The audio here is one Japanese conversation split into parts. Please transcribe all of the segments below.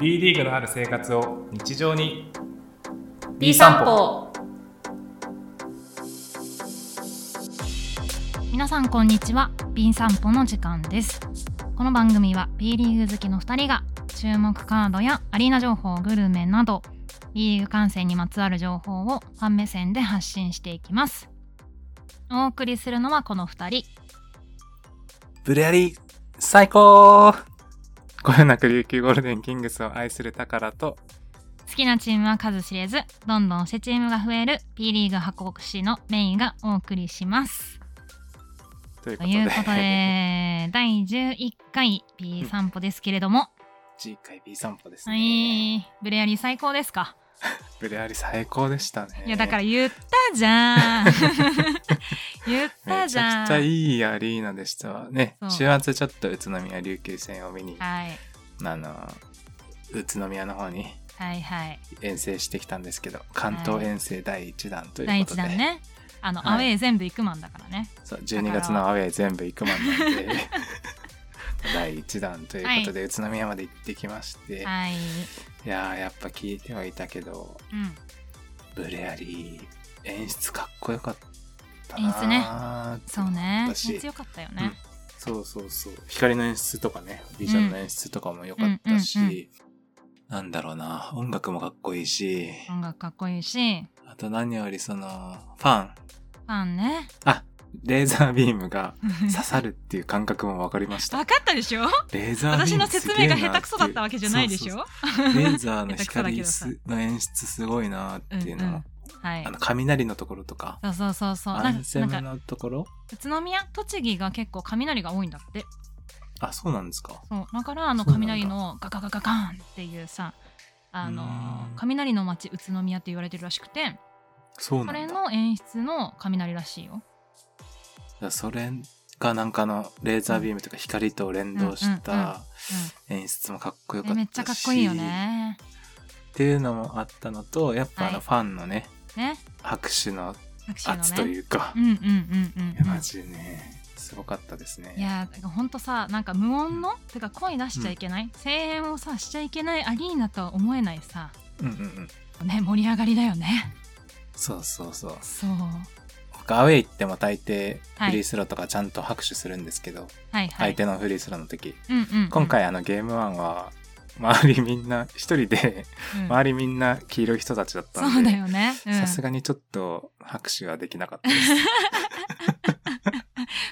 B リーグのある生活を日常に B 散歩皆さんこんにちは B 散歩の時間ですこの番組は B リーグ好きの2人が注目カードやアリーナ情報グルメなど B リーグ観戦にまつわる情報をファン目線で発信していきますお送りするのはこの2人ブレアリー最高こよなく琉球ゴールデンキングスを愛する宝と好きなチームは数知れずどんどん推しチームが増える B リーグ箱国士のメインがお送りしますということといでうことで第11回 B 散歩ですけれども、次回 B 散歩ですはね、いブレアリー最高ですかブレアリー最高でしたねいやだからら言ったじゃん 言っためじちゃゃんくちゃいいアリーナでしたわねそう週末ちょっと宇都宮琉球戦を見にはいあの宇都宮の方にはいはい遠征してきたんですけど関東遠征第1弾ということで、第一弾ねあの、はいアウェー全部行くマンだからねそう12月のアウェー全部行くまんなんで 第1弾ということで、宇都宮まで行ってきまして、い、はい、やーやっぱ聞いてはいたけどうん、ブレアリー演出かっこよかった演出ねなーってそうね私強かったよね、そうそうそう光の演出とかねビジョンの演出とかも良かったし、うんうんうんなんだろうな音楽もかっこいいし音楽かっこいいしあと何よりそのファンファンねあレーザービームが刺さるっていう感覚も分かりました分かったでしょレーザービー私ムの説明が下手くそだったわけじゃないでしすげえょなっていうそうそうそうレーザーの下手くそだけ光どさすの演出すごいなっていうのを、うんうんはいあの雷のところとかそうそうそうそうアなんンかセなムんかのところ宇都宮栃木が結構雷が多いんだってあそうなんですかそうだからあのそうなんだ雷のガガガガガーンっていうさあうのん雷の町宇都宮って言われてるらしくてそうそなれんだの演出の雷らしいよじゃあそれがなんかあのレーザービームとか光と連動した演出もかっこよかえったしめっちゃかっこいいよねっていうのもあったのとやっぱあはのいファンのね、ね拍手のタクシーのね圧というか、うんうんうんうんいうんやマジでねすごかったですねいやだからほんとさなんか無音のてか声出しちゃいけない、声援をさしちゃいけないアリーナとは思えないさうんうんうんね盛り上がりだよねそうそうそうそう僕アウェイ行っても大抵はいフリースローとかちゃんと拍手するんですけど、はいはい相手のフリースローの時、うんうんうん今、回あのゲーム1は周りみんな一人でうん周りみんな黄色い人たちだったそうんでだよね、うんさすがにちょっと拍手はできなかったで す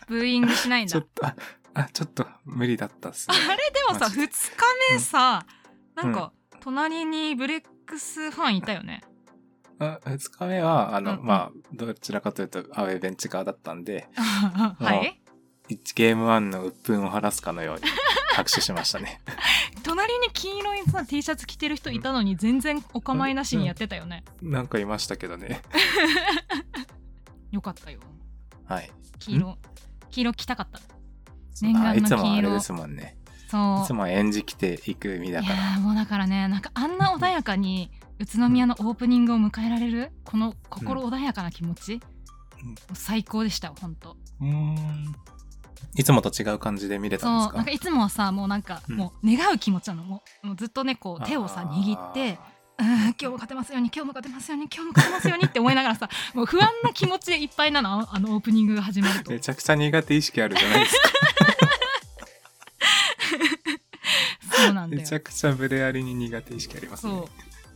ブーイングしないんちょだっとああちょっと無理だったっすね あれでもさマジで2日目さ、なんか隣にブレックスファンいたよ ね、あ2日目はあの、うんうんまあどちらかというとアウェイベンチ側だったんではい1ゲーム1の鬱憤を晴らすかの ように拍手しましたね 隣に金色いさ T シャツ着てる人いたのに全然お構いなしにやってたよね、なんかいましたけどねよかったよはい黄色黄色着たかった念願のあいつもあ黄れ色ですもんねいつそうも演じきていく身だいかやらーもうだからねなんかあんな穏やかに宇都宮のオープニングを迎えられるこの心穏やかな気持ち、うんもう最高でしたよほんとうーんいつもと違う感じで見れそたうんですかなんかいつもはさもうなんか、うんもう願う気持ちなのもうもうずっとねこう手をさ握ってうん 今日も勝てますように今日も勝てますように今日も勝てますようにって思いながらさもう不安な気持ちでいっぱいなのあのあのオープニングが始まるあーとめちゃくちゃ苦手意識あるじゃな いですかそうなんだめよちゃくちゃブレアリに苦手意識ありますねそう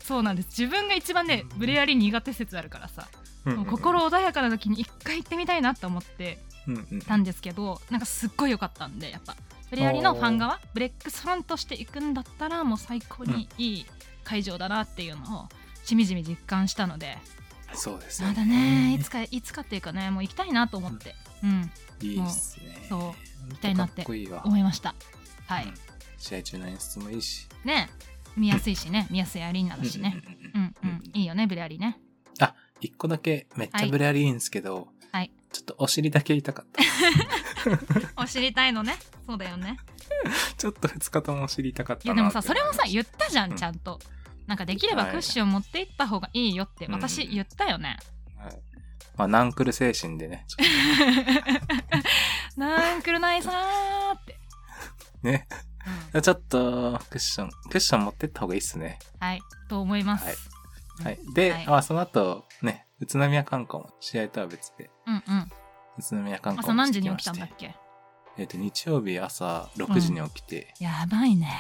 そうなんです自分が一番ねブレアリ苦手説あるからさ、うんうんもう心穏やかな時に一回行ってみたいなと思ってうんうんたんですけどなんかすっごい良かったんでやっぱブレアリのファン側ブレックスファンとして行くんだったらもう最高にいい会場だなっていうのをしみじみ実感したのでそうですよまだねいつかいつかっていうかねもう行きたいなと思って、うん、いいですねそう行きたいなってかっこいいわ思いましたはういん試合中の演出もいいしね見やすいしね見やすいアリーナだしねうんうんうんうんうんいいよねブレアリね一個だけめっちゃブレアリいいんですけど、はいちょっとお尻だけ痛かった お知りたいのねそうだよねちょっと2日ともお尻痛かったいなやってでもさそれもさ思い言ったじゃうんんちゃんと、なんかできればクッション持っていった方がいいよってうん私言ったよ ね、ましたはいまあナンクル精神でねちょっなんくるないさーってとね ちょっとクッションクッション持ってった方がいいっすねはいと思います、はいはいで、はいまあその後ね宇都宮観光も試合とは別でうんうん宇都宮観朝光も何して時に起きまきしたんてだっけえっ、と日曜日朝6時に起きて、やばいね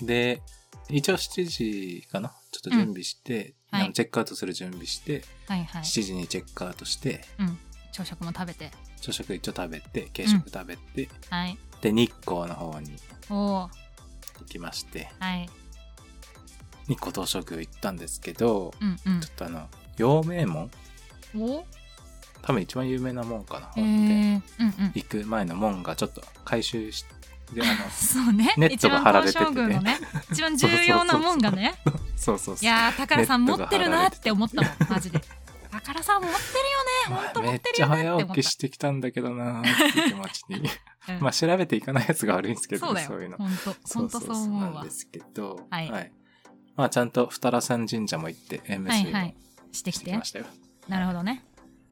で一応7時かなちょっと準備して、うんはいあのチェックアウトする準備して、はいはい7時にチェックアウトして朝食も食べて朝食一応食べて軽食食べて、はいで日光の方におお行きましてはい日光東照宮行ったんですけど、うんうんちょっとあの陽明門お多分一番有名な門かな、えー、う本店んうん行く前の門がちょっと改修してで あのそうねネットが張られて一て番東照宮のね一番重要なもんがねそうそうそういやー宝さんネ持ットがってるなって思ったもんマジで宝さん持ってるよねま本あ当持めっってるちゃよねって早思起ったきしてきたんだけどなーって気持ちに うんまあ調べていかないやつが悪いんですけどそうだよそういうの本当本当そう思うなんわですけど、はいまあちゃんと二良山神社も行って MC をはいはいしてしきててきましたよ。なるほどね、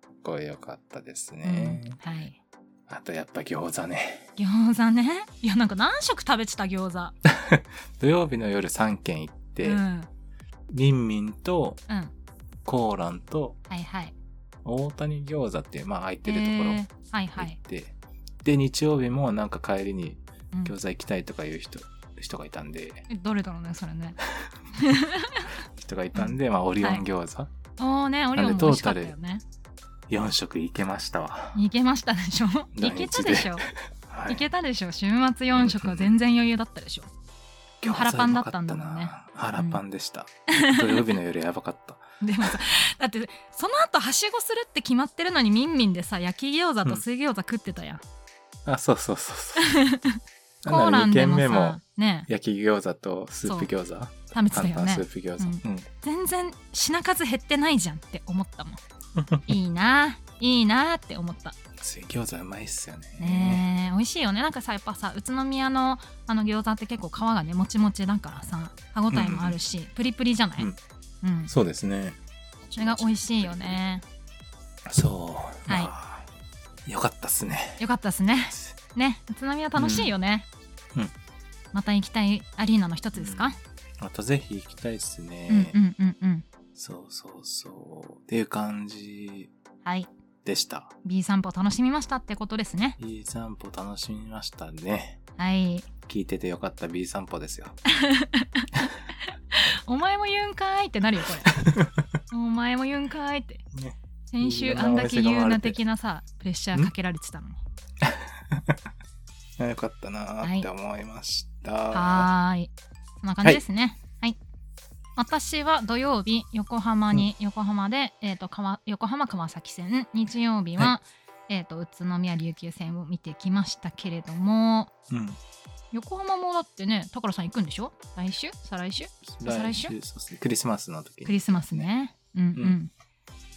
すごい良かったですうんね、はいあとやっぱ餃子ね。餃子ねいやなんか何食食べてた餃子土曜日の夜3軒行って、うんりんみんとうんコーランとはいはい大谷餃子っていう、まあ空いてるところえーはいは行っい、て、で、日曜日もなんか帰りにうん餃子行きたいとかいう人、人がいたんで、えどれだろうねそれね人がいたんで、まあオリオン餃子、おおねオリオンも美味しかったよね4食行けましたわ。いけましたでしょ第いけ一でたでしょはいけたでしょ週末4食は全然余裕だったでしょ 餃子腹パンだったんだもんねうまかったな腹パンでした、土曜日の夜やばかった でもさだってその後はしごするって決まってるのにみんみんでさ焼き餃子と水餃子食ってたやん、あそうそうそう そうコーランで2も軒目さもね焼き餃子とスープ餃子食べてた簡よ単スーねプ餃子、うん全然品数減ってないじゃんって思った もんいいないいなって思った水餃子うまいっすよねねえ美味しいよねなんかさやっぱさ宇都宮のあの餃子って結構皮がねもちもちだからさ歯ごたえもあるし、プリプリじゃない、ううんんそうですねそれが美味しいよねそうはいまあ、よかったっすねよかったですねね宇都宮楽しいよね、うんうんまた行きたいアリーナの一つですか、あとぜひ行きたいっすね、うん、うんうんうんそうそうそうっていう感じはいでした B 散歩楽しみましたってことですねいい散歩楽しみましたねはい聞いててよかった B 散歩ですよお前も言うんかーいってなるよこ れお前も言うんかーいってね先い週ろんなあんだけお店が言う回れなて的なさプレッシャーかけられてたのにあよかったなーって思いました。はーい。そんな感じですね。はい。私は土曜日、横浜に、横浜で、えっ、と、川横浜川崎線、日曜日は、えっ、と、宇都宮琉球線を見てきましたけれども、うん。横浜もだってね、宝さん行くんでしょ来週再来週再来週そうですねクリスマスの時クに。リスマスね。うんうん。うん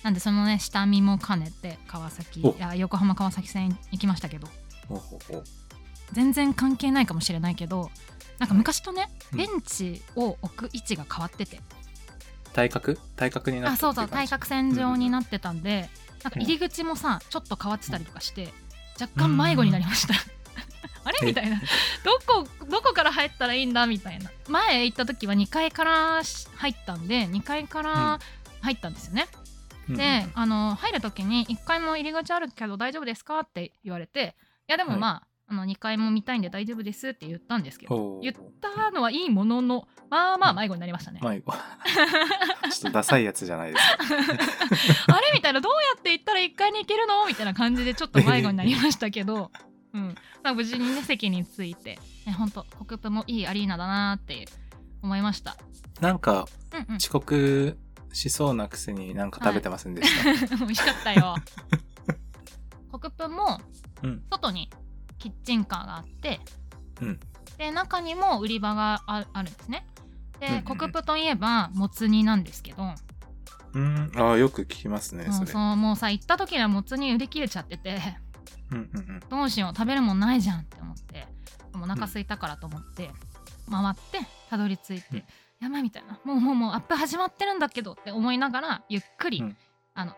なんでそのね下見も兼ねて川崎いおや横浜川崎線行きましたけどほうほうほう全然関係ないかもしれないけどなんか昔とねうんベンチを置く位置が変わってて体格体格になあったそうってそいうう感対じ。角線上になってたんで、なんか入り口もさちょっと変わってたりとかして、若干迷子になりました、 あれみたいなどこどこから入ったらいいんだみたいな前行った時は2階から入ったんで2階から入ったんですよね、うんで、あの入る時に1階も入り口あるけど大丈夫ですかって言われていやでもまあ,、あの2階も見たいんで大丈夫ですって言ったんですけどほう言ったのはいいもののまあまあ迷子になりましたね、 迷子ちょっとダサいやつじゃないですか。 あれみたいなどうやって行ったら1階に行けるのみたいな感じでちょっと迷子になりましたけ ど、うんまあ、無事にね席に着いてね本当国プもいいアリーナだなーって思いましたなんかうんうん遅刻しそうなくせになんか食べてませんでした。 美味しかったよ国プもうん外にキッチンカーがあって、うんで中にも売り場がああるんですねで、うんうんうん国プといえばもつ煮なんですけど、うん。ああよく聞きますねもそうれ。そうもうさ行った時にはもつ煮売り切れちゃっててうんうんうん。どうしよう食べるもんないじゃんって思ってでもお腹空いたからと思って、回ってたどり着いて、うんやばいみたいなもうもうもうアップ始まってるんだけどって思いながらゆっくり、うんあのホ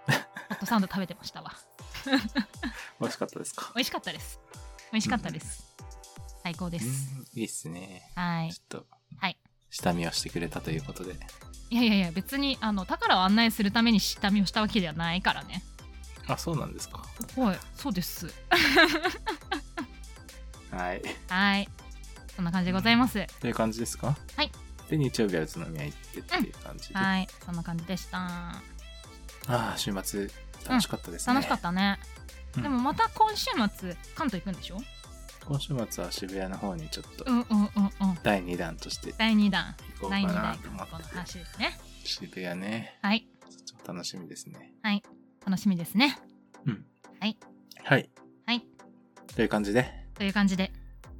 ットサンド食べてましたわ 美味しかったですか。美味しかったです美味しかったです、最高でうんす。いいっすね。はい。ちょっと、はい下見をしてくれたということで。いやいやいや、別に、あの、宝を案内するために下見をしたわけではないからね。あ、そうなんですか。はい、そうです。はい。はい。そんな感じでございます。という感じですかはい。で、日曜日は宇都宮行ってっていう感じで。あはい、そんな感じでした。あ、週末、楽しかったですね。楽しかったね。うんでもまた今週末、関東行くんでしょ今週末は渋谷の方にちょっとうんうんうんうん。第2弾として第2弾。行こうか第2な弾との思って話ですね。渋谷ねはい、ちょっと楽しみですね楽しみですね。うんはいはいはいという感じでという感じで、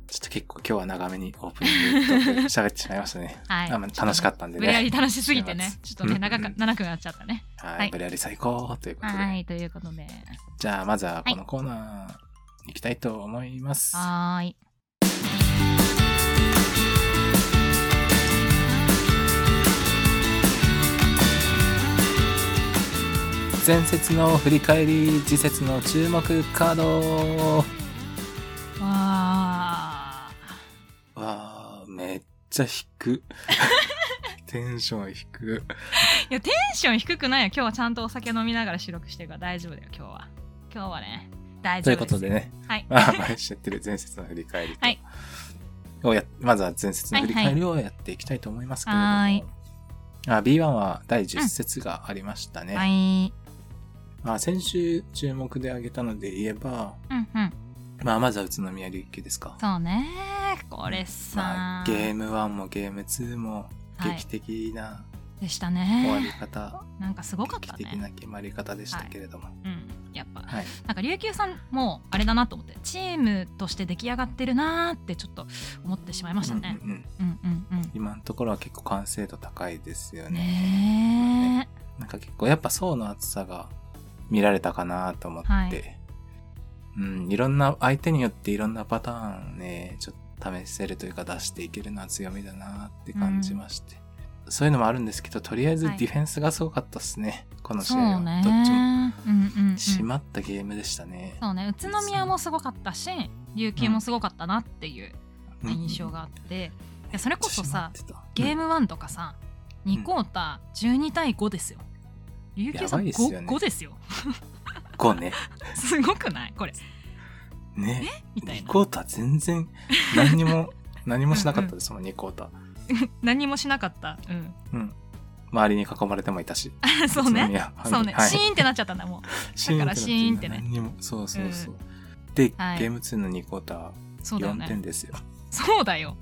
ちょっと結構今日は長めにオープニングトーク喋ってしまいましたねはい。あまあ楽しかったんで無理やりね楽しすぎてね、ちょっとね、うん長かうん長くなっちゃったね。ははいい無理やり最高ということはでい、ということで。じゃあまずはこのコーナー行きたいと思いますはーい。前節の振り返り次節の注目カードわー。わあめっちゃ引 くテンション引くいや、テンション低くないよ。今日はちゃんとお酒飲みながら収録してるから大丈夫だよ、今日は。今日はね、大と丈いう夫です。ことでねはい。まあ、毎週やってる前節の振り返りと、はいをやまずは前節の振り返りをやっていきたいと思いますけれども、はいあ B1 は第10節がありましたね、はい。まあ、先週注目で挙げたので言えば、うんうん。まあ、まずは宇都宮琉球ですか、そうね。これさ、まあ、ゲーム1もゲーム2もはい劇的なでした終わりね。方、なんかすごかった劇的なね。決まり方でしたけれども、うん。やっぱ、はいなんか琉球さんもあれだなと思って、チームとして出来上がってるなーってちょっと思ってしまいましたね。うんうんうんうんうんうん。今のところは結構完成度高いですよねねなんか結構やっぱ層の厚さが見られたかなと思って、、はいうん、いろんな相手によっていろんなパターンね、ちょっと試せるというか出していけるのは強みだなって感じまして、そういうのもあるんですけど、とりあえずデはいィフェンスがすごかったですね、このー。試そ合うは。ねどっちも。ー。うんうん、うん。締まったゲームでしたね。そうね宇都宮もすごかったし琉球もすごかったなっていううん印象があって、いやそれこそさ、めっちゃ締まってたゲーム1とかさ、ん2クォーター12対5ですよ琉球さやばんいっすよね 5, 5ですよ うんこうね。すごくないこれね。みたい2なクォーター全然何にも、何もしなかったです、その2クォーター。何もしなかったうんうん。周りに囲まれてもいたし。 そうね宇都宮ファンにそうね、はいシーンってなっちゃったんだもうシーンだからシーンってね何にもそうそうそう。で、はいゲーム2の2クォーターそうだよ4点ねですよ。そうだよ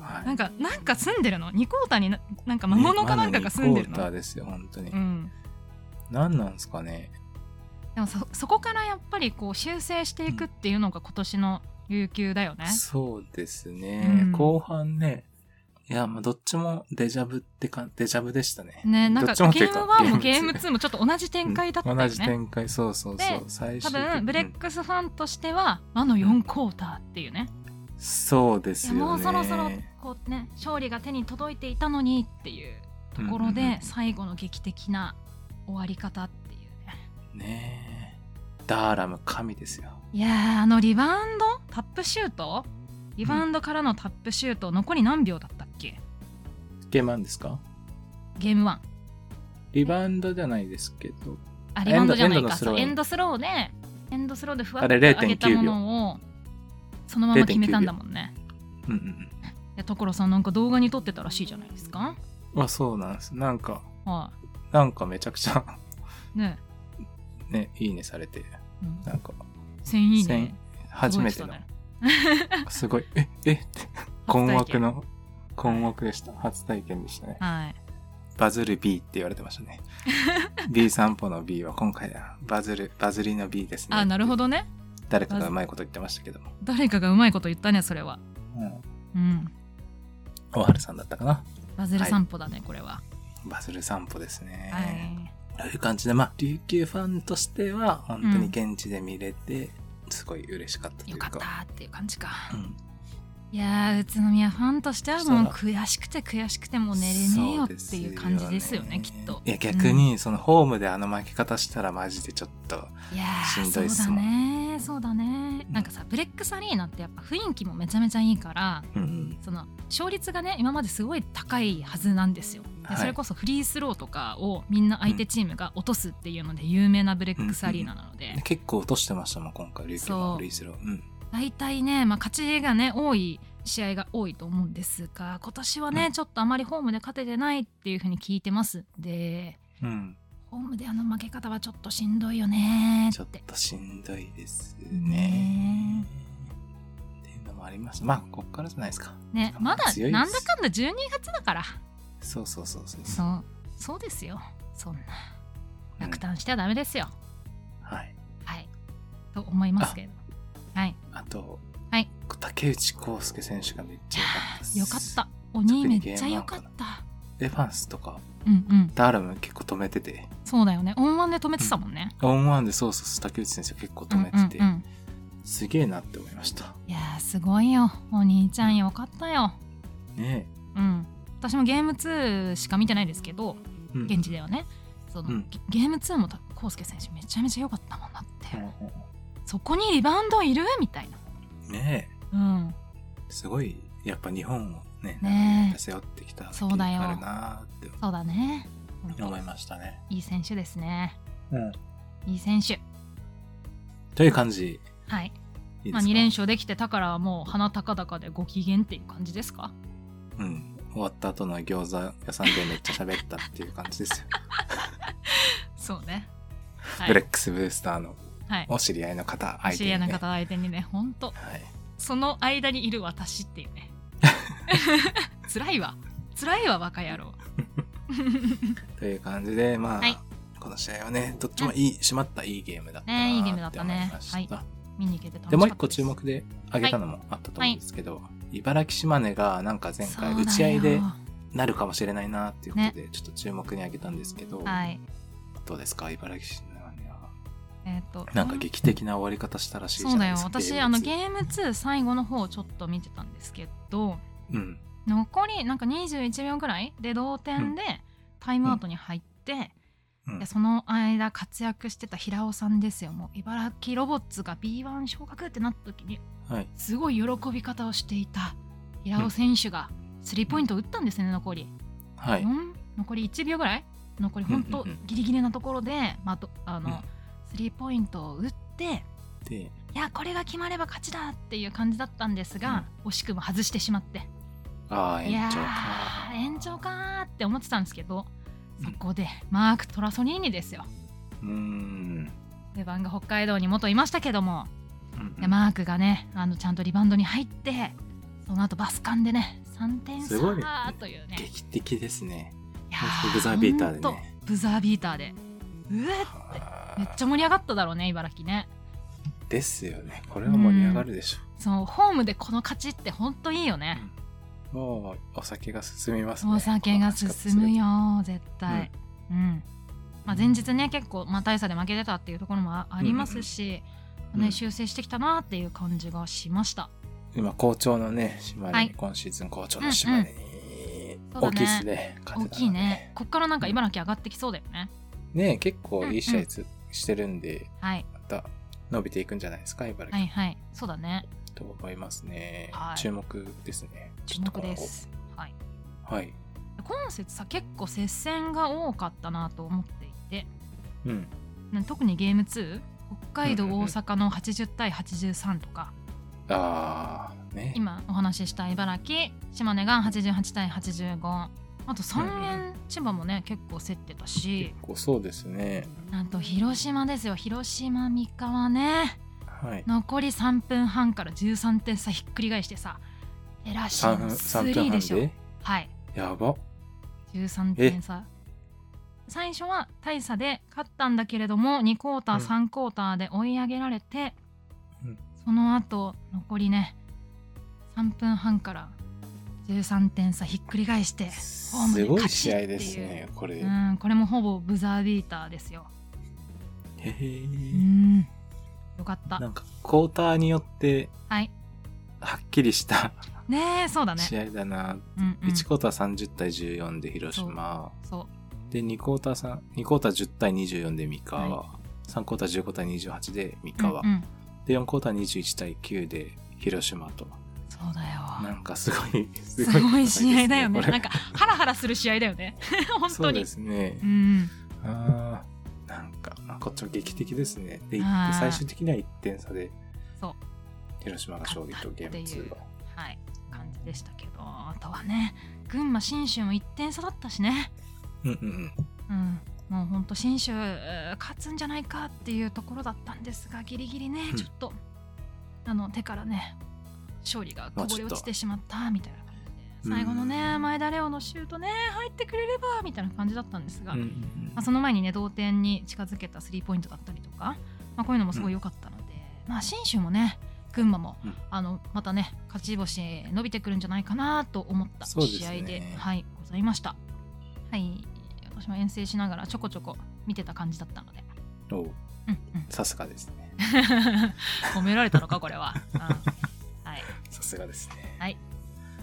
はいなんかなんか住んでるの2クォーターにななんか魔物かなんかが住んでるねまの、だ2クォーターですよ、本当に。うん何なんですかね。でもそそこからやっぱりこう修正していくっていうのが今年の琉球だよね。そうですね。うん後半ね、いや、まあ、どっちもデジャブってか、デジャブでしたね。ねなんかどっちもってゲいうームか1もゲゲーームムツ2もちょっと同じ展開だったよ同じね。展開、そうそうそで。う最多終的分ブレッうんクスファンとしてはあの4クォーターっていうね、そうでいすやよね。もうそろそろこうね勝利が手に届いていたのにっていうところうんうんうでん最後の劇的な終わり方っていうね。ねえダーラム神ですよ。いやーあのリバウンドタップシュートリバウンドからのタップシュート残り何秒だったっけゲームなんですかゲーム1。リバウンドじゃないですけど、あリバウンドじゃなエンいドのかスローそうインエンドスローでエンドスローでふわっあとれ上げた0.9ものをそのまま決めたんだもんねうんうんうん。いやところさんなんか動画に撮ってたらしいじゃないですかまあそうなんです。なんか、はなんかめちゃくちゃ、 いね、ね、いいねされて、うん、なんか、 1000いいね初めての届い、たねすごい、え、えって、 初体験困惑の、困惑でした。初体験でしたね。はいバズる B って言われてました ね。B 散歩の B は今回だ。バズる、バズりの B ですね。あなるほ。どね誰かがうまいこと言ってましたけども。誰かがうまいこと言ったねそれはうん。うんおはるさんだったかな。バズる散歩だね、これはバズる散歩ですね。はいという感じで、まあ、琉球ファンとしては、本当に現地で見れて、すごい嬉しかったといようかか。ったっていう感じかうんいやー宇都宮ファンとしてはもうそうだ悔しくて悔しくてもう寝れねえよっていう感じですよねきそうっですよとねいや逆にそのホームであの負け方したらマジでちょっといやーしんどいっすそうもだんねそうだね、うんなんかさブレックスアリーナってやっぱ雰囲気もめちゃめちゃいいからうんその勝率がね今まですごい高いはずなんですよ、ではいそれこそフリースローとかをみんな相手チームが落とすっていうので有名なブレックスアリーナなので、うん結構落としてましたもん今回琉球そのうフリースローうん大体ね、まあ、勝ちがね多い試合が多いと思うんですが今年はね、うんちょっとあまりホームで勝ててないっていうふうに聞いてますでうんホームであの負け方はちょっとしんどいよねちーょっってとしんどいですねね。っていうのもありました。まあ、こっからじゃないですか。ねまだ強いですなんだかんだ12月だからそうそうそうそう。そうそうですよそんなうん落胆してはダメですよ、はい。はいと思いますけどはいあと、はい竹内康介選手がめっちゃ良かったです。よかった鬼めっちゃよかったエファンスとか、うんうんダーラム結構止めてて、そうだよねオンワンで止めてたもんね、オンワンでそうそうそう、竹内選手結構止うん、めてて、うんうんすげえなって思いました。いやーすごいよお兄ちゃんよかったよねうん私もゲーム2しか見てないですけどえ。うん現地ではねその、うんゲゲーム2もた康介選手めちゃめちゃ良かったもんだって、うんそこにリバウンドいるみたいなうんねうえ。んすごい、やっぱ日本をね、ねえ長年背負ってきたそうだよあるなーっそうだねほんてと思いましたね。いい選手ですねうん。いい選手という感じ。はいいいですまかあ、2連勝できてたからはもう鼻高々でご機嫌っていう感じですかうん。終わった後の餃子屋さんでめっちゃ喋ったっていう感じですよ。そうね はブレい、ックスブースターのはい、お知り合いの方、相手知にり合ねいの方相手にねほんとはい。その間にいる私っていう ね辛いわ辛いわバカ野 郎という感じで、まあ、はいこの試合はね、どっちもいい、締まったいいゲームだったねいいゲーなムだーっってた思いねました。見に行けて楽しかったで、もう一個注目で挙げたのもあったと思うんですけど、茨城島根がなんか前回打ち合いでなるかもしれないなっていうことで、ちょっと注目に挙げたんですけど、はいどうですか、茨城島根は。えっ、となんか劇的な終わり方したらしいじそゃうなだいよですか。私あのゲーーム2最後の方をちょっと見てたんですけどム2。うん。残りなんか21秒ぐらいで同点でタイムアウトに入って、うんでその間活躍してた平尾さんですよもう茨城ロボッツが B1 昇格ってなった時にはい。すごい喜び方をしていた平尾選手がスリーポイントを打ったんですね残り、はい。四残り1秒ぐらい残り本当うんうんうんギリギリなところで、まあ、どあうんのスリーポイントを打ってで、いやこれが決まれば勝ちだっていう感じだったんですが、惜しくも外してしまってああ、いや延長か。ー延長かーって思ってたんですけどうんそこでマーク・トラソニーニですようーん。出番が北海道に元いましたけども、うんでマークがねあのちゃんとリバウンドに入ってその後バスカンでね3点差すごいねというね劇的ですね。いやーブザービーターでねほんとブザービーターでうえめっちゃ盛り上がっただろうね茨城ねですよね。これは盛り上がるでしょそのホームでこの勝ちってほんといいよね、う。もうお酒が進みますね。お酒が進むよー絶対うん、まあ、前日ね結構、まあ、大差で負けてたっていうところもあありますし、うんね、修正してきたなっていう感じがしました、今好調のね、島根に、はい今シーズン好調の島根に、うん大きいですね。勝大てたきいのね。こっからなんか茨城上がってきそうだよね、ね結構いい試合つ、してるんで、はいまた伸びていくんじゃないですか、茨は城、いはいそうだねと思いますね、はい注目ですね。注目ですはいはい。今節さ結構接戦が多かったなと思っていてうん。ね特にゲーム2北海道うんうんうん大阪の80対83とかああ、ね。今お話しした茨城島根が88対85あと三うん円千葉もね結構競ってたし結構そうですね。なんと広島ですよ広島三河ねはい。残り3分半から13点差ひっくり返してさエラシ3ー分の三分3でし半ょではいやば。 13点差最初は大差で勝ったんだけれども2クォーターうん3クォーターで追い上げられて、うんその後残りね3分半から13点差ひっくり返して、ホームすでごい勝ち試ってい合うですね、これ。うん、これもほぼブザービーターですよ。へうえ。ん、よかったな。んか、クォーターによって、はい、はっきりしたねえそうだね試合だな。うんうん1クォーター30対14で広島。そうで、2クォーター3、2クォーター10対24で三河。は3クォーター15対28で三河。うんうんで、4クォーター21対9で広島と。そうだなよんかすごい、すすごい試合だよねこれなんかハラハラする試合だよね 本そ当うでにすねう。んあーなんか、こっちも劇的ですね。で、あー最終的には1点差で、そう広島が勝利とゲーム2は。はい感じでしたけどあとはね群馬信州も1点差だったしねうんうんうん。うんもうほんと信州えー勝つんじゃないかっていうところだったんですがギリギリねうんちょっと、あの手からね勝利がこぼれ落ちてしまったみたいな感じで最後のねうん前田レオのシュートね入ってくれればみたいな感じだったんですが、うんうまんあ、その前にね同点に近づけたスリーポイントだったりとか、まあ、こういうのもすごい良かったので、まあ信州もね群馬も、うんあのまたね勝ち星伸びてくるんじゃないかなと思ったそうです試ね合ではい、ございました。はい私も遠征しながらちょこちょこ見てた感じだったので、うんおううんうん、 さすがですね。褒められたのかこれは、うん、はいさすがですね。はい。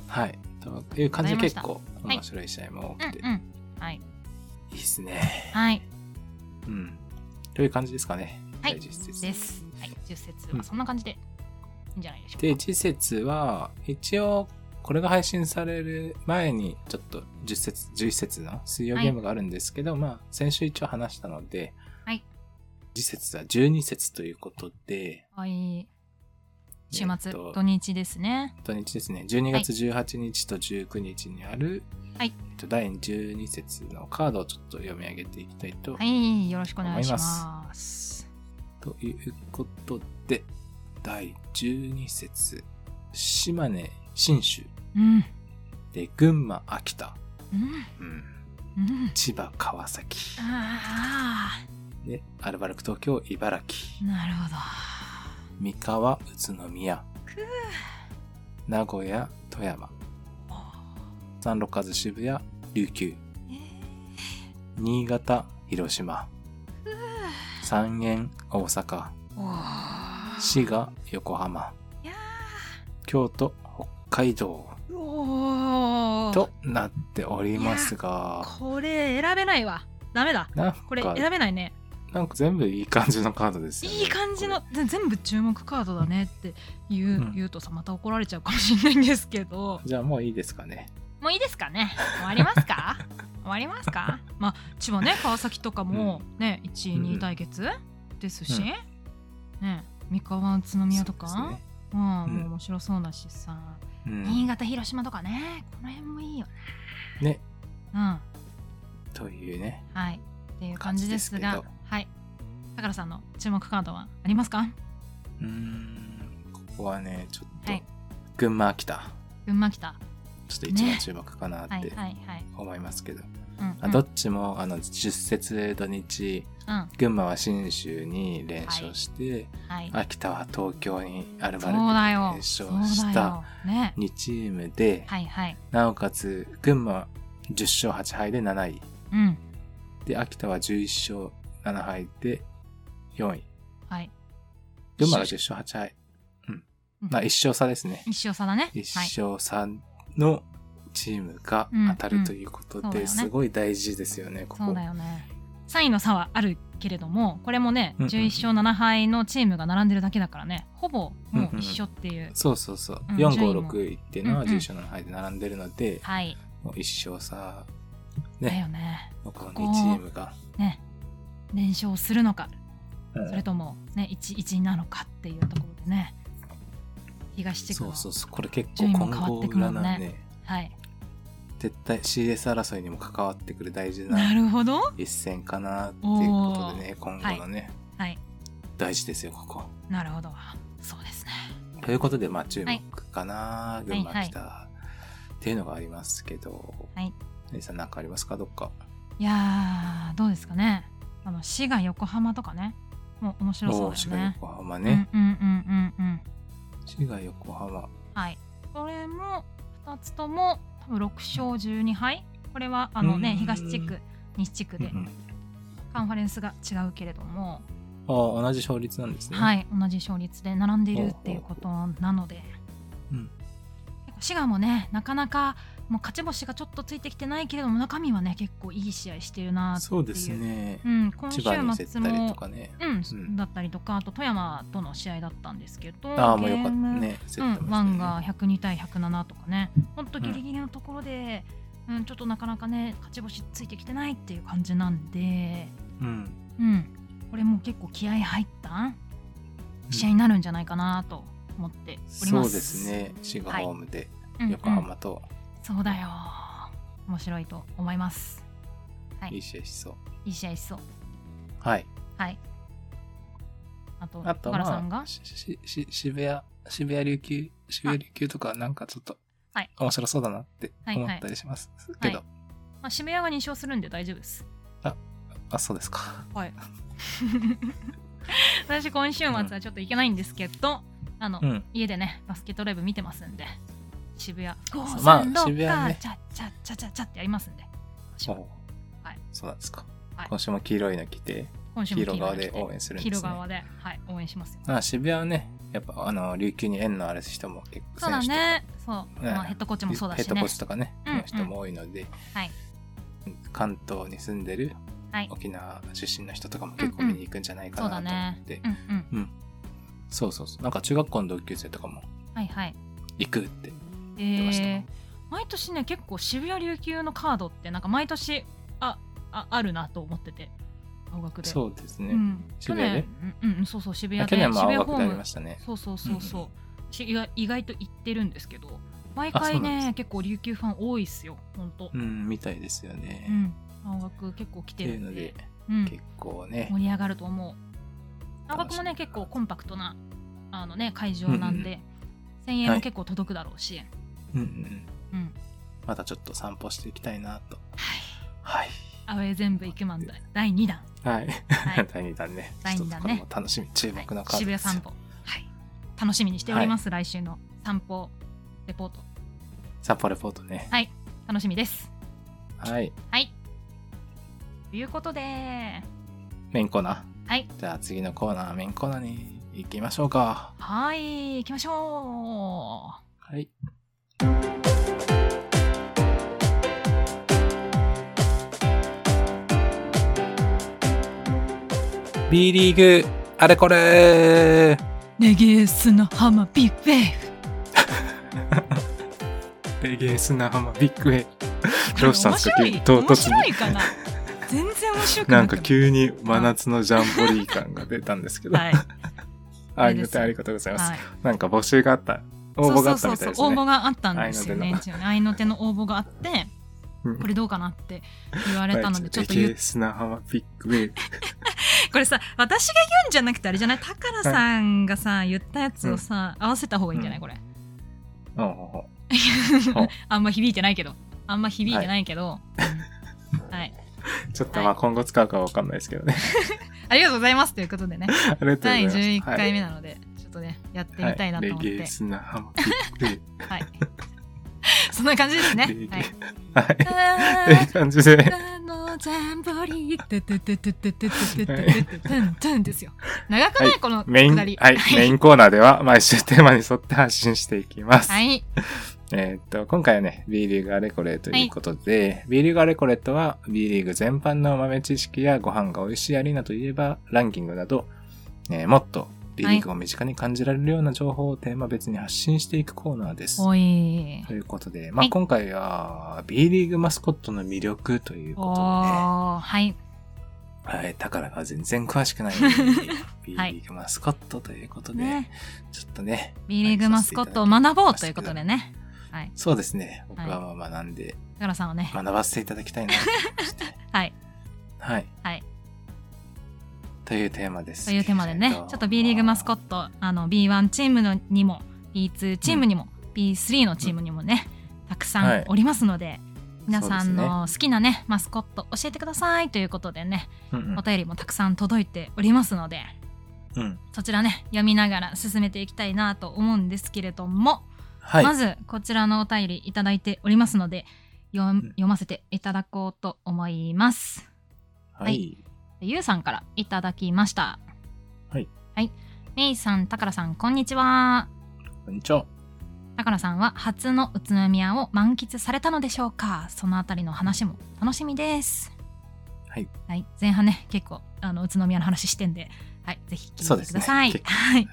はい。という感じで結構ざい面ま白い試合も多くて、うんうんはいいいですね。はいうん。という感じですかね。はい第10節です。はい、10節はそんな感じでいいんじゃないでしょうか。で、次節は、一応、これが配信される前に、ちょっと10節、11節の水曜ゲームがあるんですけど、まあ、先週一応話したので、はい次節は12節ということで、はい、週末、えっと土日ですね。土日ですね、12月18日と19日にある、はいえっと第12節のカードをちょっと読み上げていきたいとはい、よろしくお願いします。ということで、第12節、島根、信州、うん、で、群馬、秋田、うん、うんうん。千葉、川崎、あで、アルバルク東京、茨あ、城、なるほど。三河、宇都宮、名古屋、富山、三六和渋谷、琉球、えー新潟、広島、三原、大阪、おー滋賀、横浜、いや京都、北海道、ーおーとなっておりますが、これ選べないわ。ダメだ。なんこれか、選べないね。なんか全部いい感じのカードですよね。いい感じのこぜ全部注目カードだねって言う,、うん言うとさまた怒られちゃうかもしれないんですけどれ。じゃあもういいですかね。もういいですかね終わりますか終わりますかまあ千葉ね川崎とかもね、1位うん2位対決ですし、うんね三河宇都宮とかそうう、ですん、ねもうんう面白そうだしさ、うん新潟広島とかねこの辺もいいよねね、うんというね。はいっていう感じです感じがですけはい高田さんの注目カードはありますかうーん、ここはね、ちょっと、はい群馬秋田、群馬北はちょっと一番ね注目かなっいはいてはい、思いますけど、うんうんあどっちもあの10節土日、うん群馬は信州に連勝して、はい秋田は東京にアルそバうルクだよ決そ勝しうだたよね2チームで、はいはいなおかつ群馬は10勝8敗で7位うんで秋田は11勝7敗で4位はい群馬が10勝8敗うんな1勝差ですね一緒差だね。はい。 1勝差のチームが当たるということうんうんそうだで、よねすごい大事ですよねこそうこだよね。3位の差はあるけれども、これもね、うんうん11勝7敗のチームが並んでるだけだからね、ほぼもう一緒っていう。そうそうそううん456っていうのはうんうん10勝7敗で並んでるので、はい。もう1勝差だねよね。のこのここ2チームが、ね。連勝するのか、うんそれとも、ね、1、1なのかっていうところでね、東地区そのうそうそうこれ結構順位も今変わ後ってくるも占んねうねはい。絶対 CS 争いにも関わってくる大事ななるほど。一戦かなっていうことでね今後のね、はい。大事ですよここ。なるほど。そうですね。ということでまあ注はい目かな、群馬来た、っていうのがありますけど、はい姉さん何かありますかどっかいやー、どうですかね。あの、滋賀、横浜とかね、もう面白そうだおーよ滋賀ね。横浜ね、うんうんうんうんうん。滋賀横浜はい、これも2つとも多分6勝12敗これはあのねうん東地区西地区うんでうんカンファレンスが違うけれども、あー同じ勝率なんですね、はいい、同じ勝率で並んでいるっていうことなのでうん結構滋賀もねなかなかもう勝ち星がちょっとついてきてないけれども中身はね結構いい試合してるなっていうそうですねう。ん、今週千葉に競末ったりともかね。うん、うんだったりとかあと富山との試合だったんですけどああ、もうよかったゲームね。競ってうん、まワしたねンが102対107とかね、ほんとギリギリのところで、うんちょっとなかなかね、勝ち星ついてきてないっていう感じなんで、うん。うん、これもう結構気合入った試合になるんじゃないかなと思っておりそうます。ですね。滋賀ホームでうん。横浜とうんそうだよ。面白いと思います。はいいい試合しそう。いい試合しそう。はい。はい。あと、あ小と原さんまがあ、ししし渋谷、渋谷琉球、渋谷琉球とかなんかちょっとはい面白そうだなってはいはい思ったりしますけどは。まあ、渋谷が2勝するんで大丈夫です。あ、そうですか。はい。私今週末はちょっと行けないんですけど、あの、うん。家でねバスケットライブ見てますんで渋谷五そうまあ三六渋谷ねチャッチャッチャッチャッチャッってやりますんでお今うはいそうなんですかはい。今週も黄色いの着て、週も黄色側で応援するんですね黄色側ではい応援しますよまあ渋谷はね、やっぱあの、琉球に縁のある人も結構そうだ選手とかねそう、ねまあ、ヘッドコーチもそうだヘしッドねコーチとかね、うんうんの人も多いので、はい関東に住んでるはい沖縄出身の人とかも結構見に行くんじゃないかそうだなねと思っうて、んうんそうそうそうなんか中学校の同級生とかもはいはい行くってえ言ってましたもん、ー、毎年ね結構渋谷琉球のカードってなんか毎年あああるなと思ってて青学でそうですね、うん、去渋谷で年うんうんそうそう渋谷あで去年も渋青谷学ホであーりムましたねそうそうそうそう、うん私意外意外と行ってるんですけど毎そ回うなんですねね結構琉球ファン多いっすよほんとう、んみたいですようね、ん、青学結構来てってるいうんのでで、うん、結構ね盛り上がると思う青学もね楽しみ結構コンパクトなあのね会場なんで、1000円はもい結構届くだろうし、うんうんうんうんまたちょっと散歩していきたいなとはいはいアウェー全部行くマンだ第2弾、はい、はい第2弾ね第二弾ねちょっとこれも楽しみ 注目のはいカードです渋谷散歩、はい、楽しみにしております、来週の散歩レポート散歩レポートね楽しみですはいはいということでメインコーナーはいじゃあ次のコーナー、メインコーナーに行きましょうか。はい行きましょうはい。B リーグ、あれこれレゲエ砂浜ビッグウェー レゲエ砂浜ビッグウェイ。ブどうしたんですか面白い急に唐面突に白いかな全然面白くななんくかい急に真夏のジャンボリー感が出たんですけど、はい、ありがとうありがとうございます。はい、なんか募集があった、応募があったみたいです応募ね。があったんですよね合いの一応ね愛の手の応募があってうんこれどうかなって言われたの でちょっとレ言ゲうエ砂浜ビッグウェイ。これさ私が言うんじゃなくてあれじゃないタカラさんがさ言ったやつをさ、合わせた方がいいんじゃないこれ、おうおうおううんあんま響いてないけどあんま響いてないけど、うんはい、ちょっとまあ今後使うかは分かんないですけどね。ありがとうございますということでねありがとうござい第ます。 11回目ななので、ちょっとねやってみたいなと思っレて、ゲエ砂浜ビッはい。 そんな感じですね。はレゲエい。 グレはい。 っていあう感じで。ーのジャンボリー、ててててててててててててんてんですよ。長 くなはいこのメイン、下り。はい、メインコーナーでは毎週テーマに沿って発信していきます。はい。えーっと、今回はね、B リーグあれこれということで、B リーグあれこれとは、B リーグ全般の豆知識やご飯が美味しいアリーナといえば、ランキングなど、えーもっと B リーグを身近に感じられるような情報をテーマ別に発信していくコーナーです。おい。ということで、まはあ、い今回は B リーグマスコットの魅力というおことでね、ー、はい。はい、宝が全然詳しくない B リはいーグマスコットということで、ね。ちょっとね、 B リーグマスコットを学ぼうということでね。はい。そうですね、僕はいはまあ学んで、高田さんはね。学ばせていただきたいなと思いまして、はい。はい。はい。というテーマですといけれうど。テーマでね、ちょっと B リーグマスコット、ト。あの B1 チームのにも、B2 チームにも、B3 のチームにもね、たくさはんいおりますので、皆さんそうの好きなね、マスコット教えてくださいということでね、うんうんお便りもたくさん届いておりますので、うんそちらね、読みながら進めていきたいなと思うんですけれども、はい。まずこちらのお便りいただいておりますので、読んうん読ませていただこうと思います。はい。ゆうさんからいただきました。はい。はい。めいさん、たからさん、こんにちは。こんにちは。高野さんは初の宇都宮を満喫されたのでしょうかそのあたりの話も楽しみですはい、はい、前半ね結構あの宇都宮の話してんで、はい、ぜひ聞いてください、そうですね結構はい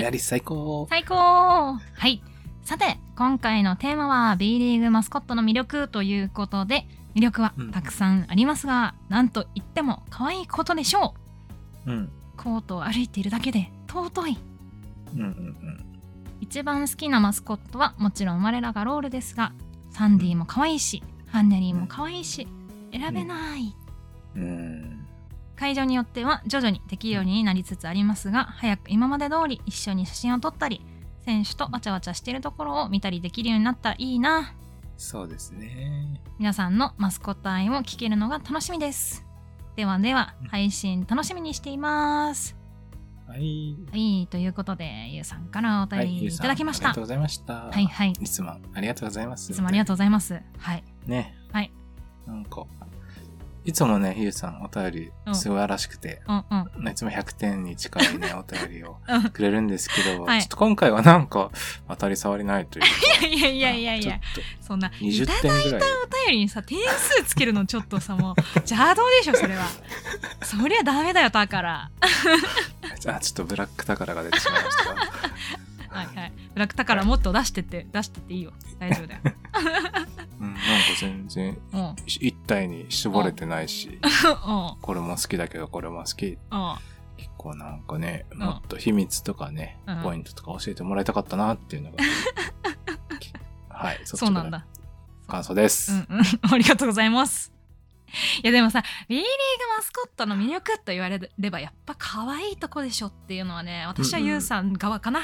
ベアリス最高、最高はいさて今回のテーマは B リーグマスコットの魅力ということで魅力はうんたくさんありますが、なんといっても可愛いことでしょううんコートを歩いているだけで尊いうんうん一番好きなマスコットはもちろん我らがロールですがサンディも可愛いしハンネリーも可愛いし選べない、うんうん会場によっては徐々に適用になりつつありますが早く今まで通り一緒に写真を撮ったり選手とわちゃわちゃしているところを見たりできるようになったらいいなそうですね皆さんのマスコット愛を聞けるのが楽しみですではではうん配信楽しみにしています、はいはいということでゆうさんからお便りゆういさんただきましありた、がとうございましたはいはいいつもありがとうございますいつもありがとうございますはいねはいなんかいつもねゆうさんお便うりん素晴らしくて、うんうん いつも100点に近いねお便りをうんくれるんですけど、はいちょっと今回はなんか当たり障りないというかいやいやいやいやあちょっそんなとい20ただい点たぐらいお便りにさ点数つけるのちょっとさもう 邪道でしょそれはそりゃダメだよだからあちょっとブラック宝が出てしまい ましたがはいはいブラックだからもっと出してって出してっていいよ大丈夫 だようんなんか全然も一体に絞れてないし、ううんこれも好きだけどこれも好きうん結構なんかね、んもっと秘密とかね、うんポイントとか教えてもらいたかったなっていう のが、はい、率そう直なんだ感想です。うんうん、 ありがとうございます。いやでもさ B リーグマスコットの魅力と言われればやっぱ可愛いとこでしょっていうのはね私はうんうん YOU さん側かな、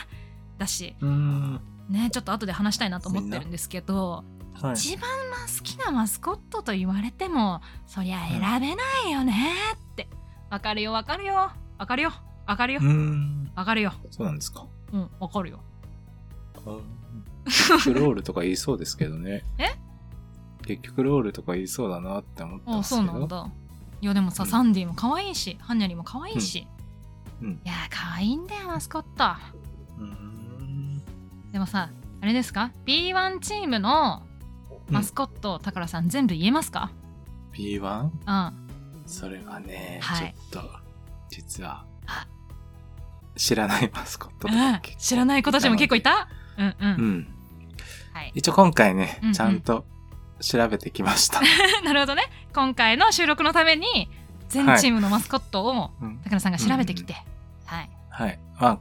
だしうーん、ねちょっと後で話したいなと思ってるんですけど、はい。一番まあ好きなマスコットと言われてもそりゃ選べないよねってわかるよわかるよわかるよわかるようーん、わかるよそうなんですか。うんわかるようん結局ロールとか言いそうですけどね。え結局ロールとか言いそうだなって思ってあますそけうど。なんだいやでもさ、うんサンディも可愛いしハンニャリも可愛いし、うんうんいやー可愛いんだよマスコットうーんでもさあれですか B1 チームのマスコット、タカラさん全部言えますか B1? うんあそれはね、はいちょっと、実はあ、知らないマスコットとうかん結構知らない子たちも結構いたうんうん、うん。はい一応今回ね、うんうんちゃんと調べてきま した。なるほどね今回の収録のために全チームのマスコットをうんタカラさんが調べてきて、はいはい。まあ、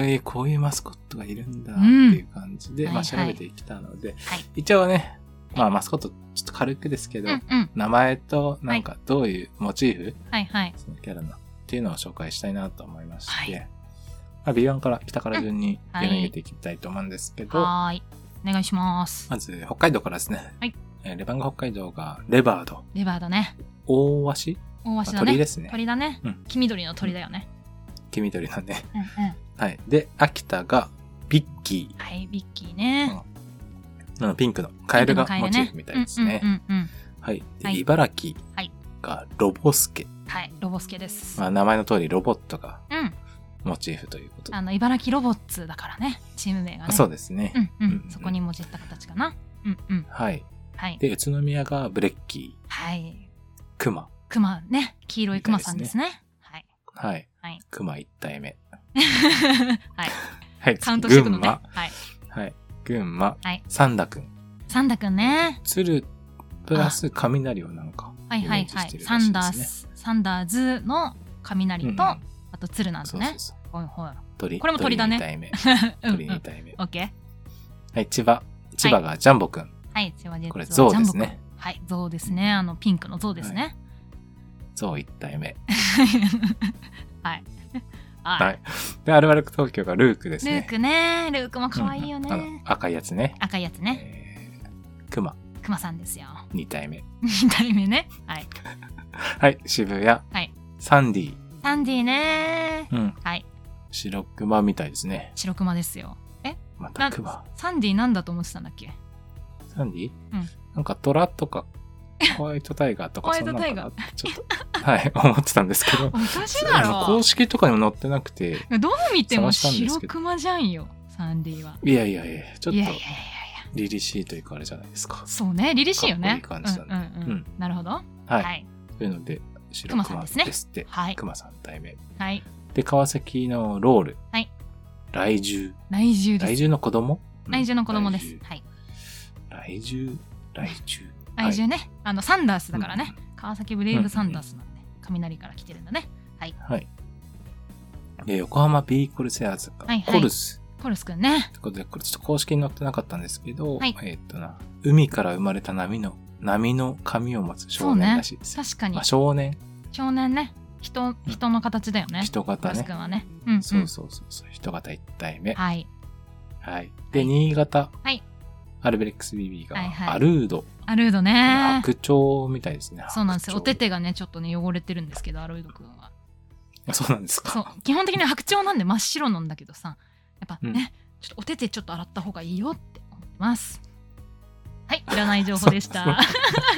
えーこういうマスコットがいるんだってうんいう感じで、はいはまあい調べてきたので、はい一応ね、まあマスコットちょっと軽くですけうど、んうん名前となんかどういうモチーフ、はいはいそのキャラのっていうのを紹介したいなと思いまして、はいまあ、B1 から北から順にうん読み上げていきたいと思うんですけど、はーいお願いしますまず北海道からですね、はいえーレバンガ北海道がレバード、レバーだね大鷲、大ま鷲だあね、鳥ですね。鳥だね、うん黄緑の鳥だよね、黄緑のね。うんうん、はい。で、秋田がビッキー。はいビッキーねあのピンクのカエルがピンクのモカエルねチーフみたいですね。うんうんうんうんはい。で、はい茨城はいがロボスケ。はいロボスケです、まあ、名前の通りロボットがうんモチーフということで。あの茨城ロボッツだからねチーム名がねそうですね。うんうん、うんそこにもじった形かなうんうんはい。はいで、宇都宮がブレッキー、はいクマ。クマね黄色いクマさんですねはいはい。はいクマ1体目。はい はい。カウントしていくのね群馬。はいはい。群馬。はいサンダ君。サンダくんね鶴、プラス雷をなんか、はいはいイメーはジしているサらしンいでダーすねスサンダーズの雷と、うんあと鶴なんだそうそねうそう。ほいほい鳥。これも鳥だね2体目。 うんう鳥2ん体目。オッケーはい、千葉。千葉がジャンボくん。はい千葉ジェッツこれ象ジャンでボす君ね。はい象ですねあのピンクの象ですね象1体目。はい は。はいで、アルバルク東京がルークでいすルね。ークねルークも可愛いよね、うんうんあの赤いやつね。赤いやつねえークマクマさんですよ 2体目。 2体目ねはいはい、渋谷。はいサンディ。サンディねうん。はい白クマみたいですね。白クマですよまなたクマ。サンディなんだと思ってたんだっけサンディうんなんかトラとか、ホワイトタイガーとか、 ホワイトタイガーそんなのかなってちょっと、 はい、思ってたんですけどお。かしいあだのろ公式とかにも載ってなくて、どう見ても探したんです白けどクマじゃんよサンディは。いやいやいや、ちょっいやいやいやいとや。凛々しいというかあれじゃないですか。そうね、凛々しいよね。かっこいい感じだねうんうんうんなるほど。ははい。い。というので、白熊さんですねですって。はい。熊さん対面。はい。で、川崎のロール。はい来獣。内住で来す。獣の子供うん内住の子供です来。はい。獣。来獣。内はい住ね。あの、サンダースだからね。。川崎ブレイブサンダースなんで。雷から来てるんだね。うんはい。で、横浜ビーコルセアーズがはいはいコルス。コルスくんねと。いうことで、これちょっと公式に載ってなかったんですけど、はいえーっとな、海から生まれた波の、波の髪を持つ少年らしいです。確かにまあ、。少年、少年ね。人、人の形だよね。人コ型ルスねく。んはね。うん。そうそうそうそう、人型一体目。うん。はい。はい。で、はい新潟。はいアルベレックス BB が、はいはいアルード。アルードね。白鳥みたいですね。そうなんですよ。お白手鳥手がね、ちょっとね、汚れてるんですけど、アロイドくんは。あそうなんですそか。う。基本的に白鳥なんで真っ白なんだけどさ、やっぱうんね、ちょっとお手手ちょっと洗った方がいいよって思います。はい、いらない情報でし そうた。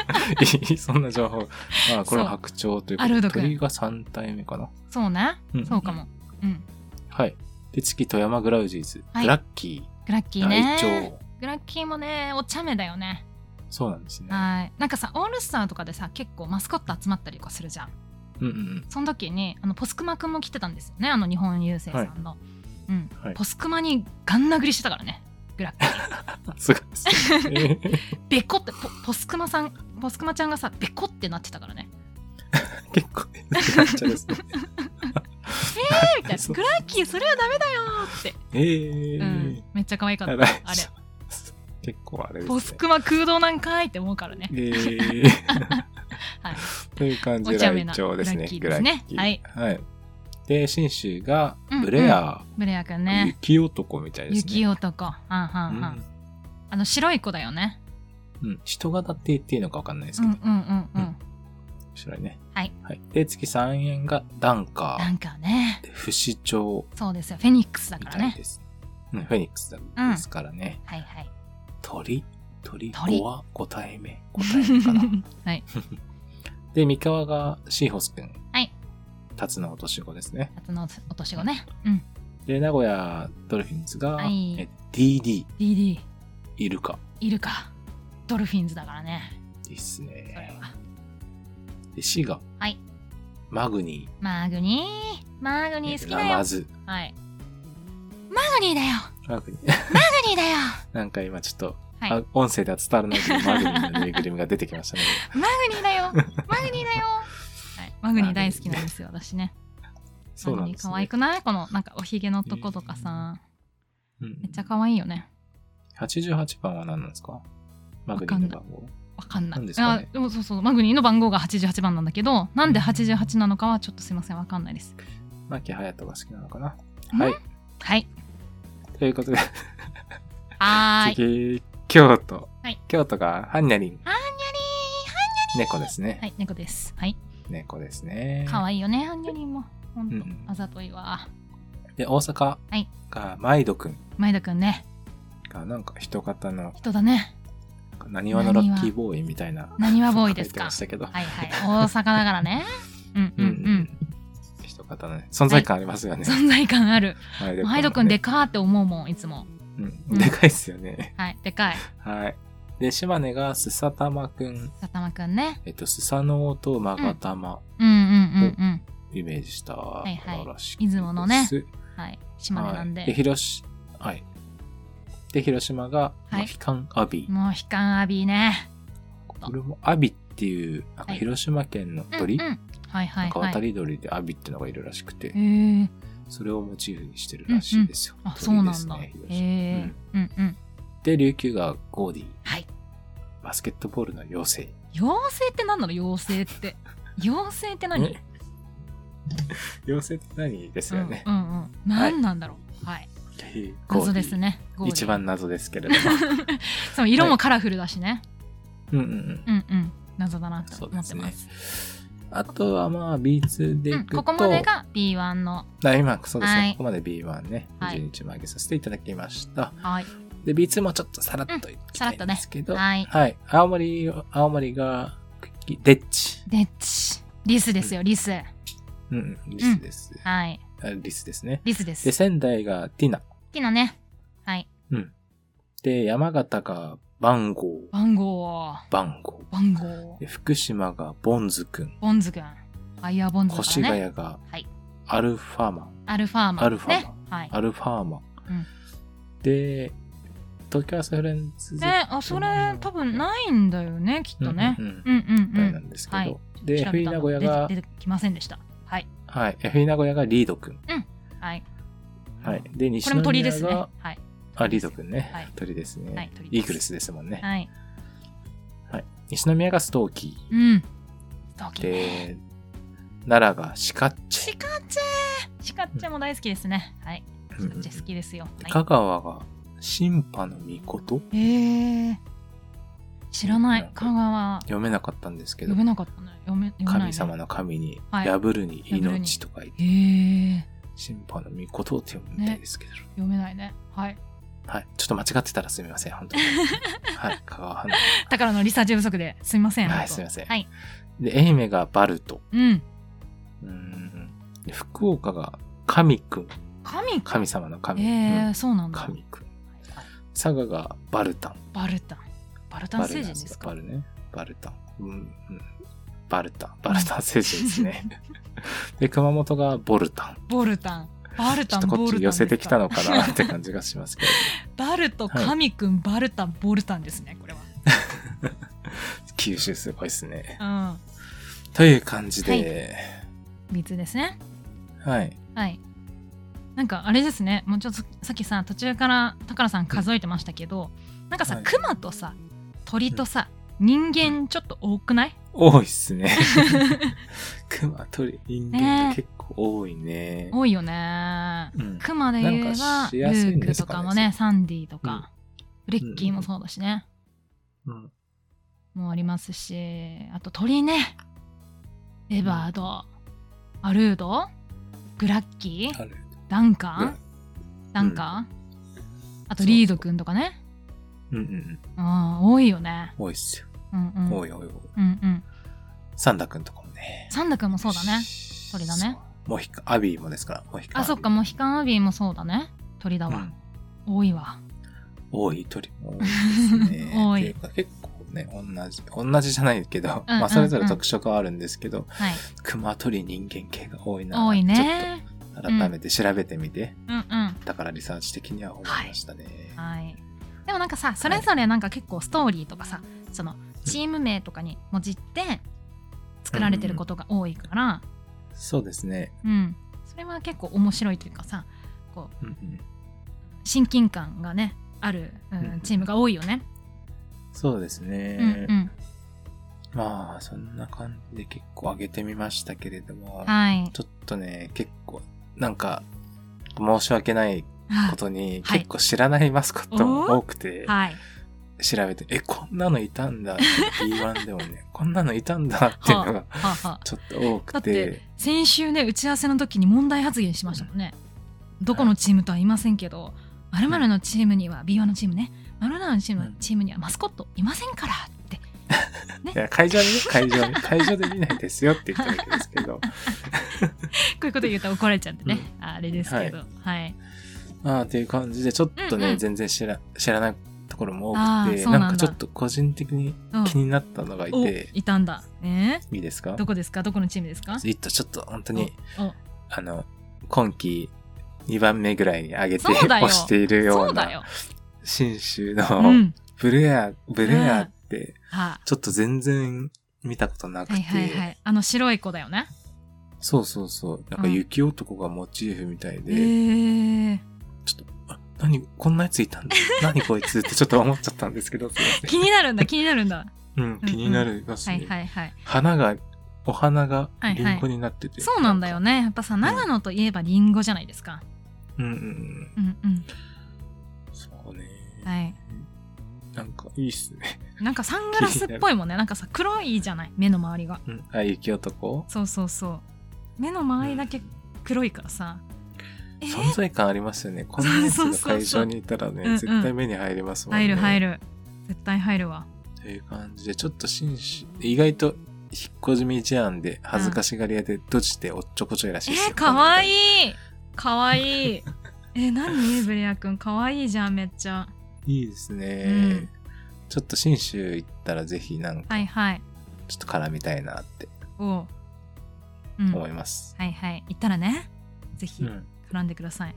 いいそんな情報。まあ、これは白鳥というこアルとーで、ド君鳥が3体目かな。そうね。うんそうかも。うん。はい。で、次、富山グラウジーズ。はいグラッキグラッキー。ー大ね。鳥。グラッキーもね、お茶目だよね。そうなんですね。はい。なんかさ、オールスターとかでさ、結構マスコット集まったりとかするじゃん。うんうんうん。その時に、あの、ポスクマくんも来てたんですよね。あの、日本郵政さんの。うんはい。ポスクマにガン殴りしてたからね。グラッキーすごいですね。えーベコってポポスクマさんポスクマちゃんがさベコってなってたからね結構、グラッチ ャですね。みたいそなグうラッキーそれはダメだよーって、えー。うん、めっちゃ可愛かっやたばいあれ結構あれですね。ポスクマ空洞なんかーいって思うからねえー。 はいという感じでお茶目来な鳥ですね。グラッキーですねグラッキーはい。で、信州がうんうんブレア、ブレアくんね雪男みたいですね。雪男はんはんはん、あの白い子だよねうん。うん人型って言っていいのかわかんないでうすけんうど、んうんううんん面白いね。はい。で、次3円がダンカなんかねー、不死鳥そうですよフェニックスだみからたいねです。うん、フェニックスだですからね。はいはい鳥鳥鳥子は5体目。5体目かな。はいで、三河がシーホスくん。はい。タツノオトシゴですね。 夏のお年子ねうんで、名古屋ドルフィンズが、はいえ DD、 DD イルカ。いるかドルフィンズだからねいいっすそれね。はで、シガ。はいマグニマーグニーマーグー。ニー好きナだよマズ。はい。マグニーだよマグニー。マグニーだよなんか今ちょっと、はい。あマグ音声では伝わらないけど、マグニーのぬいぐるみが出てき ましたね。ニーだよマグニーだよはい。マグニー大好きなんですよ、私ね。そうなんマグニでーす可愛ね。くないこの、なんかおひげのとことかさ、うんめっちゃ可愛いよね。 88番は何なんですかマグニーの番号。わかんない。なんですかねあでもそうそう、マグニーの番号が88番なんだけど、なんで88なのかはちょっとすいません、わかんないです。牧隼人が好きなのかな。んはい。はい。ということで、はーい。次、京都はい。京都が、ハンニャリン。はんにゃ猫ですねりー。はい、猫です。はい。猫ですね。可愛いよね、はんにゃりーも。ほんとうん、あざといわ。で、大阪はいが、マイドくん前田くんね、が、なんか人型の、人だね。なにわのラッキーボーイみたいな。なにわボーイです書いてかま。したけど。はいはい、大阪だからね。うんうんうん。。人型のね、存在感ありますよね。存在感ある。はいハイドくんで、かーって思うもん、いつも。うんでかいっすよね。はい、でかい。はい。で、島根が、すさたまくん。さたまくんね。えっと、すさのうとまがたま、うんうんうんうん。イメージしたもいはいのらしい。出雲のね。はい、島根なんはいで、で。広し、はい。で、広島が、はいマヒカンアビー。もう悲観アビーね。これもアビっていう、なんかはい広島県のうんう鳥、んはいはないんかは渡い。り鳥でアビってのがいるらしくて、へえ。それをモチーフにしてるらしいですよ。あ、そう鳥でなすんだ。ねへ広島え。うんうん。で、琉球がゴーディ。はい。バスケットボールの妖精。妖精って何なの妖精って。妖精って何え妖精って何ですうんうよんね。うん。何なんだろう。はい。ゴ謎ーディです。ね。ゴーディ一。番謎ですけれども。 そう、色もカラフルだしね。うんうんうん。うんうん。謎だなとそう思でってすまねす。。あとはまあ B2 でういん、くと、ここまでが B1 の。あ今そうですね、はいここまで B1 ね、はい20日も上げさせていただきました。はい。で、B2 もちょっとさらっといきさらたっいとんねですけど、はいはい。青森、青森が、クッキーデッチ。でっち。リスですよ、リス。うん、リスです。はい。あリスですね。リスです。で、好仙台がティナ。きなね。はい。うん。で、山形が番号、番号、番号。番号で、福島がボンズくん。ボンズ君。ファイヤーボンズ越からね。谷がはいアルファマン、アルファーマン、ね。アルファーマンはい。アルファーマン。うんで、東京アスフレンズね、あ、それ多分ないんだよね、きっとねう。んうんうんうんうんうみたいん。なんですけど。はい。で、調フべイた名の古屋が出、て出てきませんでした。はい。はい、フイ名古屋がリードくん。はい。はい。で、西これも鳥宮ですね。が、はい。あ、リードくんねはい。鳥ですはねい。鳥ですイーグルスですもんね。はい。西宮がストーキうん。ドー。キ。で、奈良がシカッチシカッチェシカッチェも大好きですね。はい。ェ。うシんカうんッチェ好きですよ。では香川が新波の御事い、えー。知らない。香川。読めなかったんですけど読め、なかったね。読め、読めない、ね。神様の神にはい破るに命とか言ってえー。審判の御事って読むみたいですけど、読めないね。はい。はい。ちょっと間違ってたらすみません、本当に。はい、香川花。だからのリサーチ不足ですいません。は本い、当すみません。はい。で、愛媛がバルト。うん。うーん。で福岡が神くん。神か。神様の神。えーうんそうなんだ。神くん。はい佐賀がバルタン。バルタン。バルタンバル星ナ人ンですかバルね。バルタン。うん、うん。バルタン。バルタン星人ですね。 で、熊本がボルタン。ボルタン。バルちタょン、っとこボっルタン。ち寄せてきたの。かなって感じがし ますけ ど。バルト、はい神くん、バルタン、ボルタンですね、これは。九州すごいですね。うん。という感じで、三つですね。はいはい。なんかあれですね、もうちょっとさっきさ、途中から宝さん数えてましたけど、なんかさ、はい熊とさ、鳥とさ、人間ちょっと多くない多いっす ね。熊鳥人間って結構多いね。多いよね。うん、熊で言えなば、んかしルやすいんーでクすとかねかもね、サンディとか、ブレッキーもそうだしね、うんもうありますし、あと鳥ね、エバード、アルード、グラッキー、あるダンカン、ダンカン、あとリードくんとかね、うんうんうん。ああ多いよね。多いっすよ。うんうん。多い多い多い。うんうん。サンダ君とかもね。サンダ君もそうだね。そ鳥だね。モヒカ、アビーもですから、モヒカ。あ、そっか、もうヒカンアビーもそうだね。鳥だアビー、わ。多いわ。。うん多い鳥も多いですね 多いってうか結構ね、同じ、同じじゃないけど、うんうんまあそれぞれ特色はあるんですけど、はい。熊鳥人間系が多いな。多いちょね。っと改めて調べてみて、うんうん。だからリサーチ的には思いましたね。はい。でもなんかさ、それぞれなんか結構ストーリーとかさ、そのチーム名とかにもじって作られてることが多いから、そうですね。うん、それは結構面白いというかさ、こううんうん親近感がねある、うんうんチームが多いよね。そうですね。うんまあ、そんな感じで結構上げてみましたけれども、うん。はい。ちょっとね、結構、なんか、申し訳ないことに、はい結構知らないマスコットも多く て、はい。調べて、え、こんなのいたんだって言わんでもね、 こんなのいたんだっていうのがは、あ、はあ。ちょっと多だく、ってて先週ね打ち合わせの時に問題発言しましたもんね。どこのチームとは言いませんけど、〇〇のチームには B1 のチームね、〇〇のチームのチームにはマスコットいませんからって。いや会場にね、会場に、会場で見ないですよって言ったわけですけど、こういうこと言うと怒られちゃってね、あれですけど、はい、ああ、っていう感じで、ちょっとね、うんうん全然知ら、知らないところも多あーくて、そうなんだなんかちょっと個人的にうん気になったのがいおて、いたんだ。えいいですかー、どこですか？どこのチームですか？えっと、ちょっと本当に、おおあの、今季2番目ぐらいに上げてそうだよ押しているよそううだな、よ。新州うのん。ブレア、ブレアって、はちょっと全然見たことなくい、て、はいはいはい。あの白い子だよね。そうそうそう、なんかうん雪男がモチーフみたいえで、ー、あ何、こんなやつ いたんだ、何こいつってちょっと思っちゃったんですけど、すいませ気になるんだ気になるん だ。ん。うん、気になりますはね。いはいはい。花が、お花がはいリはいンゴになってて。そうなんだよね。ね。やっぱさ長野といえばリンゴじゃないですか。うんうんうん。うんうん。そうね。はい。なんかいいっすね。なんかサングラスっぽいもんね。なんかさ黒いじゃない目の周りが。うん、あ、雪男そうそうそう。目の周りだけ黒いからさ。え存在感ありますよね。こんなやつそうがそうそう会場にいたらうんうんね、絶対目に入りますもんね。入る入る。る。絶対入るわ。という感じで、ちょっと紳士、意外と引っこじみ事案で、 恥ずかしがり屋で、閉じておっちょこちょいらしいですよ。えー、かわいいいかわいいええ何ブレア君可愛いじゃんめっちゃいいですね、うんちょっと信州行ったらぜひなんかはいはいちょっと絡みたいなっておう、うん、思はいます、いはい行ったらねぜひうん絡んでください、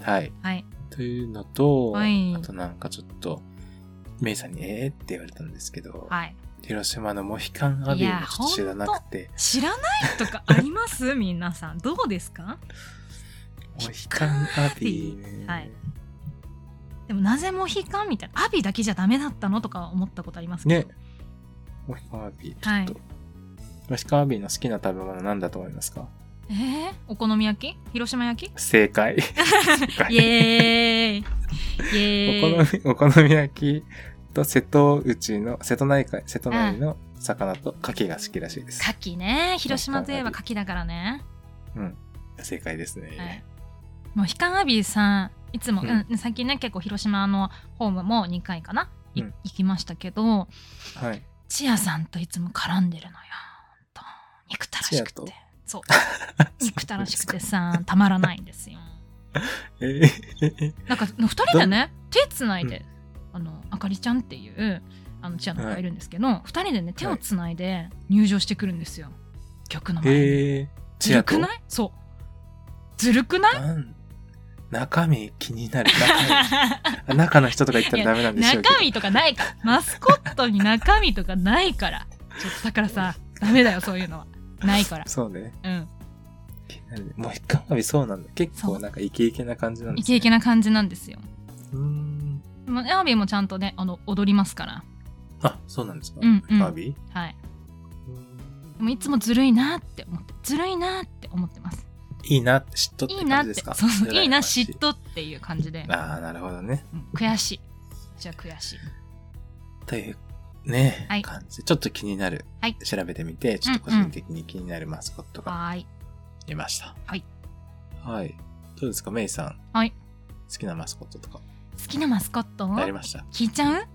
はいはいというのと、はいあとなんかちょっとメイさんに「えー?」って言われたんですけど、はい広広島のモヒカンアビーもちょっと知らなくて知らないとかあります 皆さんどうですかモヒカンアビーね、はいでもなぜモヒカンみたいなアビだけじゃダメだったのとか思ったことありますけねど、モヒカンアビーちはょいっと、モヒカンアビーの好きな食べ物なんだと思いますかえー、お好み焼き広島焼き正解正解イエーイイエーイお好みお好み焼きと瀬戸内の瀬戸内海瀬戸内の魚と牡蠣が好きらしいです、牡蠣ね広島といえば牡蠣だからね正解ですね、はいもうヒカンアビーさんいつも、ううんん最近ね結構広島のホームも2回かな、いうん行きましたけどはい、チアさんといつも絡んでるのよほんと憎たらしくチアとて そう憎たらしくてさたまらないんですよえーなんか2人でね手つないで、あのあかりちゃんっていうあのチアの子がいるんですけど、二2人でね手をつないで入場してくるんですよ、曲の前に、えー、ずるくないそうずるくないなん中身気になる中中の人とか言ったらダメなんでしょうけど中身とかない からマスコットに中身とかないからちょっとだからさダメだよそういうのはないからそうねうん気になるねもう一回旅そうなんだ結そ構うなんかイケイケな感じなんでイすケねイケな感じなんですようーんでもアービーもちゃんとねあの踊りますからあそうなんですか、うんうんバービーはいうんでもいつもずるいなって思ってずるいなって思ってますいいな嫉妬っていいな感っじでてすかそうそういいな嫉羨妬っていう感じで、ましいああなるほどねうん悔しいじゃあ悔しいというね、はい感じでちょっと気になる、はい調べてみてちょっと個人的に気になるマスコットがはーいいました、はいはいどうですかメイさんはい好きなマスコットとか好きなマスコットありました聞いちゃう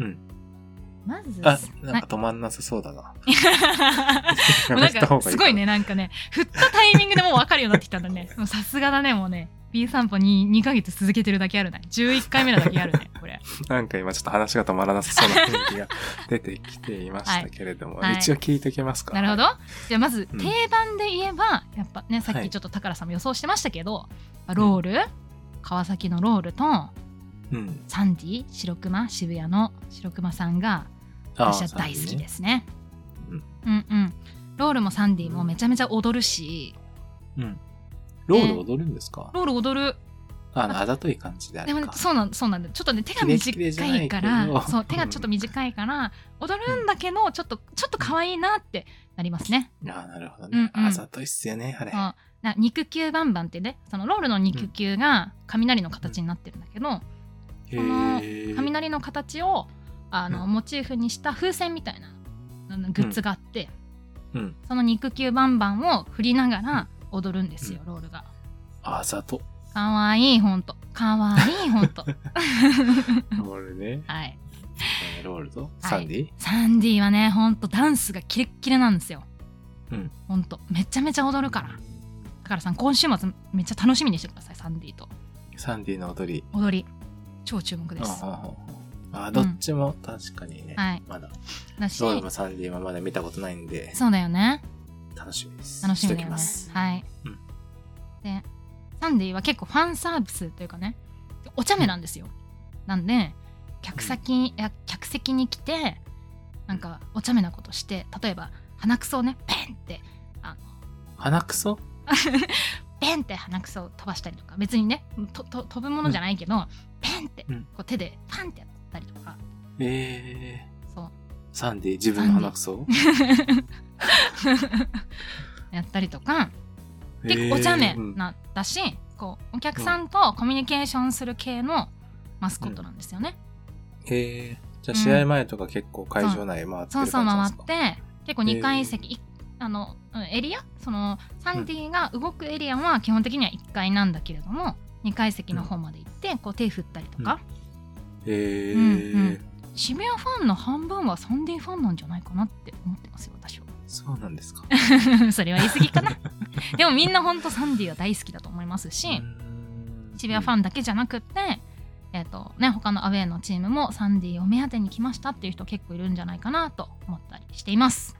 うんまずあなはんか止まんなさそうだな いもうなんやめた方かがすごいねなんかね振ったタイミングでもう分かるようになってきたんだ ねもうさすがだねもうね B 散歩に2ヶ月続けてるだけあるね11回目なだけあるねこ れなんか今ちょっと話が止まらなさそうな雰囲気が出てきていましたけれども、はいはい一応聞いておきますかなるほどじゃあまずうん定番で言えば、やっぱねさっきちょっと宝さんも予想してましたけど、ロール、川崎のロールとうんサンディ白熊渋谷の白熊さんがあー私は大好きですすねうんうんうんロールもサンディもめちゃめちゃ踊るしうんロール踊るんですか、ロール踊るああのあざとい感じであでもるかねそうなんそうなんだよちょっとね手がキレキレじゃ短ないいけかどらそううん手がちょっと短いから踊るんだけど、ちょっとちょっと可愛いなってなりますね。あーなるほどね、うんうんあざといっすよねあれ、そうな肉球バンバンってねそのロールの肉球が雷の形になってるんだけど、へー雷の形をあの、うんモチーフにした風船みたいなあのグッズがあって、うんその肉球バンバンを振りながら踊るんですよ、ロールが。あざとかわいいほんとかわいいほん とロールねはいえーロールとサンディ、サンディはねほんとダンスがキレッキレなんですよ、うん、ほんとめちゃめちゃ踊るからだからさん今週末めっちゃ楽しみにしてくださいサンディとサンディの踊り踊り超注目ですあああどっちも確かにね、はいまだだしロールもサンディもまだ見たことないんでそうだよね楽しみです楽しみだておよきまねすはい、うんでサンディは結構ファンサービスというかねお茶目なんですよなんで客先に、いや客席に来てなんかお茶目なことして例えば鼻くそをねペンって鼻くそペンって鼻くそを飛ばしたりとか別にねとと飛ぶものじゃないけど、ペンってうんこう手でパンってやったりとか、えー、そうサンディ自分の鼻くそやったりとかえー 結構お茶目うんなだし、こうお客さんとコミュニケーションする系のマスコットなんですよね。へえじゃあ試合前とか結構会場内回ってるそ感うじそうなん回っですかて結構2階席、いあのうんエリアそのサンディが動くエリアは基本的には1階なんだけれども2階席の方まで行ってこう手振ったりとか、へえうんうん渋谷ファンの半分はサンディファンなんじゃないかなって思ってますよ私は。 そうなんですかそれは言い過ぎかなでもみんなほんとサンディは大好きだと思いますし、うーんチビアファンだけじゃなくって、えっとね、他のアウェーのチームもサンディを目当てに来ましたっていう人結構いるんじゃないかなと思ったりしています。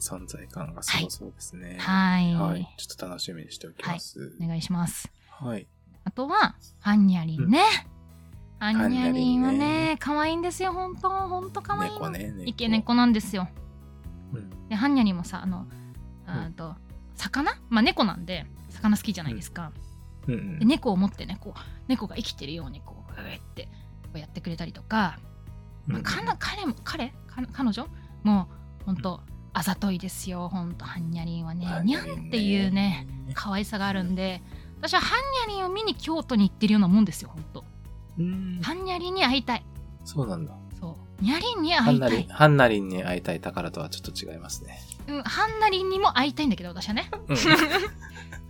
存在感がすごそうですね。はい、はい。ちょっと楽しみにしておきます。お願いします。はい。あとは、ハンニャリンね。ハンニャリンはハンニャリンね、可愛いんですよ、本当本当可愛いの。猫ね。イケネ。コなんですよ。うんで、ハンニャリンもさ、あの、うんあーと、魚まあ、猫なんで、魚好きじゃないですか。うんうんで、猫を持ってね、こう、猫が生きてるように、こう、うえって、こうやってくれたりとか、うんまあ、かな彼も、彼か彼女もう、本当あざといですよ、本当ハンニャリンはねハ、ンニにャゃリンねんっていうね、可愛さがあるんで、私はハンニャリンを見に京都に行ってるようなもんですよ、本当うん。ハンニャリンに会いたい。そうなんだ。そう。ニャリンにハ会ンいたナリン、い。ハンナリンに会いたい宝とはちょっと違いますね。うん、ハンナリンにも会いたいんだけど、私はね。うん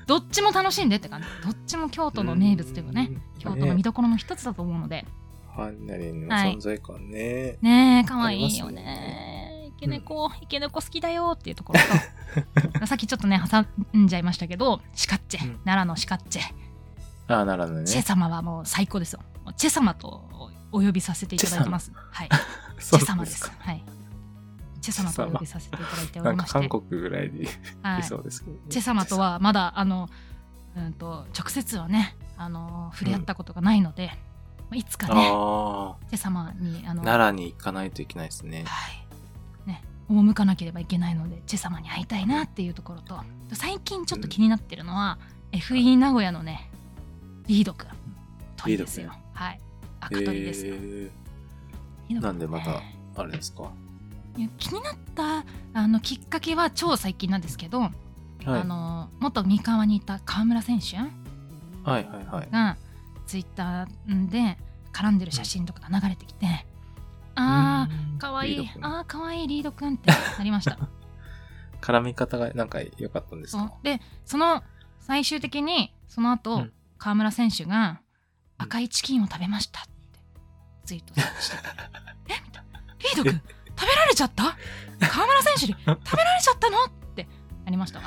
どっちも楽しんでって感じ。どっちも京都の名物というかね、。京都の見ねどころの一つだと思うので。ハンナリンの存在感ね。ねえ、かわいいあよりますねね。イケネコ、イケネコ好きだよっていうところ と。さっきちょっとね、挟んじゃいましたけど、シカッチェ、うん奈良のシカッチェ、ああ、なるほどね。チェ様はもう最高ですよ。もうチェ様とお呼びさせていただいてます。はい。チ そェうなん様です。かはい。チェ様とお呼びさせていただいておなりんまかして韓。国ぐらいにいはい。そうですけどね。チェ様とはまだあの、うん、と直接はねあの触れ合ったことがないので、まあいつかチェね様。あチェ様にああ。の、は奈良に行かないといけないですね。いね、赴かなければいけないのでチェ様に会いたいなっていうところと最近ちょっと気になってるのは、FE 名古屋のねリードくん鳥ですリよードはいえ悪鳥ですよ、ーリードなくんねでまた、あれですか。はいや気になったあのきっかけは超最近なんですけど、い。あの元三河にいた河村選手、はいはいはい。がツイッターで絡んでる写真とかが流れてきて、あうんーかわいリいード君あーかわいいリードくんってなりました絡み方がなんか良かったんですそうかでその最終的にその後、うん河村選手が「うん赤いチキンを食べました」ってツイートしてて えみたいな「リードくん食べられちゃった河村選手に食べられちゃったの?」ってなりましたわ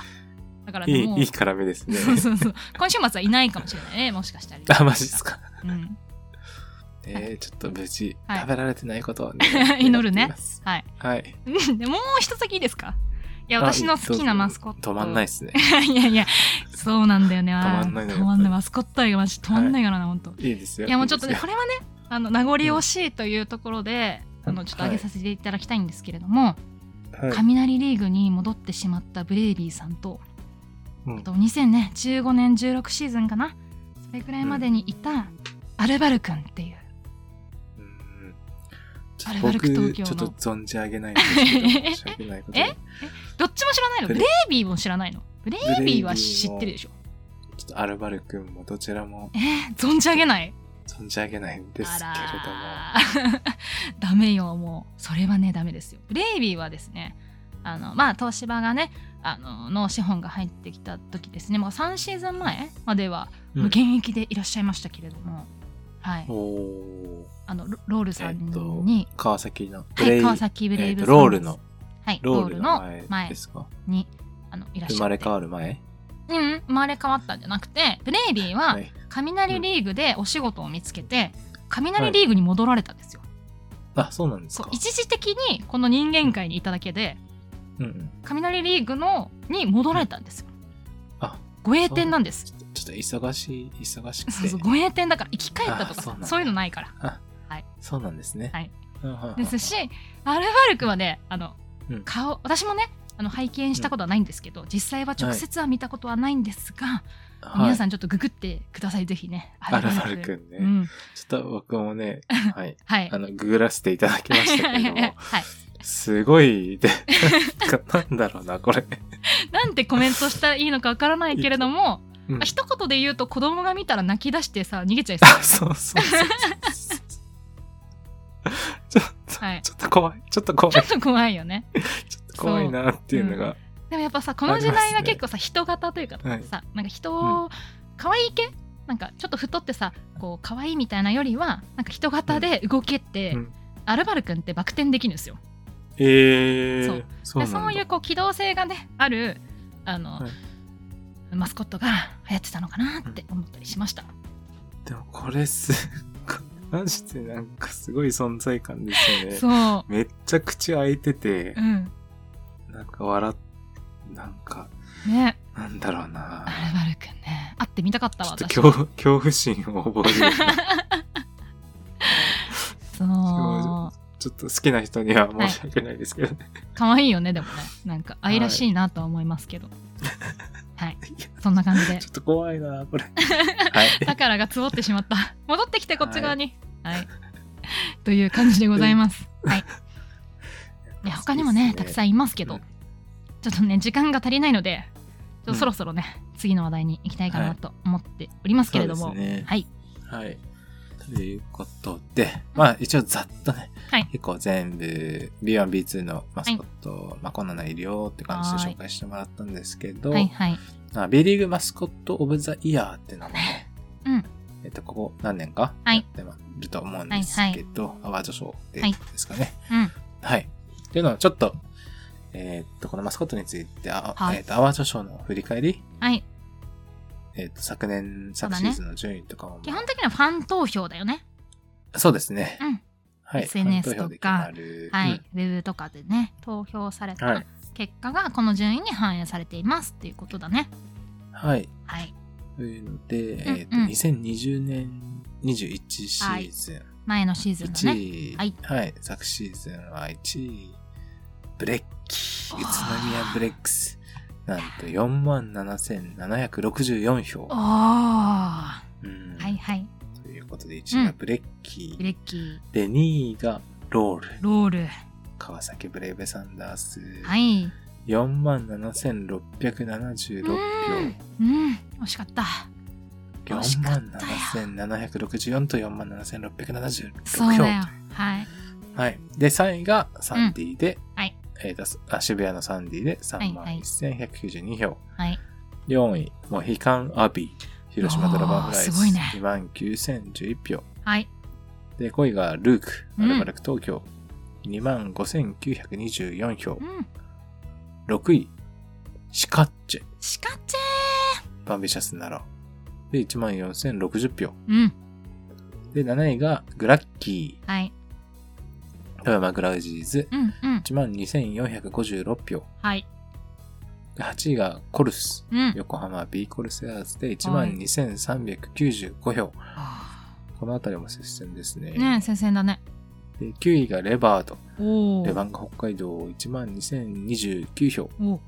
だからいいねもういい絡みですね。そうそうそう今週末はいないかもしれないねもしかしたらあ、マジですか。うん えー、ちょっと無事、はい食べられてないことを、 祈るね願っていますはい。はい。うんでもう一つだけいいですかいや、私の好きなマスコット。止まんないい。ですね。 いやいや、そうなんだよね。止まんないのよ止まんない。マスコット愛がマジ止まんないからな、本当。いいいですよ。や、もうちょっとねいい、でこれはね、あの、名残惜しいというところで、うんあの、ちょっと上げさせていただきたいんですけれども、すよ、はい雷リーグに戻ってしまったブレイリーさんと、うんあと2015年16シーズンかな、それくらいまでにいた、アルバル君っていう。うんちょあっれと悪く東僕、ち京のょっと存じ上げないんですけど、申し訳ないこ とえで。どっちも知らないのブブレレイビーも知らないのブレイビーは知ってるでしょちょっとアルバル君もどちらもえー、存じ上げない存じ上げないんですけれども。あらーダメよもうそれはねダメですよブレイビーはですねあのまあ東芝がねあのの資本が入ってきた時ですねもう3シーズン前まではうんもう現役でいらっしゃいましたけれども、はいおーあのロロールさえんっとに、、川崎の、はい、川崎崎ブレイブえっサとウンズロールの、はい、ロローールルのの前前ですかにあのいらっしゃって生まれ変わる前うん生まれ変わったんじゃなくてブレイビーははい。雷リーグでお仕事を見つけて、雷リーグに戻られたんですよ、あ、そうなんですそうか。一時的にこの人間界にいただけでうんうん雷リーグのに戻られたんですよ。あ護衛店なんです。ちょっと忙しい、忙しくて。そうそう護衛店だから生き返ったとかあそうさなんそだういうのないから。そうなんですね。はいうんうんうんうん。ですしアルバルクはねあの、うん顔私もねあの拝見したことはないんですけど、実際は直接は見たことはないんですが、はい、皆さん。んちょっとググってくださいぜひね。アルバルくんね。うん、ちょっと僕もね、はい。はいあ。の、ググらせていただきましたけれども、 はい、すごい、で、 なんだろうな、これ。なんてコメントしたらいいのかわからないけれども、うんまあ、一言で言うと子供が見たら泣き出してさ逃げちゃいそあ、うそうそうそう。ちょっと、はいちょっと怖い。ちょっと怖ちい。ちょょっと怖いよ ね。っと怖いなっていうのが。でもやっぱさこの時代あはりますね結構さ、人型というかさ、はいなんか人を可愛い系なんかちょっと太ってさこう可愛いみたいなよりはなんか人型で動けて、うんアルバル君ってバク転できるんですよ。ええそーう、そそうでなんだ。そういうこう機動性がねあるあの、はいマスコットが流行ってたのかなって思ったりしました。でもこれすっごい、マジでなんかすごい存在感ですよね。そめっちゃ口開いててう。う、ん。なんか笑っ、なんか、ね。なんだろうなア。ルバルくんね。会ってみたかったちょわ、っと私。恐怖恐怖心を覚えるような。そう。ちょっと好きな人には申し訳ないですけどね。可愛いよね、でもね。なんか愛らしいなとは思いますけど。はい。そんな感じでちょ。っと怖いな、 これ。はい。だからがつぼってしまった。 戻ってきて、こっち側に。はい。という感じでございます。はい。いや、他にもね、たくさん。んいますけど、うんちょっとね、時間が足りないので、ちょっとうんそろそろね、次の話題に行きたいかなと思っておりますけれども。そうですねはい。はい。ということで、まあ一応ざっとね、はい結構全部 B1、B2 のマスコット、まあこんな内容って感じで紹介してもらったんですけど、はいはい。まあ B リーグマスコットオブザイヤーっていうのもね、うんえっと、ここ何年かはやいってると思うんですけど、アワードショーはいですかね。うん。はい。っていうのをちょっと、えーっと、このマスコットについて、あはいえーっとアワードショーの振り返り、はい。えーっと、昨年、そう昨だシねーズンの順位とかも、基本的にはファン投票だよね。そうですね。うんはい。 SNS ファン投票でとか決まるはい。うんウェブとかでね、投票されはたい結果がこの順位に反映されていますっていうことだね。はい。はい。というので、えーっと、うん2020年21シーズン、前のシーズンのね。 1位、はい昨シーズンは1位、ブレッキおーー、宇都宮ブレックス。なんと47,764票お。ー。はうんいはい。ということで、1位がブレッキブー、レッキー、で、2位がロール、ロール。川崎ブレイブサンダース。はい。 47,676票。うん。惜しかった。惜しかったよ47,764と47,676そう票。だよ。はい。はい。で、3位がサンディで、はいえーとあ渋谷のサンディではい31,192票。はい。 4位、モヒカンアビー、広島ドラマフライズ、おーすごいね29,011票。はい。で、5位がルーク、うんアルバルク東京、25,924票う。ん。 6位、シカッチェ、シカチバンビシャスなら。で、14,060票。ェーうん。で、7位がグラッキはい。ー、富山グラウジーズ、うんうん。 12,456票。はい。で8位がコルス、うん。横浜 B コルセアーズで12,395票。あこの辺りも接戦ですね。ーねえ、先生だね。で9位がレバード。おお。レバンガ北海道12,029票。おお。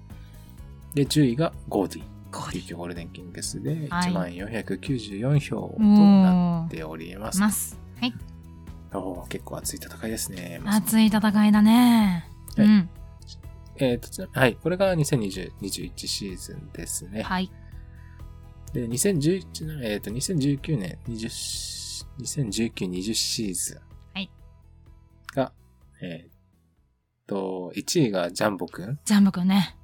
で、10位がゴーディ。ゴーディ琉球ゴールデンキングスでは1494票となおーっております。ます。はい。おー結構熱い戦いですね。熱い戦いだね。はういん。えーとちなはい。これが2020-21シーズンですね。はい。で、2011の、えっ、と、2019年、20し、2019-20シーズン。はいが、えっ、と、1位がジャンボくん。ジャンボくんね。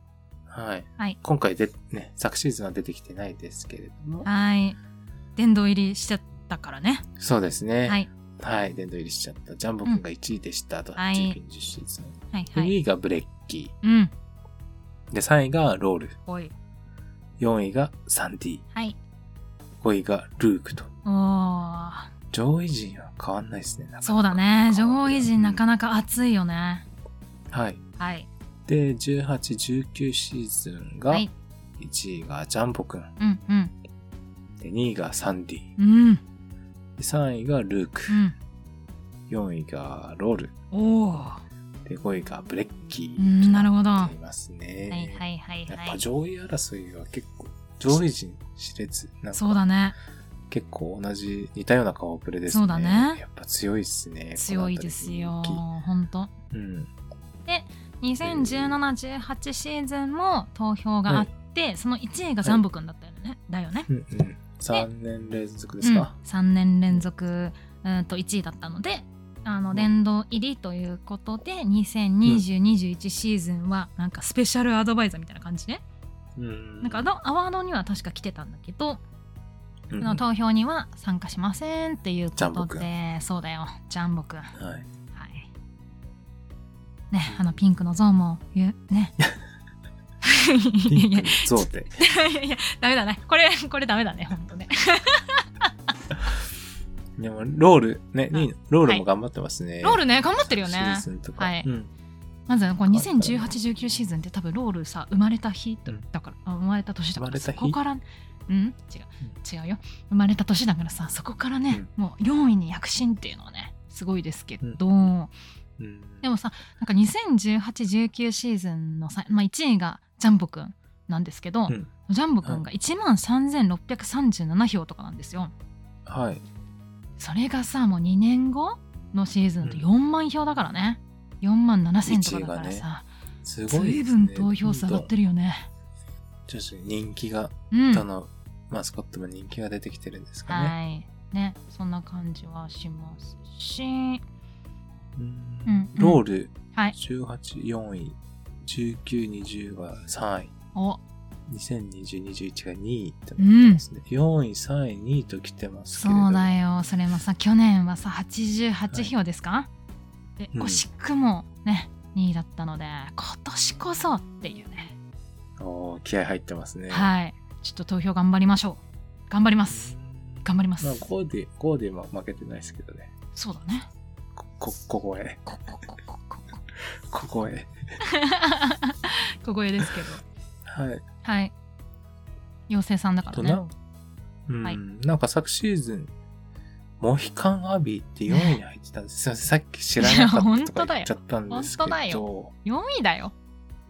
はい。はい今回で、ね、昨シーズンは出てきてないですけれども。はい。殿堂入りしちゃったからね。そうですね。。はいい。はい。殿堂入りしちゃった。ジャンボくんが1位でした。と、はい19-20シーズン。はいでは2い。位がブレッキうん。ー。で、3位がロール。おい。 4位がサンディ。はい。 5位がルークと。おー。上位陣は変わんないですね。なかなかそうだね。上位陣なかなか熱いよね。はい。はい。で、18、19シーズンが、はい。 1位がジャンボくん、うんうん。で2位がサンディ、うん。で3位がルーク、うん。 4位がロール、おお。で5位がブレッキーうんなるほどとなっていますね。はいはいはいやっはぱい。上位争いは結構、上位陣熾烈なんそうかだね。結構同じ似たような顔ぶれですね。そうだねやっぱ強いっすね。強いですよ。このほんと。辺り人201718シーズンも投票があって、その1位がザンボ君だったよね。だよね気。。うん。うんうん。3年連続ですか、うん、3年連続うんと1位だったのであうのん殿堂入りということで202021シーズンはなんかスペシャルアドバイザーみたいな感じで、うんなんかアドアワードには確か来てたんだけど、うそんの投票には参加しませんっていうこジャンボとくでそうだよジャンボくんははい。いねあのピンクの像も言うね ピいンや クの象で。いやいやダメだねこれこれダメだねほんとねでも、ロール、ね、うんにロールも頑張ってますね。ロールね、頑張ってるよシねー。ズンとか。はいうんまず、この2018、19シーズンって多分ロールさ、生まれた日だから、あ生まれた年だから、生まれたそこ日から、うん違う、違うよ。生まれた年だからさ、そこからね、もう4位に躍進っていうのはね、すごいですけど、うんでもさ、なんか2018、19シーズンのさ、まあ、1位がジャンボくんなんですけど、うんジャンボくんが1万3637票とかなんですよ。はい。それがさもう2年後のシーズンとうん4万票だからね、4万7,000とかだから1位さ、すごいです随ね。分投票下がってる。るよね。ちょっと人気が、うん、どのマスコットも人気が出てきてるんですかね。はいねそんな感じはしますし、うんうんうんロールはい、 18、4位、19、20が3位、お2020、21が2位ってなってますね。4位、3位、2位と来てますけれども。そうだよそれもさ去年はさ88票ですか、でうん惜しくもね2位だったので今年こそっていうね、おー気合入ってますね。はいちょっと投票頑張りましょう頑張ります頑張ります、まあ、ゴーディ、ゴーディも負けてないですけどね。そうだ ねこ、こ、ここへ、ここここここここへ。小声ですけど。はい。はい。妖精さんだからね。とうん、はいなんか昨シーズン、モヒカンアビーって4位に入ってたんです。すいません、さっき知らなかいやった本と当かだ言よっちゃったんですけ本当だど、 4位だよ。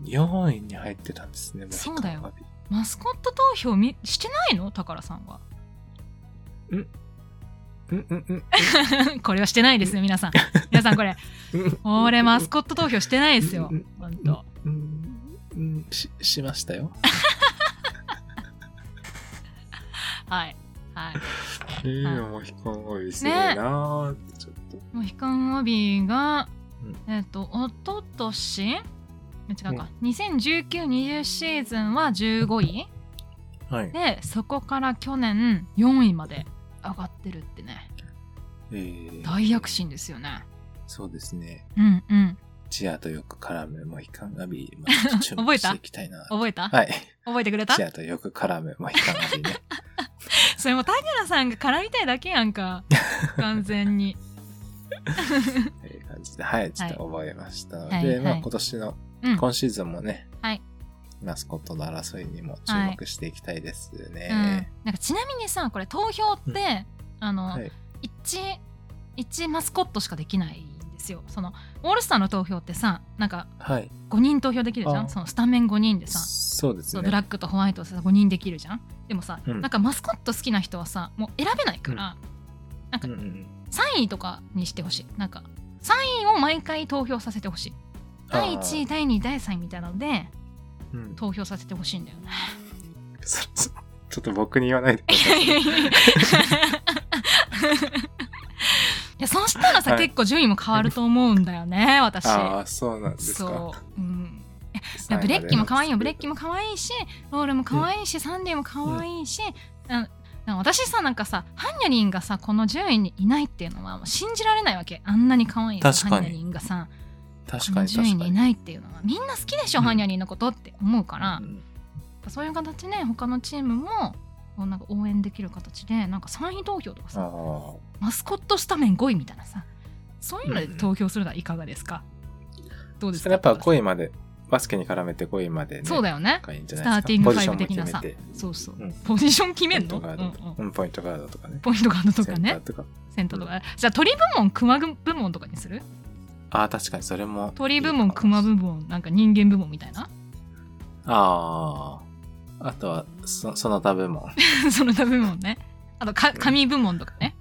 4位に入ってたんですね、モヒカンアビー。そうだマスコット投票みしてないの宝さんは。 うんうんうん。これはしてないですよ、皆さん。皆さんこれ、うん俺マスコット投票してないですようん。ほんと。うんうんししましたよ。はい。はい。ええはいモヒカンアビすごいなーってちょっと。もうヒカンアビがうん、えっと、おととし違うか。2019、20シーズンは15位はい。で、そこから去年4位まで上がってるってね。えー大躍進ですよね。そうですね。うんうん。チアとよく絡むモヒカンアビ、まあ、ちょっと 注覚目えたしていきたいな。覚えたはい。覚えてくれたチアとよく絡むモヒカンア ビね。それも田倉さんが絡みたいだけやんか完全にという感じで、はい、ちょっと覚えましたので、はいはいまあ今年の、うん、今シーズンもね、はいマスコットの争いにも注目していきたいですね。うん、なんかちなみにさこれ投票って、あの、はい一一マスコットしかできないんですよそのオールスターの投票ってさなんかはい。 5人投票できるじゃあんそのスタメン5人でさそうですそうね。ブラックとホワイトさ5人できるじゃんでもさ、うんなんかマスコット好きな人はさもう選べないから、うんうんうん3位とかにしてほしいなんか3位を毎回投票させてほしい第1位あー第2位第3位みたいなのでうん投票させてほしいんだよねそそちょっと僕に言わないでくだいさやいい。やいやいやそうしたらさ、はい結構順位も変わると思うんだよね私ああ、そうなんですか。そう、うん、いやブレッキも可愛いよブレッキも可愛いしロールも可愛いし、サンデーも可愛いし、うんなんか私さなんかさハンニャリンがさこの順位にいないっていうのはもう信じられないわけあんなに可愛いさハ確かにンニャリンがさ確こかのに順位確かにいに。ないっていうのはみんな好きでしょ、うんハンニャリンのことって思うから、うんそういう形で他のチームもこうなんか応援できる形でなんか3位投票とかあさあ、マスコットスタメン5位みたいなさそういうので投票するのはいかがですか、どうですそしたからやっぱ5位まで、バスケに絡めて5位までね、そうだよねがいいんじゃスタなーいですかティングポフジァイショブンも的な決さめて、そうそう、うんポジション決ポめイんンのトガードとかうんうんうんポイントガードとかね、ポイントガードとセかンターねとか。センターとかじゃあ鳥部門熊部門とかにするああ、確かにそれもいいかも。鳥部門熊部門なんか人間部門みたいな ああ。あとは、そその他 部門。その他部門ねあとか紙部門とかね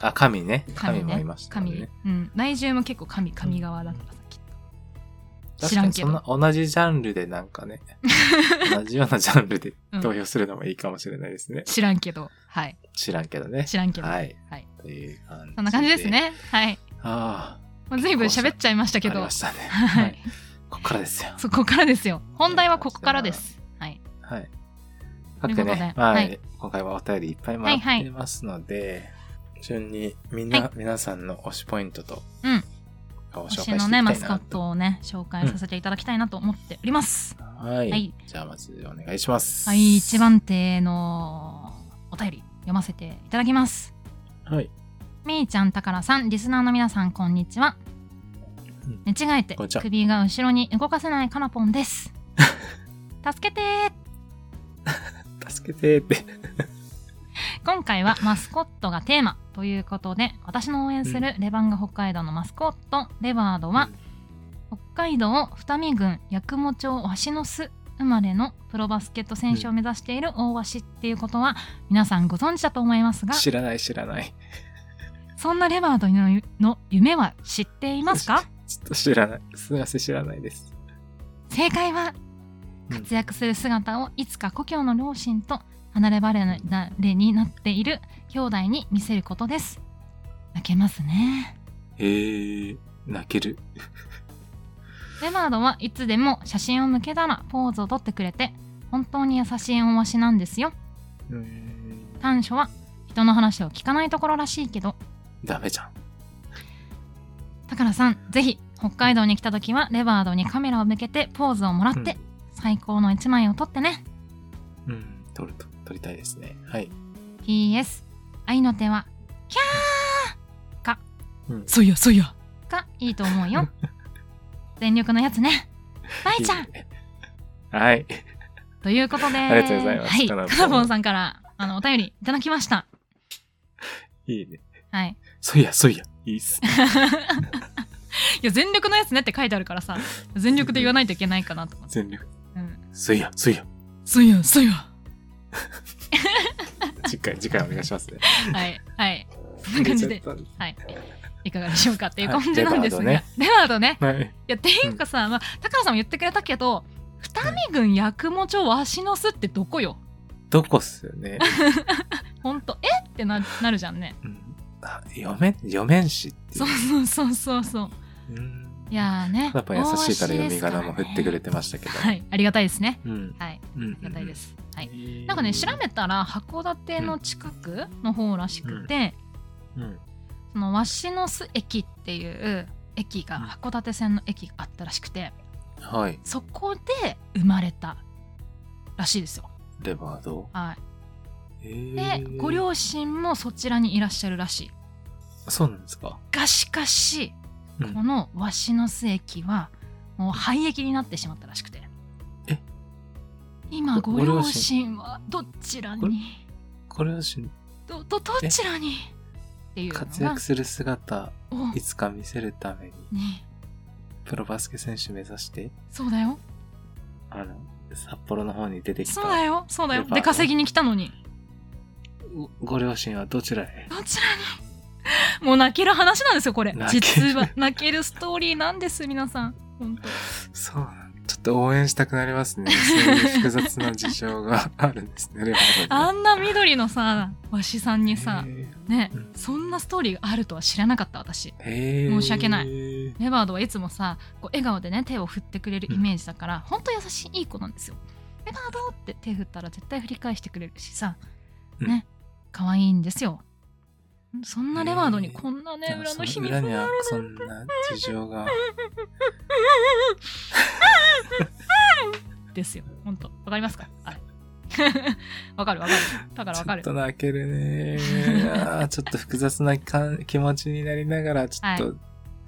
あ、神ね。神神ねもいました紙、ね。うん内獣も結構神神側だからさきっと確知からんにけそどんな同じジャンルでなん かね、同じようなジャンルで投票するのもいいかもしれないですね。知らんけどはい知らんけどね。知らんけどはい。はいという感じ。そんな感じです。ねはいああ。もう随分喋っちゃいましたけありどましたね。ははいい。ここからですよ。そこからですよ本題はここからですはいはい。というこ各とでね、まあ、はい今回はお便りいっぱいもらってますので、順にみんな、はい皆さんの推しポイントと、うんを紹介推していしきたのいねマなスコッと。トをね紹介させていただきたいなと思っております、はい、はいじゃあまずお願いします。はい一。番手のお便り読ませていただきますはい。めいちゃん、たからさん、リスナーの皆さん、こんにちは。寝違えてこんにちは首が後ろに動かせないかなぽん です。助けてー助けてーって。今回はマスコットがテーマということで、私の応援するレバンガ北海道のマスコット、レバードは、北海道二見郡八雲町鷲の巣生まれのプロバスケット選手を目指している大鷲っていうことは、皆さんご存知だと思いますが、知らない知らない。そんなレバードのの夢は知っていますかちょっと知らない。すみません、知らないです。正解はうん活躍する姿をいつか故郷の両親と離れ離れになっている兄弟に見せることです泣けますねえー、泣ける。レバードはいつでも写真を向けたらポーズをとってくれて本当に優しい恩和しなんですようーん短所は人の話を聞かないところらしいけどダメじゃん。宝さんぜひ北海道に来た時はレバードにカメラを向けてポーズをもらって、最高の一枚を撮ってねうん、撮ると、撮りたいですね。はい。 PS 愛の手はキャーか、うんそいやそいやがいいと思う よ全力のやつねバイちゃんいいね。はい。ということでありがとうございますはい、カナボンカナボンさんからあのお便りいただきましたいいね。はいそいや、そいや。いいっす。いや全力のやつねって書いてあるからさ全力で言わないといけないかなと思って、全力。うん、そいや、そいや。そいやそいや次回、次回お願いしますね。はいはいそ んな感じでちょっとはいいかがでしょうかっていうはい感じなんですが、レバーレバードねはい。いやていうかさ、まあ、高野さんも言ってくれたけど二見郡八雲町鷲の巣ってどこよどこっすよね。ほんとえってななるじゃんねうんあ、読め、読めんしっていそうう。そうそうそうそううんいやーねやっぱ優しいから読み仮名も振ってくれててましたけど。はいありがたいですねうん。はいうん。うんありがたいで。す、はい、いいなんかね調べたら函館の近くの方らしくて、うん。その鷲の巣駅っていう駅がうん函館線の駅があったらしくてはい。そこで生まれたらしいですよレバード。はいえでーご両親もそちらにいらっしゃるらしいそうなんですか。がしかし、うんこの鷲の巣駅はもう廃駅になってしまったらしくてえ今ごご両親はどちらご両にご両親どどどちらにっていうの活が躍する姿おいつか見せるためにねプロバスケ選手目指してそうだよあの札幌の方に出てきたそうだよそうだよやっぱ出稼ぎに来たのにごご両親はどちらへどちらに もう泣ける話なんですよこれ泣け実るは泣けるストーリーなんです皆さん本当そうなんちょっと応援したくなりますねそういう複雑な事情があるんですねレバードにあんな緑のさ鷲さんにさへーね、うんそんなストーリーがあるとは知らなかった私へー申し訳なレバードはいつもさこう笑顔でね手を振ってくれるイメージだから、ほんと優しいいい子なんですよレバードって手振ったら絶対振り返してくれるしさね可愛いんですよそんなレバードにこんなね、でも裏その秘の密裏にがあはるそんな事情 がですよほんとわかりますかあれ わかるわかるだからわちょかっると泣けるねあーちょっと複雑なか気持ちになりながらちょっはと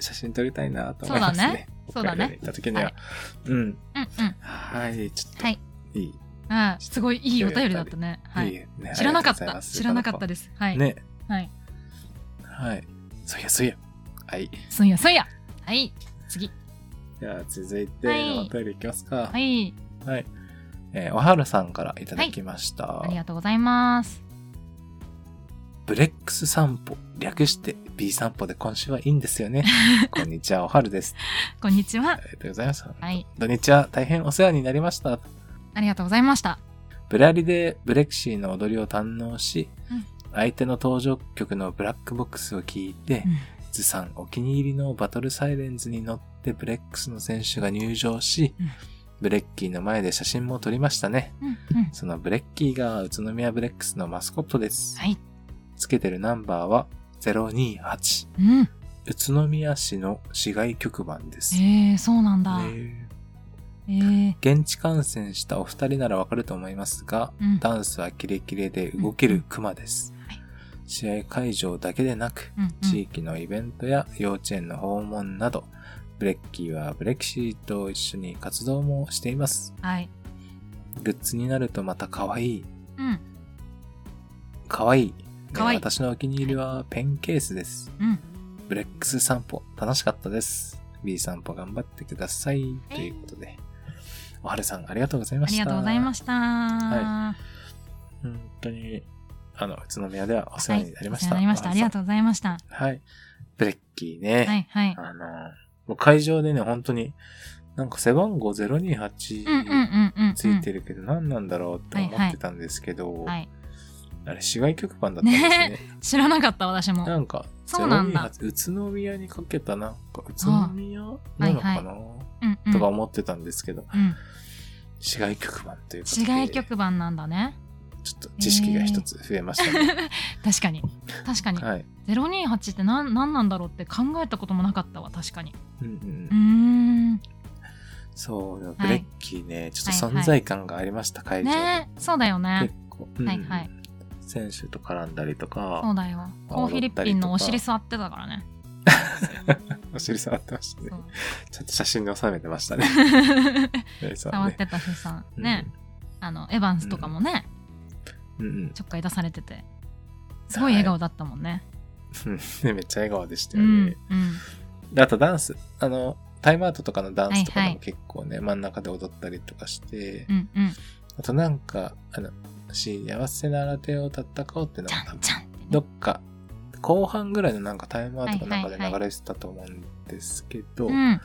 写真撮りたいなと思いますね。そうだね北海道に行った時には、はいうんうんうんはいちょっと、、はいいいい、あすごいいいお便りだったねはいいね知らなかっありがとうございたます知らなかったですはい、ねはいはいそういやそういやはいそんやそんやはい次じゃあ続いてはいお便りいきますかははい、いえーおはるさんからいただきました、ありがとうございますブレックス散歩略して B 散歩で今週はいいんですよ ねこんにちはおはるですこんにちはありがとうございます、はい土日は大変お世話になりましたありがとうございましたブラリでブレクシーの踊りを堪能し、うん相手の登場曲のブラックボックスを聞いて、ずさんお気に入りのバトルサイレンズに乗ってブレックスの選手が入場し、うんブレッキーの前で写真も撮りましたね。うんうん そのブレッキーが宇都宮ブレックスのマスコットです。はいつけてるナンバーは028。うん宇都宮市の市外局番です。えー、そうなんだ、ねえー、現地観戦したお二人ならわかると思いますが、うんダンスはキレキレで動けるクマです。はい試合会場だけでなく、うんうん地域のイベントや幼稚園の訪問など、ブレッキーはブレキシーと一緒に活動もしています。はい。グッズになるとまた可愛い。うん。可愛い。可愛いね私のお気に入りはペンケースです。うん。ブレックス散歩、楽しかったです。B 散歩頑張ってください。はいということで。おはるさん、ありがとうございあましりた。がとうございましした。はた。本当に、あの、宇都宮ではお世話になりました。はいお世話になりました。ありがう。とうございました。はい。ブレッキーね。はいはい。あの、もう会場でね、本当に、なんか背番号うんうん028うんうん。ついてる。るけど、何なんだろうって思ってたんですけど、はい。あれ、市外局番だったんですね。知らなかった私も。なんか、そうなんだ028宇都宮にかけたなんか、宇都宮なのかな、うんうん。とか思ってたんですけど、うん。市外局番ということ市で、外局番なんだね。ちょっと知識が一つ増えましたね。確か に。確かに。はい。 028ってなんなんなんだろうって考えたこともなかったわ、確かに。うんうんうんうーん。そう、でもブレッキーね、ちょっと存在感がありました、会場で。ねそうだよね結。構、うんはいはい選手と絡んだりとそうか、だよ。あコーフィリッピンのお尻座ってたから ね。お尻触ってましたねそ。うちゃんと写真で収めてまし たね。ねそう触っねてたしさ、ね、あの、エヴァンスとかもね、うんうんちょっかい出されてて、すごい笑顔だったもんね。うん。でめっちゃ笑顔でしたうよんね。、うん。であとダンス。あの、タイムアウトとかのダンスとかはいではもい結構ね、真ん中で踊ったりとかしてう、んうん。あとなんか、あの、幸せなら手を戦おうってのちがゃ多ん分ちゃんってね。どっか、後半ぐらいのなんかタイムアウトかなんかではいはいは流れてたと思うんですけど、うん。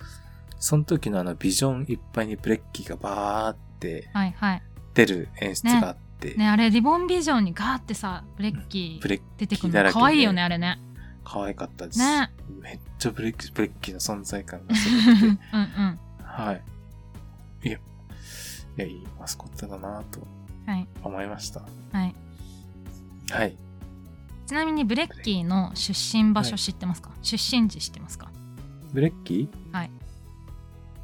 その時のあのビジョンいっぱいにブレッキーがバーってはいはい。出る演出があって、ね、あれ、リボンビジョンにガーってさ、ブレッキブーレッ出てくキーだるらの。けかでわいいよね、あれね。可愛かったです。 ね。めっちゃブレッキー、ブレッキーの存在感うがすごくん て、うん。はい。いや、いや、いいマスコットだなとはい思いました。はい。はい。ちなみにブレッキーの出身場は所い知ってますか、出身地知ってますかブレッキー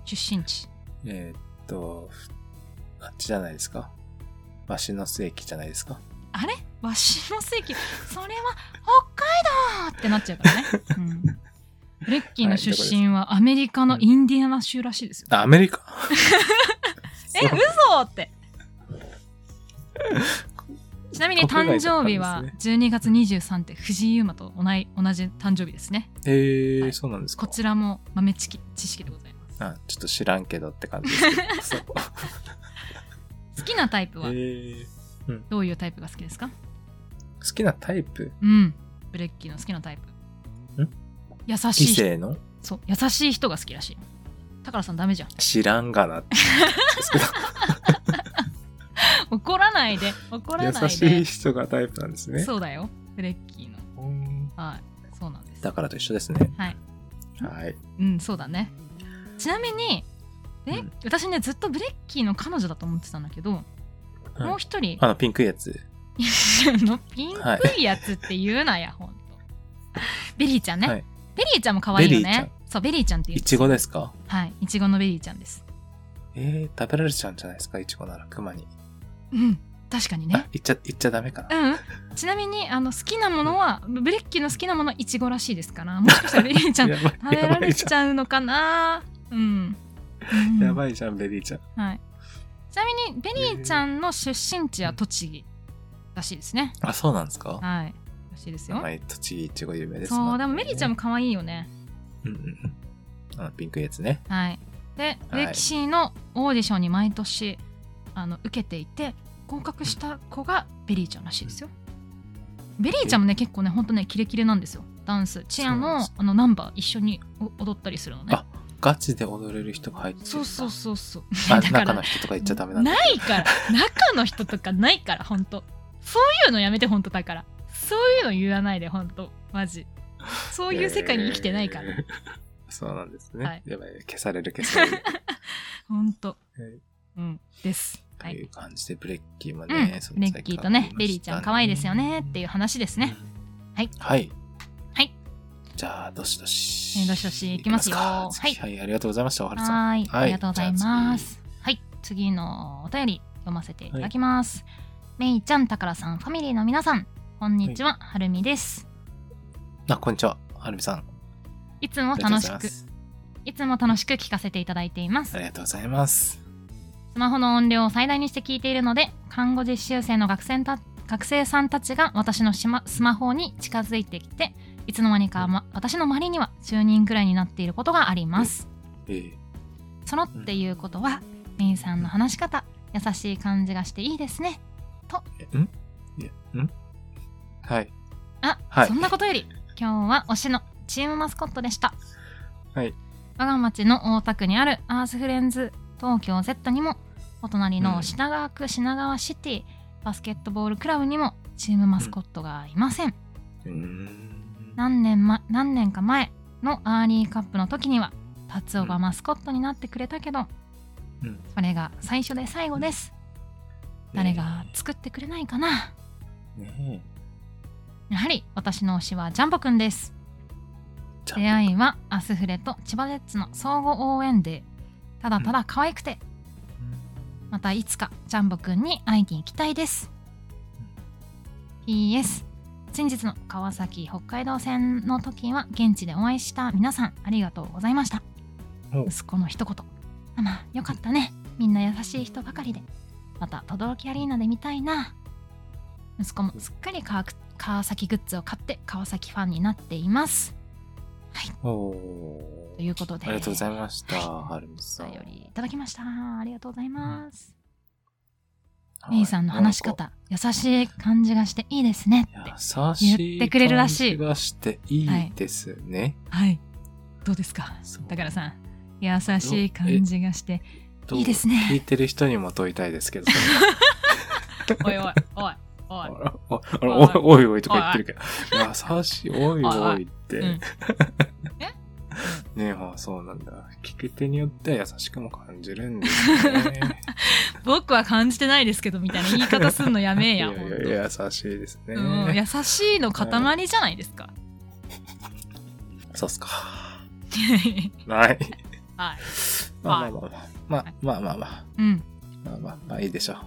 出身地。えーっと、あっちじゃないですかわしの世紀じゃないですかあれわしの世紀それは北海道ってなっちゃうからね。うん、ブレッキーの出身はアメリカのインディアナ州らしいですよ。あ、アメリカ え、そう嘘 って。ちなみに国誕外だったん生です日はね12月23って藤井優馬と同い同じ誕生日ですね。えーはいそうなんですかこちらも豆知識知識でございまあちょっと知らんけどって感じです けど。そす。う好きなタイプはえーどういうタイプが好きですか好きなタイプうん。ブレッキーの好きなタイプ。ん優し異い人性のそう優しい人が好きらしい。高田さんダメじゃん。知らんがなって。 怒らないで怒らないで優しい人がタイプなんですね。そうだよブレッキーのうーんはいそうなんですだからと一緒ですね。はいはい。うんそうだねちなみにね、うん私ねずっとブレッキーの彼女だと思ってたんだけど、うんもう一人あの、ピンクいやつ。 あのピンクいやつって言うなや、ほんとベリーちゃんね、はいベリーちゃんも可愛いよベリーちゃんねそうベリーちゃんっていういちごですかはいいちごのベリーちゃんですえー、食べられちゃうんじゃないですかいちごなら、クマに。うん確かにあね、いっちゃ、いっちゃダメかな。うん、ちなみにあの好きなものはブレッキーの好きなものはいちごらしいですからもしかしたらベリーちゃん やば食い、べらやばれいじちゃうのかなうん、ゃん。うんやばいじゃん、ベリーちゃん。はい、ちなみにベリーちゃんの出身地は栃木らしいですねあ、そうなんですかはいらしいですよ、はい、栃木いちご有名ですそうでもねベリーちゃんも可愛いよねうんうんうん。あの、ピンクいやつね。はいでブレキシーのオーディションに毎年あの受けていて合格した子がベリーちゃんらしいですよベリーちゃんもね結構ねほんとねキレキレなんですよダンスチアそうなんのですあのナンバー一緒にお踊ったりするのねあガチで踊れる人が入ってるそうそうそうそうあ、 だから中の人とか言っちゃダメなんだ。ないから中の人とかないから本当そういうのやめて本当だからそういうの言わないで本当マジそういう世界に生きてないから、えーそうなんですね。はいやばい、消される消される。本当えうんですとはいいう感じで、ブレッキーもうね、ん、存在レッキーとねベリーちゃん可愛いですよねっていうう話ですね。はい。はい。はい。じゃあ、どしどえし。ーどしどしいきますよか次ははい。ありがとうございました、おはるさん。はーい、はいありがとうございます。はい、次のお便り読ませていただきます。めいちゃん、たからさん、ファミリーの皆さん、こんにちは、はるみです。あ、こんにちは。はるみさん。いつもありがとう楽ごしざいまく、す。いつも楽しく聞かせていただいていますあ。りがとうございます。スマホの音量を最大にして聞いているので看護実習生の学生た学生さんたちが私のしまスマホに近づいてきていつの間にか、ま、私の周りには10人くらいになっていることがあります。えーそのっていうことはメイさんの話し方優しい感じがしていいですね。いやんはい。あ、はいそんなことより今日は推しのチームマスコットでした。はい。我が町の大田区にあるアースフレンズ東京 Z にもお隣うのん品川区品川シティバスケットボールクラブにもチームマスコットがいません、うーん。何年,、ま、何年か前のアーリーカップの時には達夫がマスコットになってくれたけど、うんそれが最初で最後です、誰が作ってくれないかなねえ。ねやはり私の推しはジャンボくんですえじゃあ出会いはアスフレと千葉ジェッツの相互応援でただただ可愛くて、またいつかジャンボくんに会いに行きたいです、PS 先日の川崎北海道線の時は現地でお会いした皆さんありがとうございましたお息子の一言「ママよかったねみんな優しい人ばかりでまた轟アリーナで見たいな」息子もすっかり川く川崎グッズを買って川崎ファンになっていますおとーいうことでありがとうございました、ははるみさおん。便りいただきました。ありがとうございます。はいメイさんの話しなんか方、優しい感じがしていいですねって。優しい言ってくれるらしい感じがしていいですね。はい。どうですかそう高田さん。優しい感じがして。どういいですね 聞いてる人にも問いたいですけど。おいおいおいおあい。らおあらおい おいおいとか言ってるけど。優しい、おいおいって。 うんねえ、あそうなんだ。聞き手によっては優しくも感じるんですね。 僕は感じてないですけどみたいな 言い方すんのやめえや。いやいほんとやいや優しいですね。うん、優しいの塊じゃないですか。そうっすか。はい。はい。まあまあまあまあ。まあまあまあ。 うん。まあまあまあいいでしょう。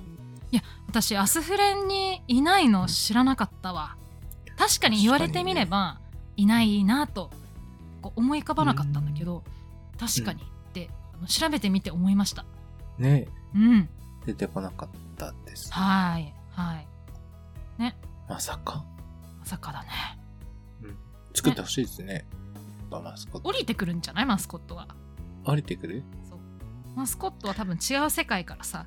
私、アスフレンにいないの知らなかったわ。確かに言われてみれば、いないなとこう思い浮かばなかったんだけど、確かにって、あの調べてみて思いました。ねうん。出てこなかったです。はい。はい。まさか。まさかだね。作ってほしいですね。バマスコット降。りてくるんじゃないマスコットは。降りてくるそうマスコットは多分違う世界からさ、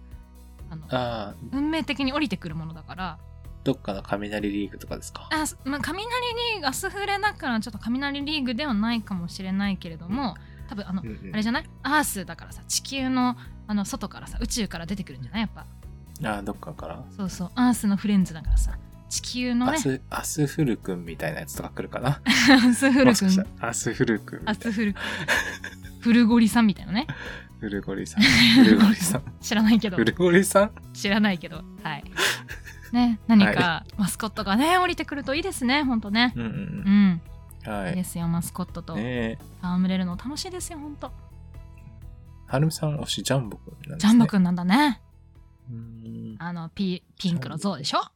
あのああ、運命的に降りてくるものだから、どっかの雷リーグとかですか。あ、すまあ、雷リーグ、アスフレだからちょっと雷リーグではないかもしれないけれども、多分あのう、んうんあれじゃないアースだからさ地球のあの外からさ宇宙から出てくるんじゃないやっぱああ、どっかから。そうそうアースのフレンズだからさ地球のアねス、アスフル君みたいなやつとか来るかな。アスフルもしか君したらアスフル君みたアいスな。フル君フルゴリさんみたいなねフルゴ リさん。フルゴリさん。知らないけどフルゴリさん知らないけどはいね何かマスコットがね降りてくるといいですねほんとねうんううんん、、うん。はいいいで。すよマスコットとねえ。戯れるの楽しいですよほんとはるみさん推しジャンボ君なんですね。ジャンボくんなんだねうーん。あのピピンクの像でしょ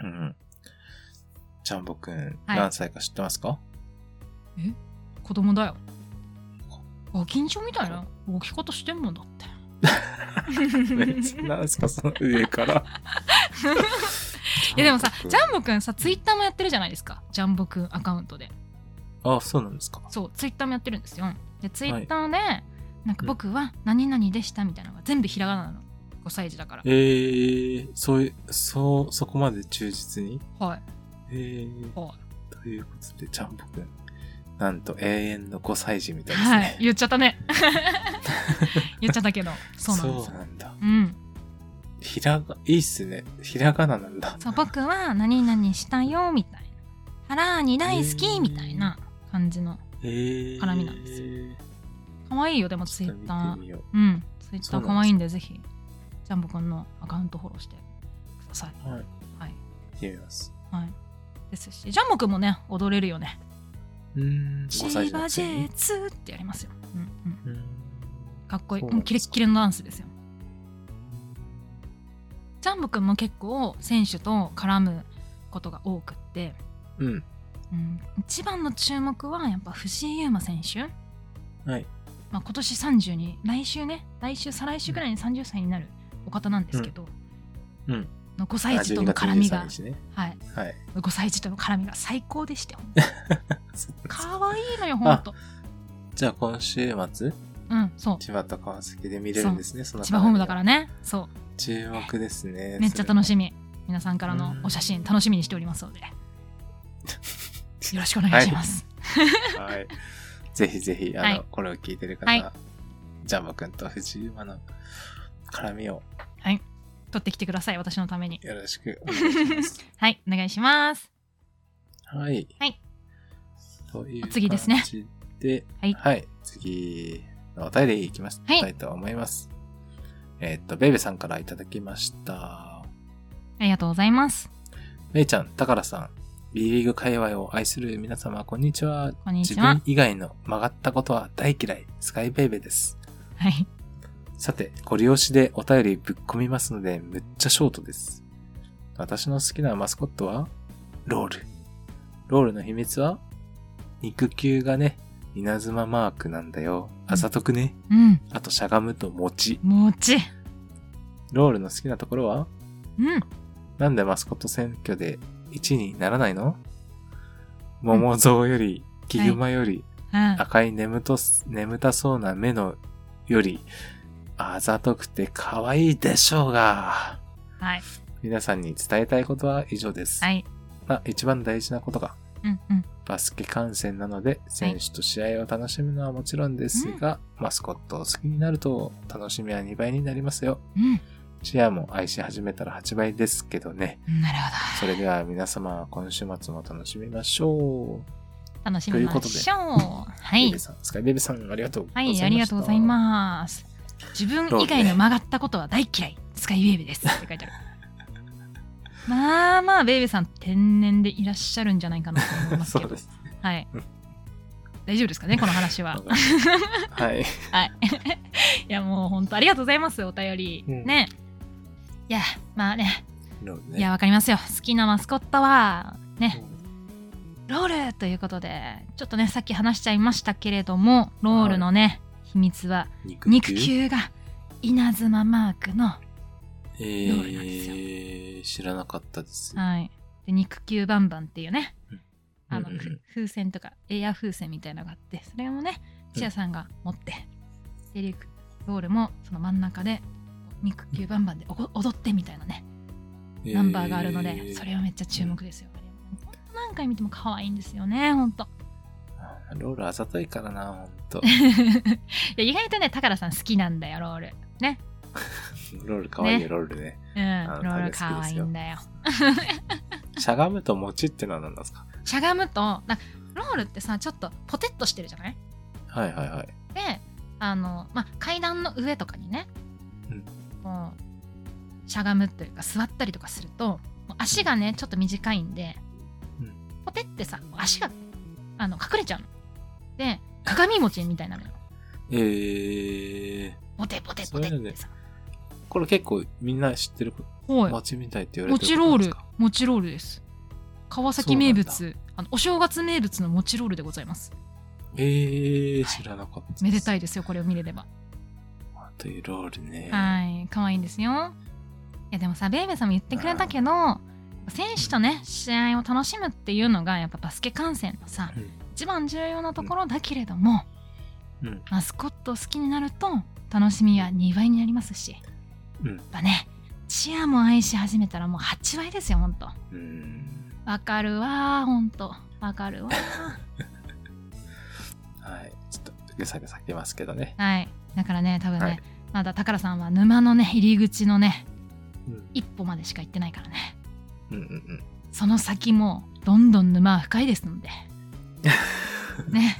うん。ジャンボくん、はい何歳か知ってま すか、子供だよご近所みたいな動き方してんもんだって別に何すか、その上から。いやでもさ、ジンャンボくんさ、ツイッターもやってるじゃないですか。ジャンボくんアカウントで。ボ。あ、そうなんですか。そう、ツイッターもやってるんですよ。で、ツイッターで、なんか僕は何々でしたみたいなのが全部ひらがななの。5歳児だからえ。ー、そういう、そう、そこまで忠実にはい。えー、はということで、ジャンボくん。なんと永遠の5歳児みい。たいですね。はい、言っちゃったね。 言っちゃったけど、そうなんですそうよ。なんだ。うん。ひらが、いいっすね。ひらがななんだ。そう、僕は何々したよみたいな。ラーに大好へーきみたいな感じの。えー。絡みなんですよ。可愛いよ、でもツちイょっとッ見ターて。みよう。うん、ツイッタそうなーんです可愛いんで、ぜひ、ジャンボくんのアカウントフォローしてください。はい。はい。見てみます。はい。ですし、ジャンボくんもね、踊れるよね。うーん、シ5歳児ーなバんですジェねー。ツーってやりますよ。うんうん。うーんかっこいい。そうもうなんですかキレッキレのダンスですよ。ジャンボくんも結構選手と絡むことが多くっって、うん。うん、一番の注目はやっぱ藤井優真選手、はい。まあ、今年30に来週ね来週再来週ぐらいに30歳になるお方なんですけど、うんうんの5あ歳児との絡みが12、月23日ね。はい、はい。 5歳児との絡みが最高でして そうですかわいいのよほんとじゃあ今週末、うんそう千葉と川崎で見れるんですね、その。千葉ホームだかららねそ注目ですね。うめっちゃ楽ししみ皆さんからのお写真楽しみにしておりますのでよろしくお願いします、み。はい。ぜひぜひ、あの、はいこれを聞いてる方、はいジャンボくんと藤井馬の絡みを撮ってきてください私のためによろしくお願いし ます。はいお願いしますはい。はい。という感じ次ですねで、はい次のお便りいきました、はいい、と思います。えっと、ベイベさんからいただきました。ありがとうございますめいちゃん、たからさん、B リーグ界隈を愛する皆様、こんにちは。こんに自ちは分以外の曲がったことは大嫌い、スカイベイベです。はいさて、ご利用しでお便りぶっ込みますので、むっちゃショートです。私の好きなマスコットは、ロール。ロールの秘密は、肉球がね、稲妻マークなんだよ。あざとくね。うんあとしゃがむと餅。もちロールの好きなところは、うんなんでマスコット選挙で1位にならないの桃蔵より、ヒグマより、うん赤い眠とす、眠たそうな目のより、あざとくて可愛いでしょうが。はい皆さんに伝えたいことは以上です。はいまあ、一番大事なことが、うんうんバスケ観戦なので、選手と試合を楽しむのはもちろんですが、マスコットを好きになると、楽しみは2倍になりますよ。うシェアも愛し始めたら8倍ですけどね。んなるそれでは皆様、今週末も楽しみましょう。ほど楽しみましょうはベいイベさん、スカイベイベさん、ありがとうござはいましい、た。ありがとうございます。自分以外の曲がったことは大嫌い。スカイウェーブです。って書いてある。まあまあ、ベイベーさん、天然でいらっしゃるんじゃないかなと思いますけ そど。うです。はい。大丈夫ですかね、この話はわ。かりましたはい。はい。 いや、もう本当ありがとうございます、お便り。うんね。いや、まあね、なるほどいや、ね。わかりますよ。好きなマスコットは、ね、ロールということで、ちょっとね、さっき話しちゃいましたけれども、ロールのね、秘密は、肉肉球が稲妻マークの、えロールなんですよー、知らなかったです。はい、で肉球バンバンっていうねうんあの、うんうんうんふ風船とかエア風船みたいなのがあってそれをねうんチアさんが持って、でリクロールもその真ん中で肉球バンバンでおご踊ってみたいなねえナンバーがあるので、それはめっちゃ注目ですよ、あれはほんと何回見ても可愛いんですよねほんと ロールあざといからな、ほんと。いや意外とね高田さん好きなんだよロールねロールかわいいよ、ねロールね。うんのロールタイ可ガー好きで愛すいよんだよしゃがむと餅ってのは何なんですかしゃがむとなんかロールってさちょっとポテッとしてるじゃないはいはいはい。であの、まあ、階段の上とかにね、うんこうしゃがむというか座ったりとかするともう足がねちょっと短いんで、うんポテってさ足があの隠れちゃうの。で鏡餅みたいになるの。えー、ポテポテポテってさ。これ結構みんな知ってるはい。餅みたいって言われて餅るロことーですルか。餅ロールです。川崎名物あのお正月名物の餅ロールでございます。えー、知らなかったす。めでたいですよこれを見れれば。あというロールね。はい、可愛いんですよ。いやでもさ、ベイベーさんも言ってくれたけど、選手とね、試合を楽しむっていうのが、やっぱバスケ観戦のさ、うん一番重要なところだけれども、うんマスコットを好きになると、楽しみは2倍になりますし、うんやっぱね、チアも愛し始めたらもう8倍ですよ、ほんと。うーん。わかるわー、ほんと。わかるわ ー。はい。ちょっと、ぐさぐさきますけどね。はい。だからね、多分ね、はいまだ宝さんは沼のね、入り口のね、うん。一歩までしか行ってないからね。うんうんその先もどんどん沼は深いです のでね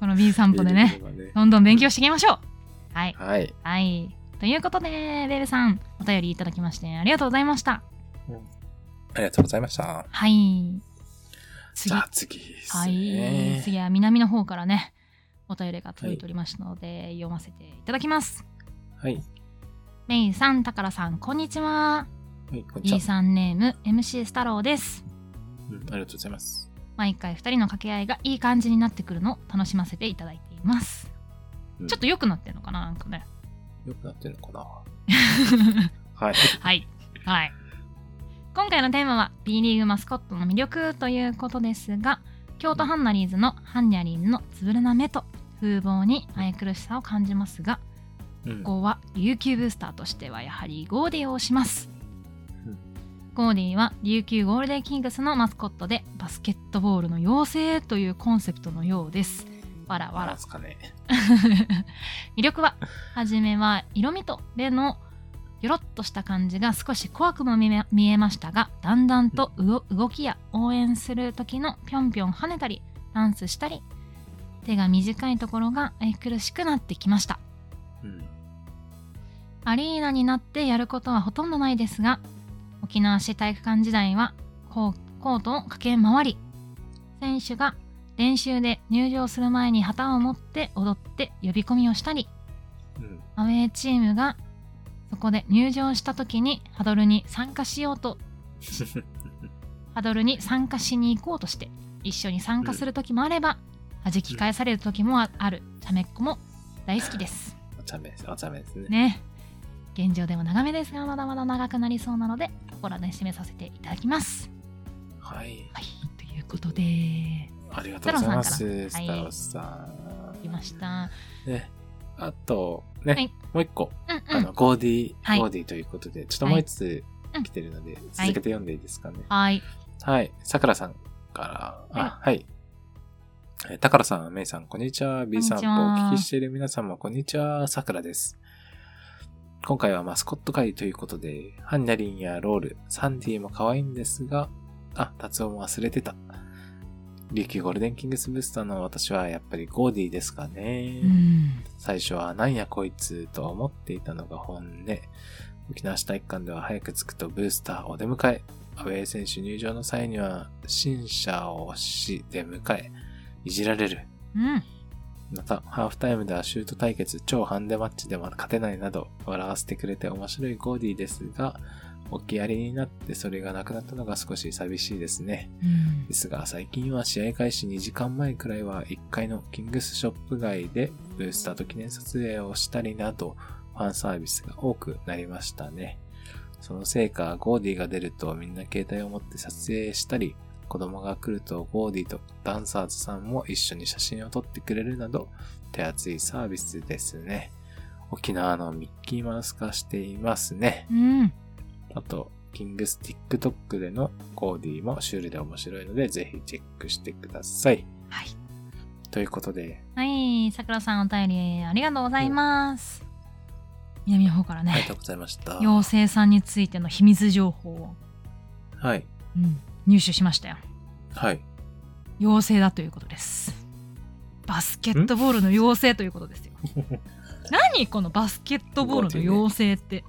この B うん。散歩でいいねところがね。どんどん勉強していきましょうはいはい。はいということでベベさんお便りいただきましてありがとうございましたありがとうございました。はい次じゃあ次ですはねい。次は南の方からねお便りが届いておりましたので、読ませていただきますはい。メイさん、タカラさん、こんにちは。はい、こんに B ちは。さんネーム、MC ス太郎です。うん、ありがとうございます。毎回2人の掛け合いがいい感じになってくるのを楽しませていただいています、うんちょっと良くなってんのかななんかねよくなってんの かなははい。いはい今回のテーマは B リーグマスコットの魅力ということですが京都ハンナリーズのハンニャリンのつぶらな目と風貌に愛くるしさを感じますがうんここは琉球ブースターとしてはやはりゴーディを推しますうんゴーディは琉球ゴールデンキングスのマスコットでバスケットボールの妖精というコンセプトのようですわらわ笑らっすかね。 魅力ははじめは色味と目のよろっとした感じが少し怖くも見え見えましたがだんだんとうご動きや応援する時のぴょんぴょん跳ねたりダンスしたり手が短いところが愛くるしくなってきましたうん。アリーナになってやることはほとんどないですが沖縄市体育館時代はココートを駆け回り選手が練習で入場する前に旗を持って踊って呼び込みをしたりうん。アウェーチームがそこで入場した時にハドルに参加しよう とハドルに参加しに行こうとして一緒に参加する時もあれば弾き返される時もああるチャメっ子も大好きですお茶目です。お茶目ですね。ね現状でも長めですがまだまだ長くなりそうなのでここらで締めさせていただきますはい。はいということで言ありがとうございます。スタスローさんからタはいローさん。いましたね。あと、ね、はいもう一個、うんあうんの、ゴーディ、はいゴーディということで、ちょっともう一つはい来てるので、続けて読んでいいですかね。はいはい。さくらさんから、あ、はい。えーたからさん、めいさん、こんにちは。B にちさはんぽお聞きしている皆様、こんにちは。さくらです。今回はマスコット会ということで、ハンナリンやロール、サンディも可愛いんですが、あ、達音忘れてた。琉球ゴールデンキングスブースターの私はやっぱりゴーディですかね。うん最初はなんやこいつと思っていたのが本音。沖縄市体育館では早く着くとブースターお出迎え。アウェー選手入場の際には、新車を押し出迎え、いじられる。うんまた、ハーフタイムではシュート対決、超ハンデマッチでは勝てないなど、笑わせてくれて面白いゴーディですが、置きやりになってそれがなくなったのが少し寂しいですね。うんですが最近は試合開始2時間前くらいは1階のキングスショップ街でブースターと記念撮影をしたりなどファンサービスが多くなりましたね。そのせいかゴーディが出るとみんな携帯を持って撮影したり子供が来るとゴーディとダンサーズさんも一緒に写真を撮ってくれるなど手厚いサービスですね。沖縄のミッキーマウス化していますね。うんあと、キングス TikTok でのコーディもシュールで面白いので、ぜひチェックしてください。はいということで、はいさくらさんお便りありがとうございます南の方からありがねとうございました。妖精さんについての秘密情報を、はい。うん、入手しましたよはい。妖精だということですバスケットボールの妖精ということです よ何このバスケットボールの妖精って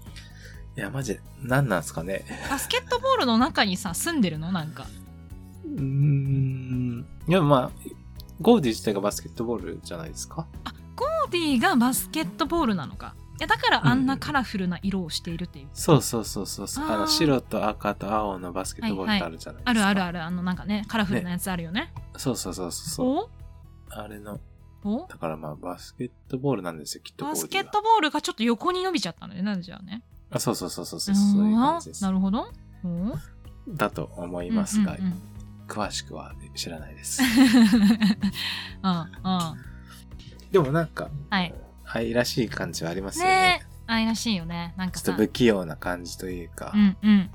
いや、マジで、何なんすかね。バスケットボールの中にさ住んでるのなんかうーん。いや、まあ、ゴーディ自体がバスケットボールじゃないですか。ボディがバスケットボールなのかいやだからあんなカラフルな色をしているっていう、そうそうそうそうそう。ああーの、白と赤と青のバスケットボールってあるじゃないですか。あるあるある。るあのなんかねカラフルなやつあるよねそうそうそうそう。おあれの、おだからまあ、バスケットボールなんですよ、きっとゴバーディは。スケットボールがちょっと横に伸びちゃったのでなんでじゃあねあそうそうそうそうそう。そういう感じですな。るほどおだと思いますが、うんうん うん詳しくは知らないです。うんうんでもなんか、はい愛らしい感じはありますよね。ねえ愛らしいよねなんかちょっさと不器用な感じというか、うんうん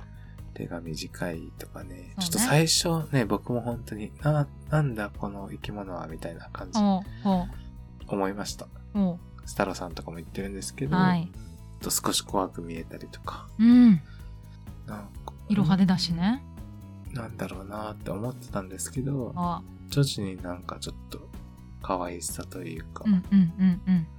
手が短いとかね。そうねちょっと最初ね、僕も本当に、な、なんだこの生き物はみたいな感じ、おうおう思いました。おうスタロさんとかも言ってるんですけど、はいちょっと少し怖く見えたりとか、うんなんか、色派手だしねなんだろうなって思ってたんですけど、あ徐々になんかちょっと、可愛さというか、うんうんうんうん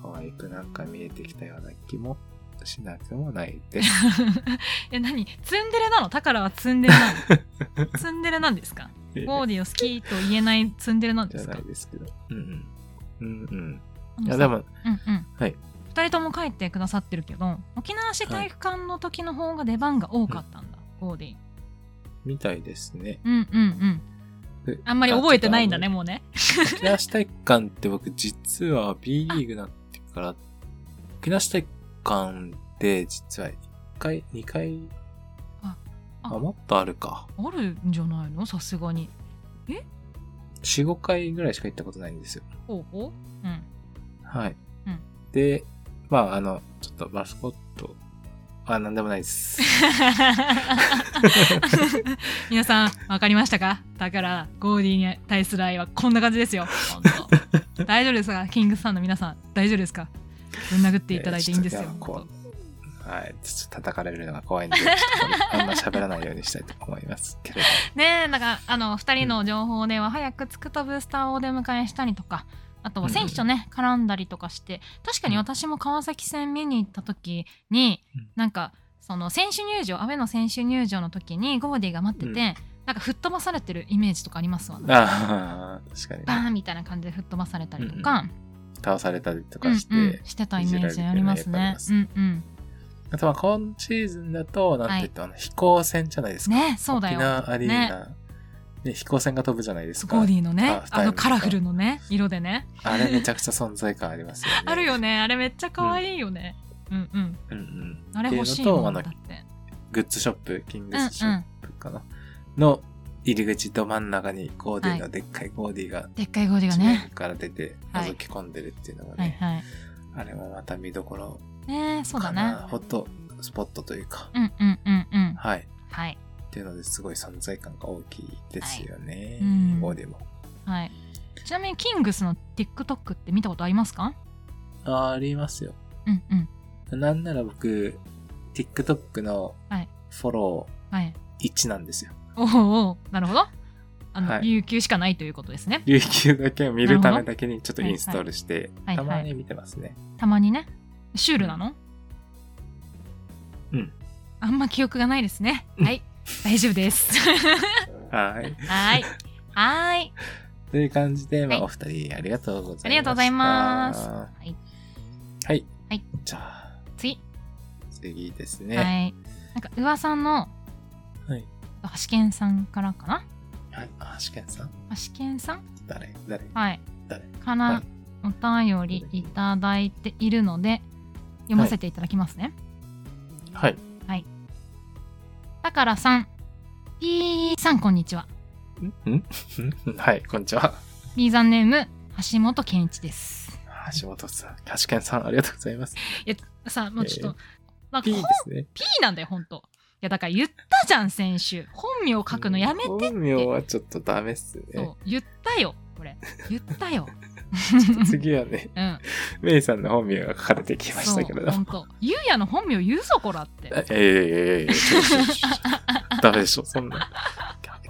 可愛くなんか見えてきたような気もしなくもないです。 え何ツンデレなの宝はツンデレな のツンデレなんですかゴーディを好きと言えないツンデレなんでじゃすなかいですけど。うんうん。うんあうん。のいさや、でも、うんうんはい2人とも書いてくださってるけど沖縄市体育館の時の方が出番が多かったんだ、ゴーディみたいで すね。うんうんうでん。あんまり覚えてないんだね、もうね。沖縄市体育館って僕実は B リーグになってから、沖縄市体育館って実は1回、2回、あああ、もっとあるか。あるんじゃないのさすがに。 4、5回ぐらいしか行ったことないんですよ。ほうほう。 うん。はい。うんで、まあ、あの、ちょっとマスコット、あ、なんでもないです。皆さん分かりましたかだからゴーディに対する愛はこんな感じですよほんと大丈夫ですかキングスファンの皆さん大丈夫ですかぶん殴っていただいていいん ですよえーちょっとほんとはい。ちょっと叩かれるのが怖いんで、ちょっとあんま喋らないようにしたいと思いますけれど。ねえなんかあの2人の情報では早くつくとブースターをお出迎えしたりとかあとは選手とね、絡んだりとかして確かに私も川崎戦見に行った時に、うんなんかその選手入場阿部の選手入場の時にゴーディが待ってて、うんなんか吹っ飛ばされてるイメージとかありますわねああ、確かにバね。ーンみたいな感じで吹っ飛ばされたりとか、倒されたりとうんかして、うん、してたイメージありますね。うんうん、あとは今シーズンだと、なんて言っても、あの飛行船じゃないですか。ねそうだ沖よ。縄アリーナ、ね飛行船が飛ぶじゃないですゴかーデ。ィのねあスタイあルのカラフルのね色でねあれめちゃくちゃ存在感ありますよね。あるよ。ねあれめっちゃ可愛いよね。うんうん、うんうん。あれ欲しいっていうのともあんだっのて。グッズショップ、キングうんうスショッん。プかな、の入り口ど真ん中にゴーディのでっかいゴーディがでっかいゴーディが地ね面。から出てはい覗き込んでるっていうのがはいね、はい。あれもまた見どころねそうだかねな、。ホットスポットというか、うんうんうんうん。はい。はいっていうのですごい存在感が大きいですよね、はいうんゴーディも。はい。ちなみにキングスの TikTok って見たことありますか？ありますよ。うんうんなんなら僕、TikTok のはいフォロはい。ー1なんですよ。おーおーなるほど。あの、はい琉球しかないということですね。琉球だけを見るためだけにちょっとインストールして、はいはいたまに見てますね。たまにねシュールなのうんあんま記憶がないですねはい大丈夫です はい。はいはいという感じで、まあ、はいお二人ありがとうございました。ありがとうございますははいい。はいじゃあ、次、次ですね。はいなんか噂のはい。橋健さんからかなはい。あ、試験さん橋健さん誰誰はい誰からお便りいただいているので読ませていただきますね、はい。だからさん P さんこんにちはんん はい、こんにちは。 B ザンネーム橋本健一です橋本さん、試験さん、ありがとうございます。さあもうちょっと、まあ P ですね。 P なんだよ、ほんと。いや、だから言ったじゃん、先週。本名を書くのやめて。本名はちょっとダメっすそねう。、言ったよ、これ。言った よ。次はね、 うん。メイさんの本名が書かれてきましたけ れどほもん。と。ゆうやの本名言うぞ、こらって。ええええええちょちょちょちょダメでしょ、そんな。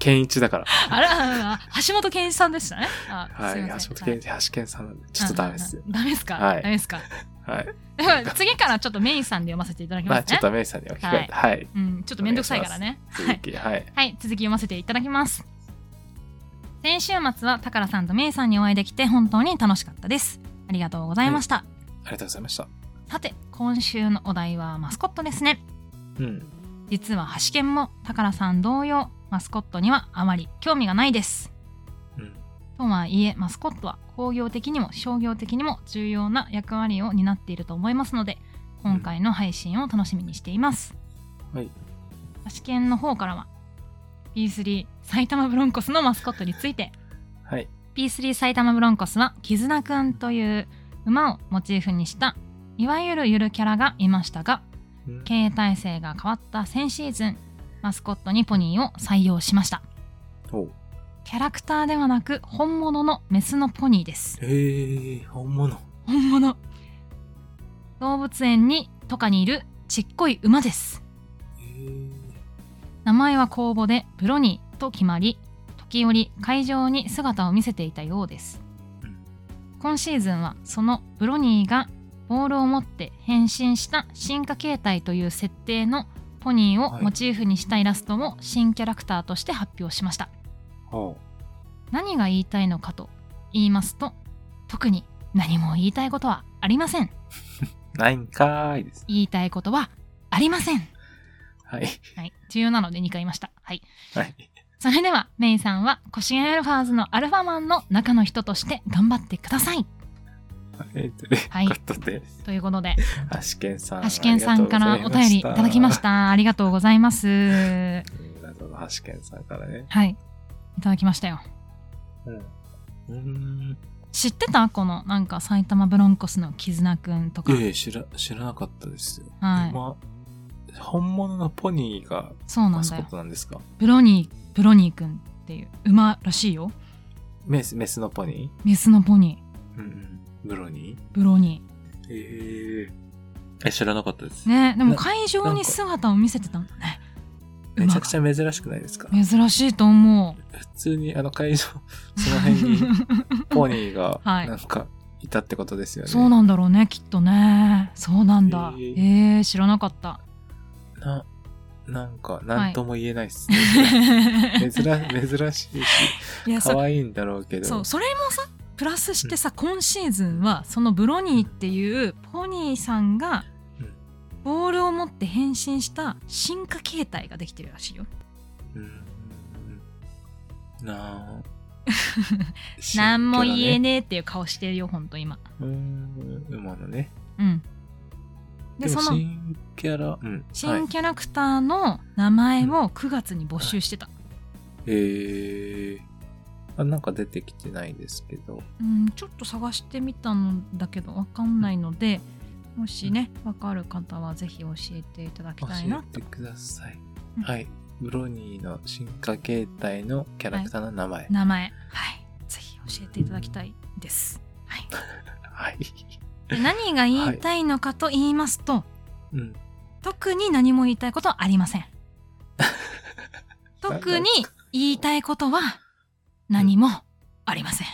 健一だから。あら、ああ橋本健一さんでしたね。あはい。す橋ません本健一、橋健さんなんで、ちょっとダメっすうよん。うんうんダメですか、はダいメですか。 はい。では次からちょっとメインさんで読ませていただきままあ、すちょねっ。とメイさんに置き換えて、はい。うん、ちょっとめんどくさいからね。は続い。き、はい。はい、続き読ませていただきます。先週末は高良さんとメイさんにお会いできて本当に楽しかったです。ありがとうございました。ありがとうございました。さて今週のお題はマスコットですねうん。実は橋健も宝さん同様マスコットにはあまり興味がないですうん。とはいえマスコットは工業的にも商業的にも重要な役割を担っていると思いますので今回の配信を楽しみにしています、はい橋健の方からは P3 埼玉ブロンコスのマスコットについてはい。 P3 埼玉ブロンコスは絆くんという馬をモチーフにしたいわゆるゆるキャラがいましたがうん経営体制が変わった先シーズンマスコットにポニーを採用しましたおうキャラクターではなく本物のメスのポニーですへえ、本物。本物動物園にとかにいるちっこい馬ですへえ。名前は公募でブロニーと決まり時折会場に姿を見せていたようですうん今シーズンはそのブロニーがボールを持って変身した進化形態という設定のポニーをはいモチーフにしたイラストも新キャラクターとして発表しましたほ何が言いたいのかと言いますと特に何も言いたいことはありませんう。ないんかーいです。言いたいことはありませんはい。はい、重要なので2回言いました。はい。はい。それでは、メイさんは、コシゲンアルファーズのアルファマンの中の人として頑張ってくださいはいというはいことで、ということで、アシケンさん。。ハシケンさんからお便りいただきましたた。ありがとうございます。ハシケンさんからね。はい。いただきましたよ。うーん。知ってたこの、なんか埼玉ブロンコスの絆くんとか。いやいや、知ら、知らなかったですよ。はい。まあ、本物のポニーがそうなマんスだコよッ。トなんですかブロニー、ブロニーくんっていう馬らしいよ。メス、メスのポニメスのポニーうんうん。ブロニー、ブロニーええ。え、知らなかったです。ー。ね、でもな会場に姿を見せてたんだね。めちゃくゃちゃ珍しくないですか珍しいと思う。普通にあの会場、 その辺にポニーが はいなんかいたってことですよね。そうなんだろうね、きっとね。そうなんだ。へえーー、知らなか った。な、なんか、なんとも言えないっすね。 珍珍しいし、いや、可そ愛いんだろうけど。そう、それもさ、プラスしてさ、今シーズンは、そのブロニーっていうポニーさんがうん、ボールを持って変身した進化形態ができてるらしいよ。うん なあ。なんも言えねねえっていう顔してるよ、ほんと今。うーん、馬のね。うん。でで、そもの新キャラ、うん。はい新、キャラクターの名前を9月に募集してた。えーあ、なんか出てきてないですけど。うん、ちょっと探してみたんだけどわかんないので、もしねわかる方はぜひ教えていただき教たいな。えてくださいうん。はい。ブロニーの進化形態のキャラクターの名前。名前はいぜひ教えていただきたい です。はい、はい。で何が言いたいのかと言いますと、うん。特に何も言いたいことはありません。 特に言いたいことは何もありません。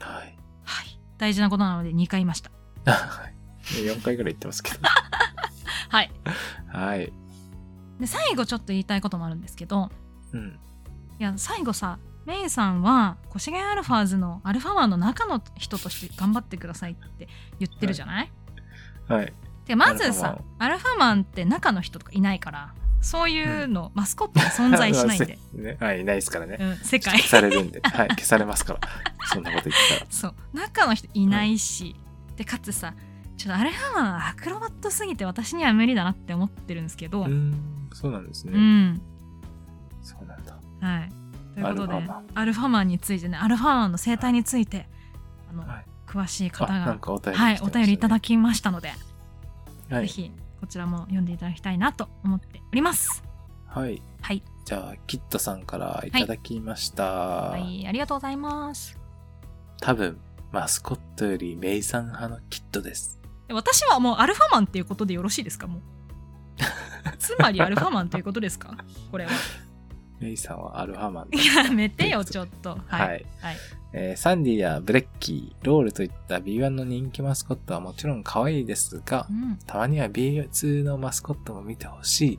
はい。はい、大事なことなので2回言いました。はい。4回ぐらい言ってますけど。 はい、はい。で最後ちょっと言いたいこともあるんですけど、うん。いや最後さメイさんは「コシゲンアルファーズのアルファマンの中の人として頑張ってください」って言ってるじゃない、はい。てかまずさアルファマンって中の人とかいないからそういうの、マスコットは存在しない んで、まあ。せね、はい、いないですからね。 うん、世界 消されるんで。はい。消されますから。そんなこと言ってたら。そう中の人いないし、でかつさちょっとアルファマンはアクロバットすぎて私には無理だなって思ってるんですけどうーん、そうなんですうね。んそうなんだ。はいということでアアルルフファァマンマンについてねアルファマンの生態についてあの、はい詳しいあ、方ながんかお便り、はい、お便りいただききましたので、ましたね。はぜい。ひこちらも読んでいただきたいなと思っております。はい。はい、じゃあ、キットさんからいただきました。はい、ありがとうございます。多分、マスコットよりメイさん派のキットです。私はもうアルファマンっていうことでよろしいです かもう。つまりアルファマンということですかこ れは。メイさんはアルファマンです。やめてよ、ちょっと。はい。はい。はい。えーサンディやブレッキー、ロールといった B1 の人気マスコットはもちろん可愛いですがう、ん。たまには B2 のマスコットも見てほしい。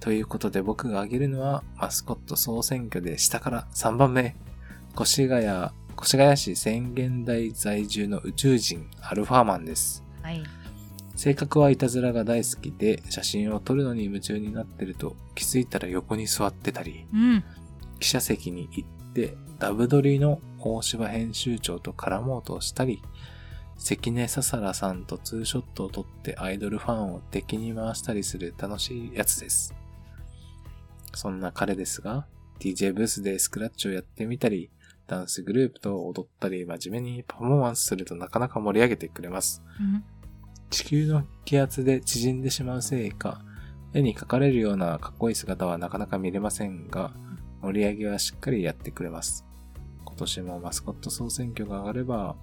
ということで僕が挙げるのはマスコット総選挙で下から3番目。越谷、越谷市宣言台在住の宇宙人アルファーマンです。はい。性格はいたずらが大好きで写真を撮るのに夢中になってると気づいたら横に座ってたり、うん。記者席に行ってダブドリの大柴編集長と絡もうとしたり関根ささらさんとツーショットを撮ってアイドルファンを敵に回したりする楽しいやつですそんな彼ですが DJ ブースでスクラッチをやってみたりダンスグループと踊ったり真面目にパフォーマンスするとなかなか盛り上げてくれますうん地球の気圧で縮んでしまうせいか、絵に描かれるようなかっこいい姿はなかなか見れませんが、盛り上げはしっかりやってくれます。今年もマスコット総選挙が上がれば、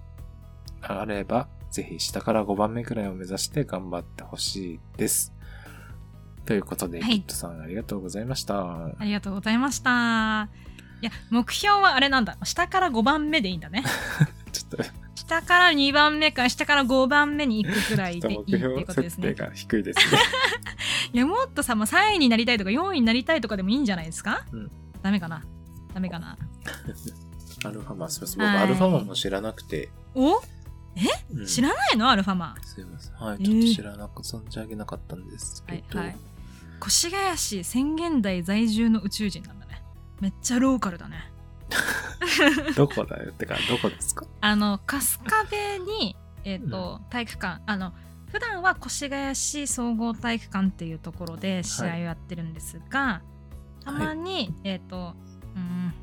上がれば、ぜひ下から5番目くらいを目指して頑張ってほしいです。ということで、はいキットさんありがとうございました。ありがとうございました。いや、目標はあれなんだ。下から5番目でいいんだね。ちょっと、ち下から2番目か、下から5番目に行くくらょいっとでいいってい目う標ことです 設定ね。が低いです ね。いやもっとさ、まあ、3位になりたいとか4位になりたいとかでもいいんじゃないですか、うんダメかなダメかなアルファマン、すいません。はい僕、アルファマンも知らなくて。おうん知らないのアルファマンすいません。はい、えーちょっと知らなく、存じ上げなかったんですけはいど、はい越谷市宣言台在住の宇宙人なんだねめっちゃローカルだねどこだよってか、どこですかあの春日部にえっと体育館あの普段は越谷市総合体育館っていうところで試合をやってるんですが、たまに、えっ、とうん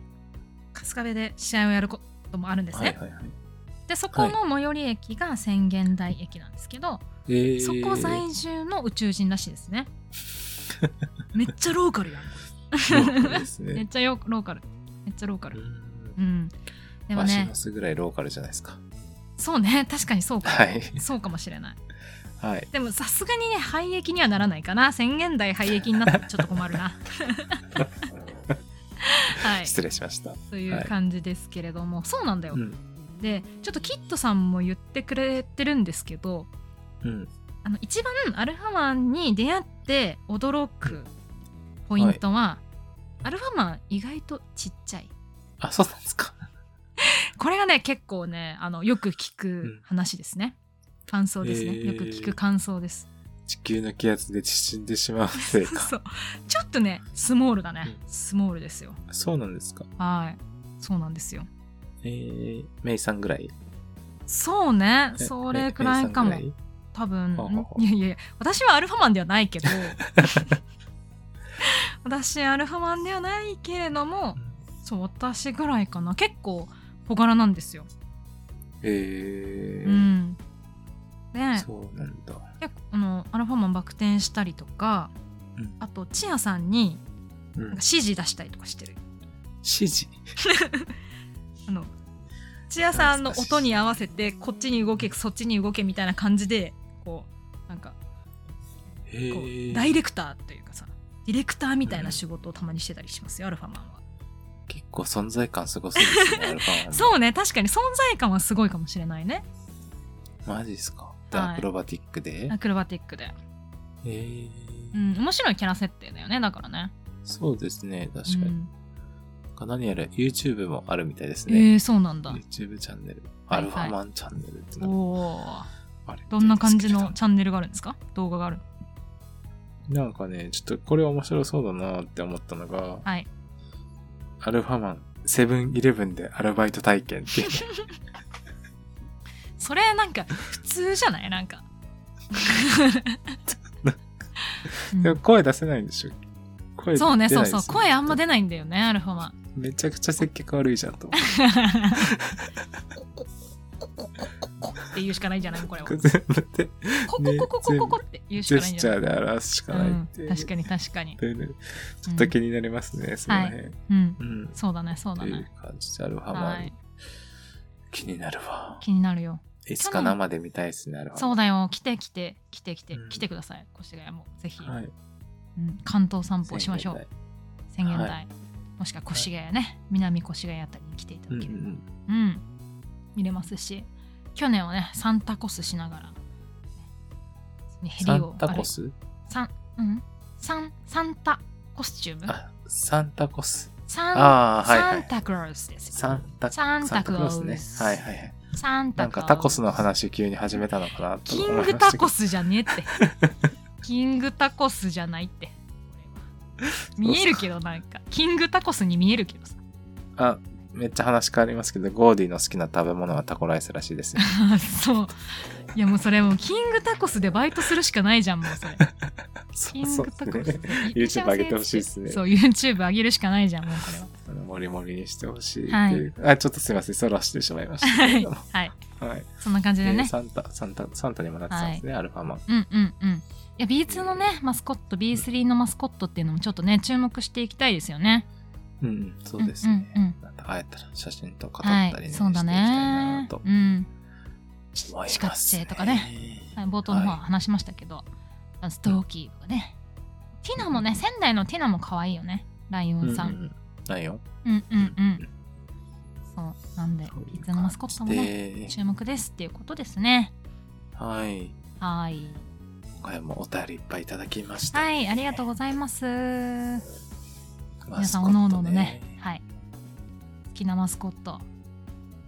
春日部で試合をやることもあるんですね、はいはいはい。でそこの最寄り駅が宣言台駅なんですけど、えーそこ在住の宇宙人らしいです ねめっちゃローカルやんローカルで すめっね。ちゃよローカルめっちゃローカうルんうんでもマシねマスぐらいローカルじゃないですか。そうね確かにそうか、はい。そうかもしれないはい。でもさすがにね廃駅にはならないかな宣言台廃駅になったらちょっと困る なはい失礼しました。という感じですけれども、そうなんだよ、うん。でちょっとキッドさんも言ってくれてるんですけどうん。あの一番アルファマンに出会って驚くポイントは、アルファマン意外とちっちゃいあ、そうなんですか。これがね結構ねあのよく聞く話ですね、感想ですね、へーよく聞く感想です地球の気圧で縮んでしまうせいか。 そうちょっとねスモールだね、スモールですよそうなんですか。はいそうなんですよえー、メイさんぐらいそうねえそれくらいかもメイさんぐ多分ほうほうほうん いやいやいや私はアルファマンではない けど私アルファマンではないけれどもそう私ぐらいかな結構小柄なんですよ、えーうんでそうなんだ。結構あのアルファマンバク転したりとか、うんあとチアさんにうんなんか、指示出したりとかしてる指示あのチアさんの音に合わせてこっちに動けそっちに動けみたいな感じでこうなんかえこう、ーダイレクターというかさディレクターみたいな仕事をたまにしてたりしますよ、アルファマンは結構存在感すごそうで すね、アルファマンの。そうね確かに存在感はすごいかもしれないねマジですか。で、はいアクロバティックで。アクロバティックで、えーうん、面白いキャラ設定だよねだからねそうですね、確かに。うん何やら YouTube もあるみたいですね。えー、そうなんだ YouTube チャンネル。はアいはいルファマンチャンネルっておのおーがあるみたいですけどれんな感じのどチャンネルがあるんですか動画があるなんかね、ちょっとこれ面白そうだなって思ったのが、はいアルファマン、セブンイレブンでアルバイト体験っていう ねそれなんか普通じゃないなんかうんでも声出せないんでしょ声そうね出そなういですそよう声あんま出ないんだよねアルファマンめちゃくちゃ接客悪いじゃんと思っココココココって言うしかないんじゃないこれを て。全部で、コココココココって言うジしェかないスんチじゃャなーいで表すしかないっていうう。ん確かに確かにというねちょっと気になりますね、その辺。うんうん。そうだねそうとだいうね感じで、アルファマン、はい気になるわ。気になるよいつか生で見たいですね、アルファマン。そうだよ来て来て来て来てうん来てください越谷もぜひはい。うん関東散歩をしましょう宣言台、はもしくは越谷ね、南越谷あたりに来ていたうだんうけんうれば、うんん。見れますし去年はねサンタコスしながらね普通にヘサリンをタコスサン,さん、うん、サンサンタコスチュームあ、サンタコス。サンあーはいはサいンタクロースですよサンタサンタクロースね。はいはいはい。サンなタんクローかスタコスの話急に始めたのかなとキ思いンましたけグどタコスじゃねえって キングタコスじゃないってこれは見えるけどなんかキングタコスに見えるけどさ あ、めっちゃ話変わりますけど、ゴーディの好きな食べ物はタコライスらしいです よ。そういやもうそれもうキングタコスでバイトするしかないじゃんもう それそキうンそうグでタコスすね。YouTube 上げてほしいですねそう YouTube 上げるしかないじゃんもうこれはあのもりもりにしてほしいはいっていう、あ、ちょっとすいません、そらしてしまいま したけれども。はいはい。そんな感じででねサンタ、サンタ、サンタにもなってたんですね、アルファマン。うんうんうんいや B2 のねマスコット B3 のマスコットっていうのもちょっとね注目していきたいですよねうんうん、そうですねうんうん。また会えたら写真と語ったはりねいしていきそたういだなねとうん思いますシカッチェとかね。はい、冒頭の方はは話しましたけど、あのストーキーとかね、ティナもね仙台のティナも可愛いよねライオンさん、ないよ。うん、うんうんそうなんでそういうピッツァのマスコットもねで、注目ですっていうことですねはい。はい今回もお便りいっぱいいただきました。はいありがとうございます、マ皆スさんコッおトのおののね、はい、好きなマスコットじゃ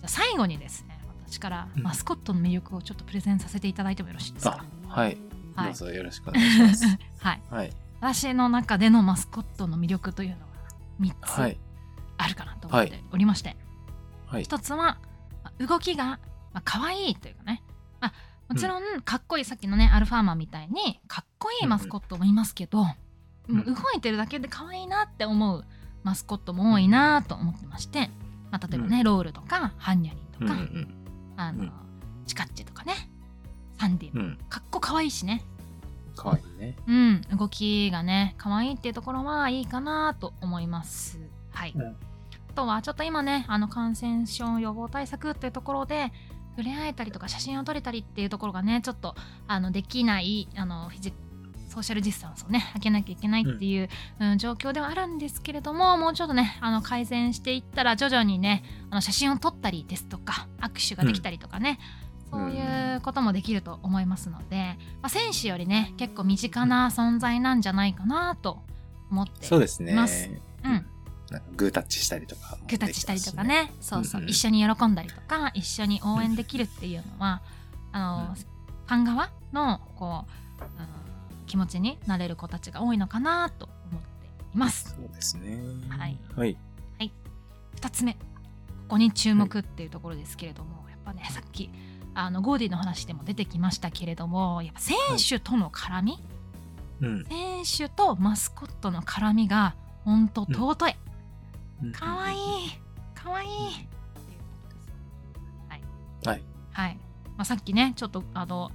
あ最後にですね私からうんマスコットの魅力をちょっとプレゼンさせていただいてもよろしいですか、あ、はい。はいどう ぞよろしくお願いします。はいはい。私の中でのマスコットの魅力というのがは3つい。あるかなと思っておりまして、はい。一つはまあ動きがまあ可愛いというかね、まあ、もちろんかっこいい、さっきのねアルファーマンみたいにかっこいいマスコットもいますけど、うんもう動いてるだけで可愛いなって思うマスコットも多いなと思ってまして、まあ、例えばね、ロールとかハンニャリンとうんうか、んあのうんチカッチとかねサンディうもん。かっこ可愛いしねかわいいね。うん、動きがね可愛いっていうところはいいかなと思います。はい、うんあとはちょっと今ねあの感染症予防対策っていうところで触れ合えたりとか写真を撮れたりっていうところがねちょっとあのできないあのフィジソーシャルディスタンスをね開けなきゃいけないっていう、うん状況ではあるんですけれどももうちょっとねあの改善していったら徐々にねあの写真を撮ったりですとか握手ができたりとかね、うんそういうこともできると思いますので、まあ、選手よりね結構身近な存在なんじゃないかなと思ってそうですね。ますうんなんかグータッチしたりとか。グータッチしたりとか。ねそうそう、うんうん一緒に喜んだりとか一緒に応援できるっていうのはあの、うんファン側のこう、うん気持ちになれる子たちが多いのかなと思っています。そうですね。はい。はい。 2つ目ここに注目っていうところですけれども、やっぱねさっきあのゴーディの話でも出てきましたけれどもやっぱ選手との絡み、うん。選手とマスコットの絡みがほんと尊い、かわいいかわいいはいはい、はいまあ、さっきねちょっとあの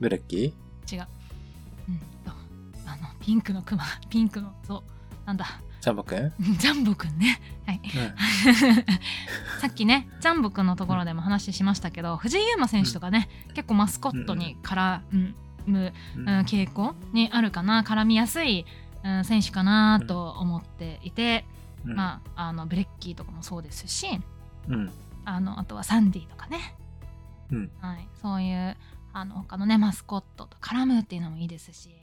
ブレッキ違ううんとあのピンクのクマ ピンクのそうなんだ ーちゃんぼくんうん。ジャンボくんねはい さっきねジャンボくんのところでも話しましたけど藤井優馬選手とかね、結構マスコットに絡むうん、傾向にあるかな絡みやすい、うん、選手かなと思っていて、うんまあ、あのブレッキーとかもそうですしうん。あのあとはサンディとかね、うんはい、そういうあの他のねマスコットと絡むっていうのもいいですし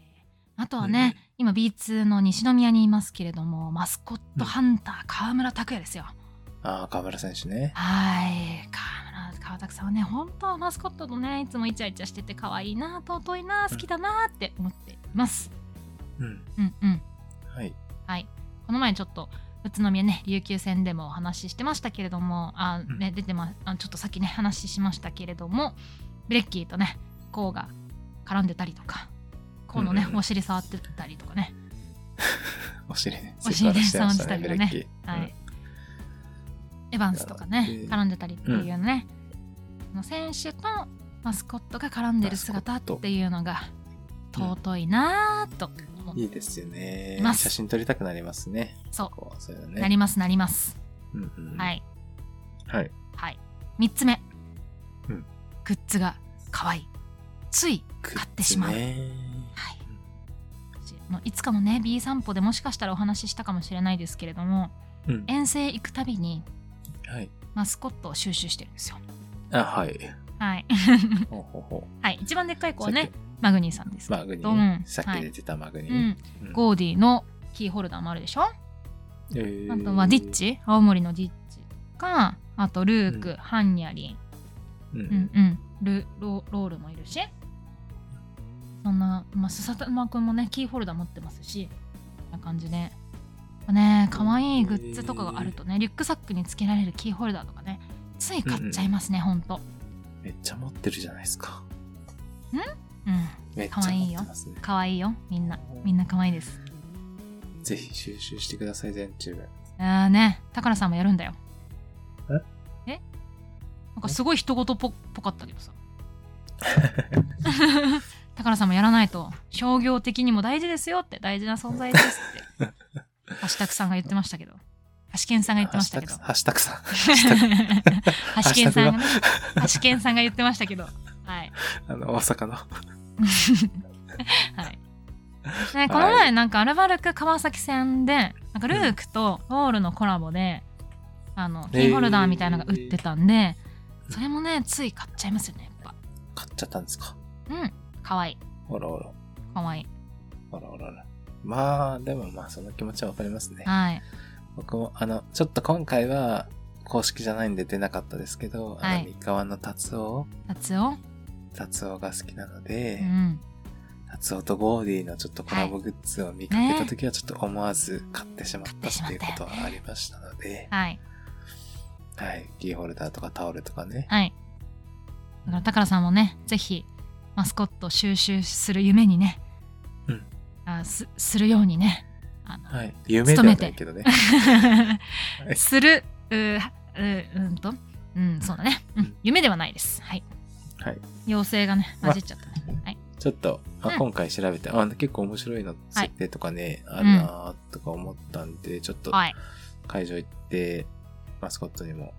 あとはね、今 B2 の西宮にいますけれどもマスコットハンター河村拓哉ですよ。ああ、河村選手ね。はい河村川拓さんはね本当はマスコットとねいつもイチャイチャしてて可愛いな尊いな好きだなって思っています。うん。うんうんはい。はい、この前ちょっと宇都宮ね琉球戦でもお話ししてましたけれどもあ、ね、出てまあちょっとさっきね話しましたけれどもブレッキーとねこうが絡んでたりとかこうのね、うんうんうんお尻触ってたりとかね、お尻 ね。お尻ねセクハラして触ましたってたりとかねブレッキーはいエヴァンスとかいやねうん絡んでたりっていうね、あの選手とマスコットが絡んでる姿っていうのがマスコット尊いなぁと思ういいですよねい。ます写真撮りたくなりますね。そうこう、そういうのなりね。ますなります、うんうんはいはい。はい、3つ目、うんグッズが可愛いつい買ってしまう、グッズねはい、もういつかのね B 散歩でもしかしたらお話ししたかもしれないですけれどもうん。遠征行くたびにはい。マスコットを収集してるんですよあ、はい。はい ほうほうほう。はい一番でっかい子はさっねきマグニーさんですけマどグニうんーね。さっはきい出てたマグニうー。ん、ゴーディのキーホルダーもあるでしょ、えーあとはディッ。チ青森のディッチとかあとルーク、うんハンニャリンうんううんん。うん、ルロロールもいるしそんな、まあ、笹玉くんもねキーホルダー持ってますしこんな感じで、まあね可愛いグッズとかがあるとねリュックサックにつけられるキーホルダーとかねつい買っちゃいますね、ほんと、めっちゃ持ってるじゃないですか。うん、めっちゃ持ってますね。可愛いよみんなみんな可愛いですぜひ収集してください、全チューブ。あーね高野さんもやるんだよええなんかすごい人事ぽぽかったけど さ高野さんもやらないと商業的にも大事ですよって大事な存在ですってハッシュタグさんが言ってましたけどハシケンさんが言ってましたけどハッシュタグさん。 ハシケンさんがねハッシュタグがハシケンさんが言ってましたけどはい あの、大阪の。はい。ね、この前なんかアルバルク川崎戦でなんかルークとロールのコラボで、あのキーホルダーみたいなのが売ってたんで、ーそれもねつい買っちゃいますよねやっ買っちゃったんですか。ぱうんかわいいおらおら。かわいいおらおらおら。まあ、でもまあ、その気持ちはわかりますね。はい僕も、あの、ちょっと今回は、公式じゃないんで出なかったですけど、はあの、い三河の達夫、夏を達夫が好きなのうで、ん夏男ゴーディのちょっとコラボグッズを見かけた時はちょっと思わず買ってしまったっていうことはありましたので、はい。はい。キーホルダーとかタオルとかね。はい。だから、宝さんもね、ぜひ、マスコットを収集する夢にね、うんあすするようにね、あのはい。夢ではないけどね。いする、うーうーうんと、うん、そうだね、うん。夢ではないです。はい。はい。妖精がね、混じっちゃったね。ちょっと、あうん今回調べて、あ、結構面白いのはい設定とかね、あるなーとか思ったんで、ちょっとはい。会場行って、マスコットにも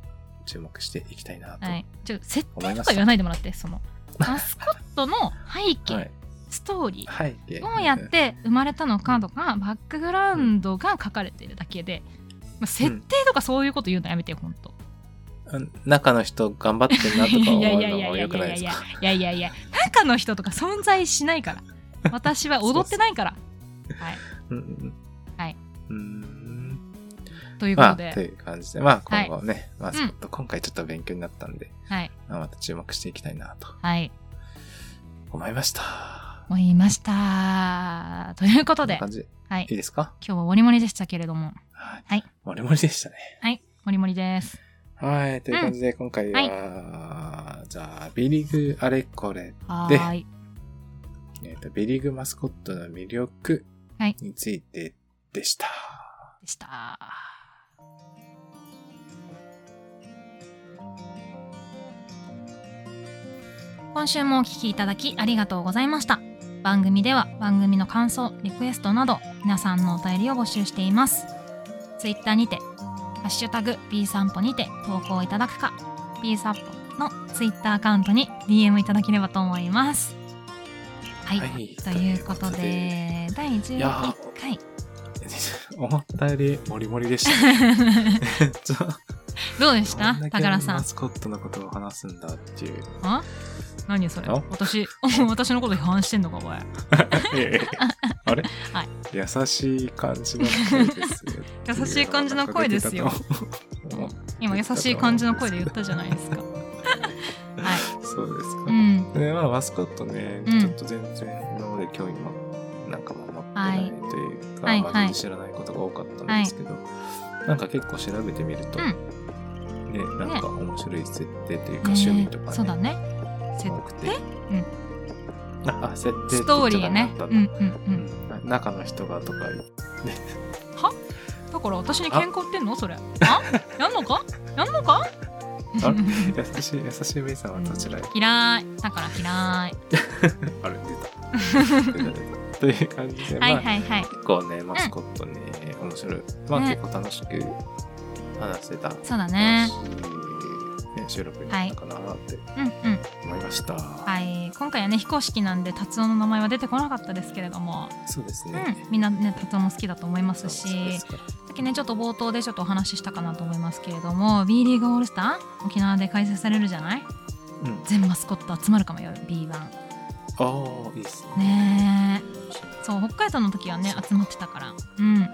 注目していきたいなと。ははい。い。ちょ、設定とか言わないでもらって、その、マスコットの背景、ストーリー、はい。どうやって生まれたのかとかバックグラウンドが書かれてるだけで、まあ、設定とかそういうこと言うのやめてよほんとうん中の人頑張ってんなと か思うのも良くないですかいやいやいや中の人とか存在しないから私は踊ってないからはいうんうんはい。うーん。というこ まとあ、で、という感じで、まあ、今後ね、まあ、ちょっと今回ちょっと勉強になったんで、はいまあまた注目していきたいなとはい思いました。思いましたということこんでな、感じ。はい、いい今ですか日はモリモリでしたけれどもははい。もりもりでしたね。はいモリモリですはい。という感じで、今回は、じゃあ、ビリーグあれこれ、はでーいえっと、ビリーグマスコットの魅力はいについてでした。でした今週もお聞きいただきありがとうございました番組では番組の感想リクエストなど皆さんのお便りを募集していますツイッターにて「ハッシュタグ #B 散歩」にて投稿いただくか B 散歩のツイッターアカウントに DM いただければと思いますはい、はいということといで第いや11回思ったよりもりもり でした、ね。ちょどうでしたこんだけ宝さんマスコットのことを話すんだっていう。あ何それあ私 私のこと批判してんのかお前あれ、 はい優しい感じの声ですよ。 優しい感じの声ですよ 思う。今優しい感じの声で言ったじゃないです かはいそうですか。うんでまあ、マスコットね、うんちょっと全然今まで興味もなんかも持ってないというか、はいまあはい全然知らないことが多かったんですけど、なんか結構調べてみると、うね、なんか面白い設定というか、ね趣味とかね、そうだね設多くて、ああ設定って言っちゃストーリーねうダんメうだっんたうんうん中の人がとかだから私に喧嘩売ってんのそれあやんのかやんのかあ 優しい優しいメイさんはどちらへ嫌いだから嫌いあるん で出た出たという感じで、まはあいはいはい結構ねマスコットね、面白いまあ、ね結構楽しく話せたそうだねね収録になったかなってうんうん思いました、はい今回はね非公式なんで達夫の名前は出てこなかったですけれども、そうですうね、ん、みんなね達夫も好きだと思いますしそうですかさっきねちょっと冒頭でちょっとお話ししたかなと思いますけれども B リーグオールスター沖縄で開催されるじゃないうん全マスコット集まるかもよ B1 ああいいですねねえそう北海道の時はね集まってたからうん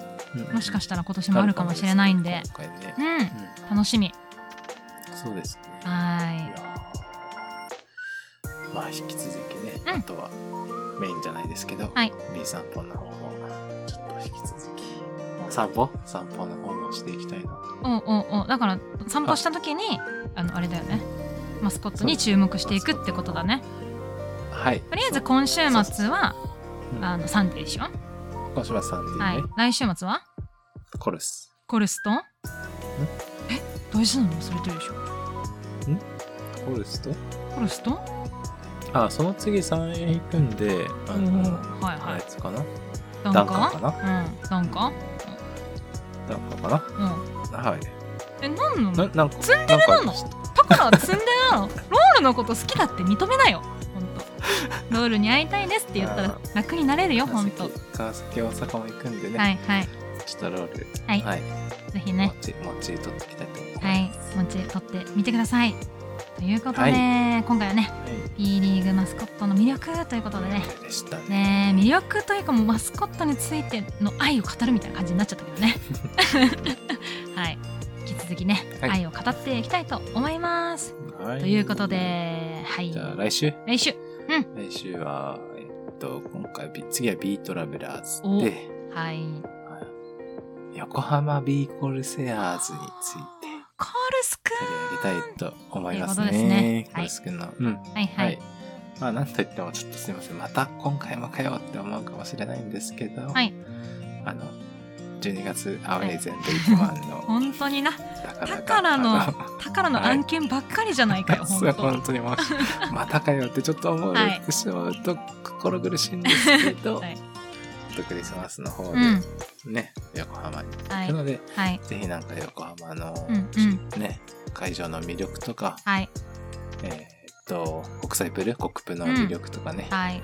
もしかししたら今年もあるかもしれないんで今回ね、うん楽しみうんそうですねいはやーまあ引き続きね、うんあとはメインじゃないですけど、はいメイ散歩の方もちょっと引き続き散歩散歩の方もしていきたいなといおうおうおうだから散歩した時にあのあれだよねマスコットに注目していくってことだねはいとりあえそずう今週末はうんあのサンデーでしょ小芝さんでね、はい来週末はコルス。コルスとえ大事なの忘れてるでしょコルスとコルスとあ、その次3円行くんで、あの、はいあはいいつかなダダンンカカーかなうんダンカダンカーかうんなはい。えなんななのなんか、ツンデレなのタカラはツンデレなのロールのこと好きだって認めなよほんとロールに会いたいですって言ったら楽になれるよほんと川崎、川崎大阪も行くんでね、はいはいちょっとロール、はいはい、ぜひもねち、もち取っていきたいと思います。はい持ち取ってみてくださいということで、はい今回はねはい B リーグマスコットの魅力ということでねでしたね。ねえ魅力というかもうマスコットについての愛を語るみたいな感じになっちゃったけど ねはい引き続きね、はい愛を語っていきたいと思います、はということ。ではいじゃあ来週来週来週は、えっと、今回、B- 次は B トラベラーおズで、はい。横浜 B コルセアーズについてカールスく取り上げたいと思いますということですねね。コルス君の。うん。ん。はいはい。まあ、なんといってもちょっとすいません。また今回もかよって思うかもしれないんですけど、はいあの、12月アウェイ全部1万の本当にな、宝宝がの宝の案件ばっかりじゃないかよ、 そう本当本当にもうまたかよってちょっと思うはいてしまうと心苦しいんですけど、はいちょっとクリスマスの方うん。でね、横浜には行くい。ので、はい。ぜひなんか横浜の、うんうん。ね会場の魅力とか、はい。えーっと国際プール国プの魅力とかね、はい。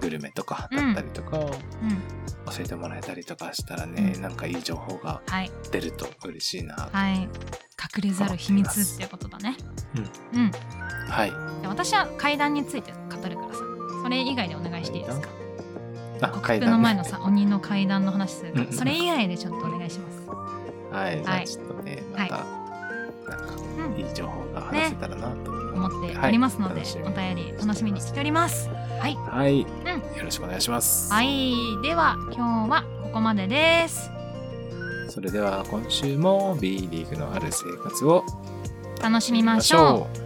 グルメとかだったりとかを教うん。えてもらえたりとかしたらね、うんなんかいい情報がはい。出ると嬉しいなはい。隠れざる秘密っていうことだね。うん。うん。じはいゃあ私は階段について語るからさ。それ以外でお願いしていいですか。あ国府の前のさ、鬼の階段の話するかうら、んそれ以外でちょっとお願いします。はい、じゃはあいちょっとね、はいまた、なんか、うんいい情報が話せたらなと思思って、っておりますので、はいお便り楽しみにしております。はい。はい、んよろしくお願いします。はい。では、今日はここまでです。それでは今週も B リーグのある生活を楽しみましょう。う。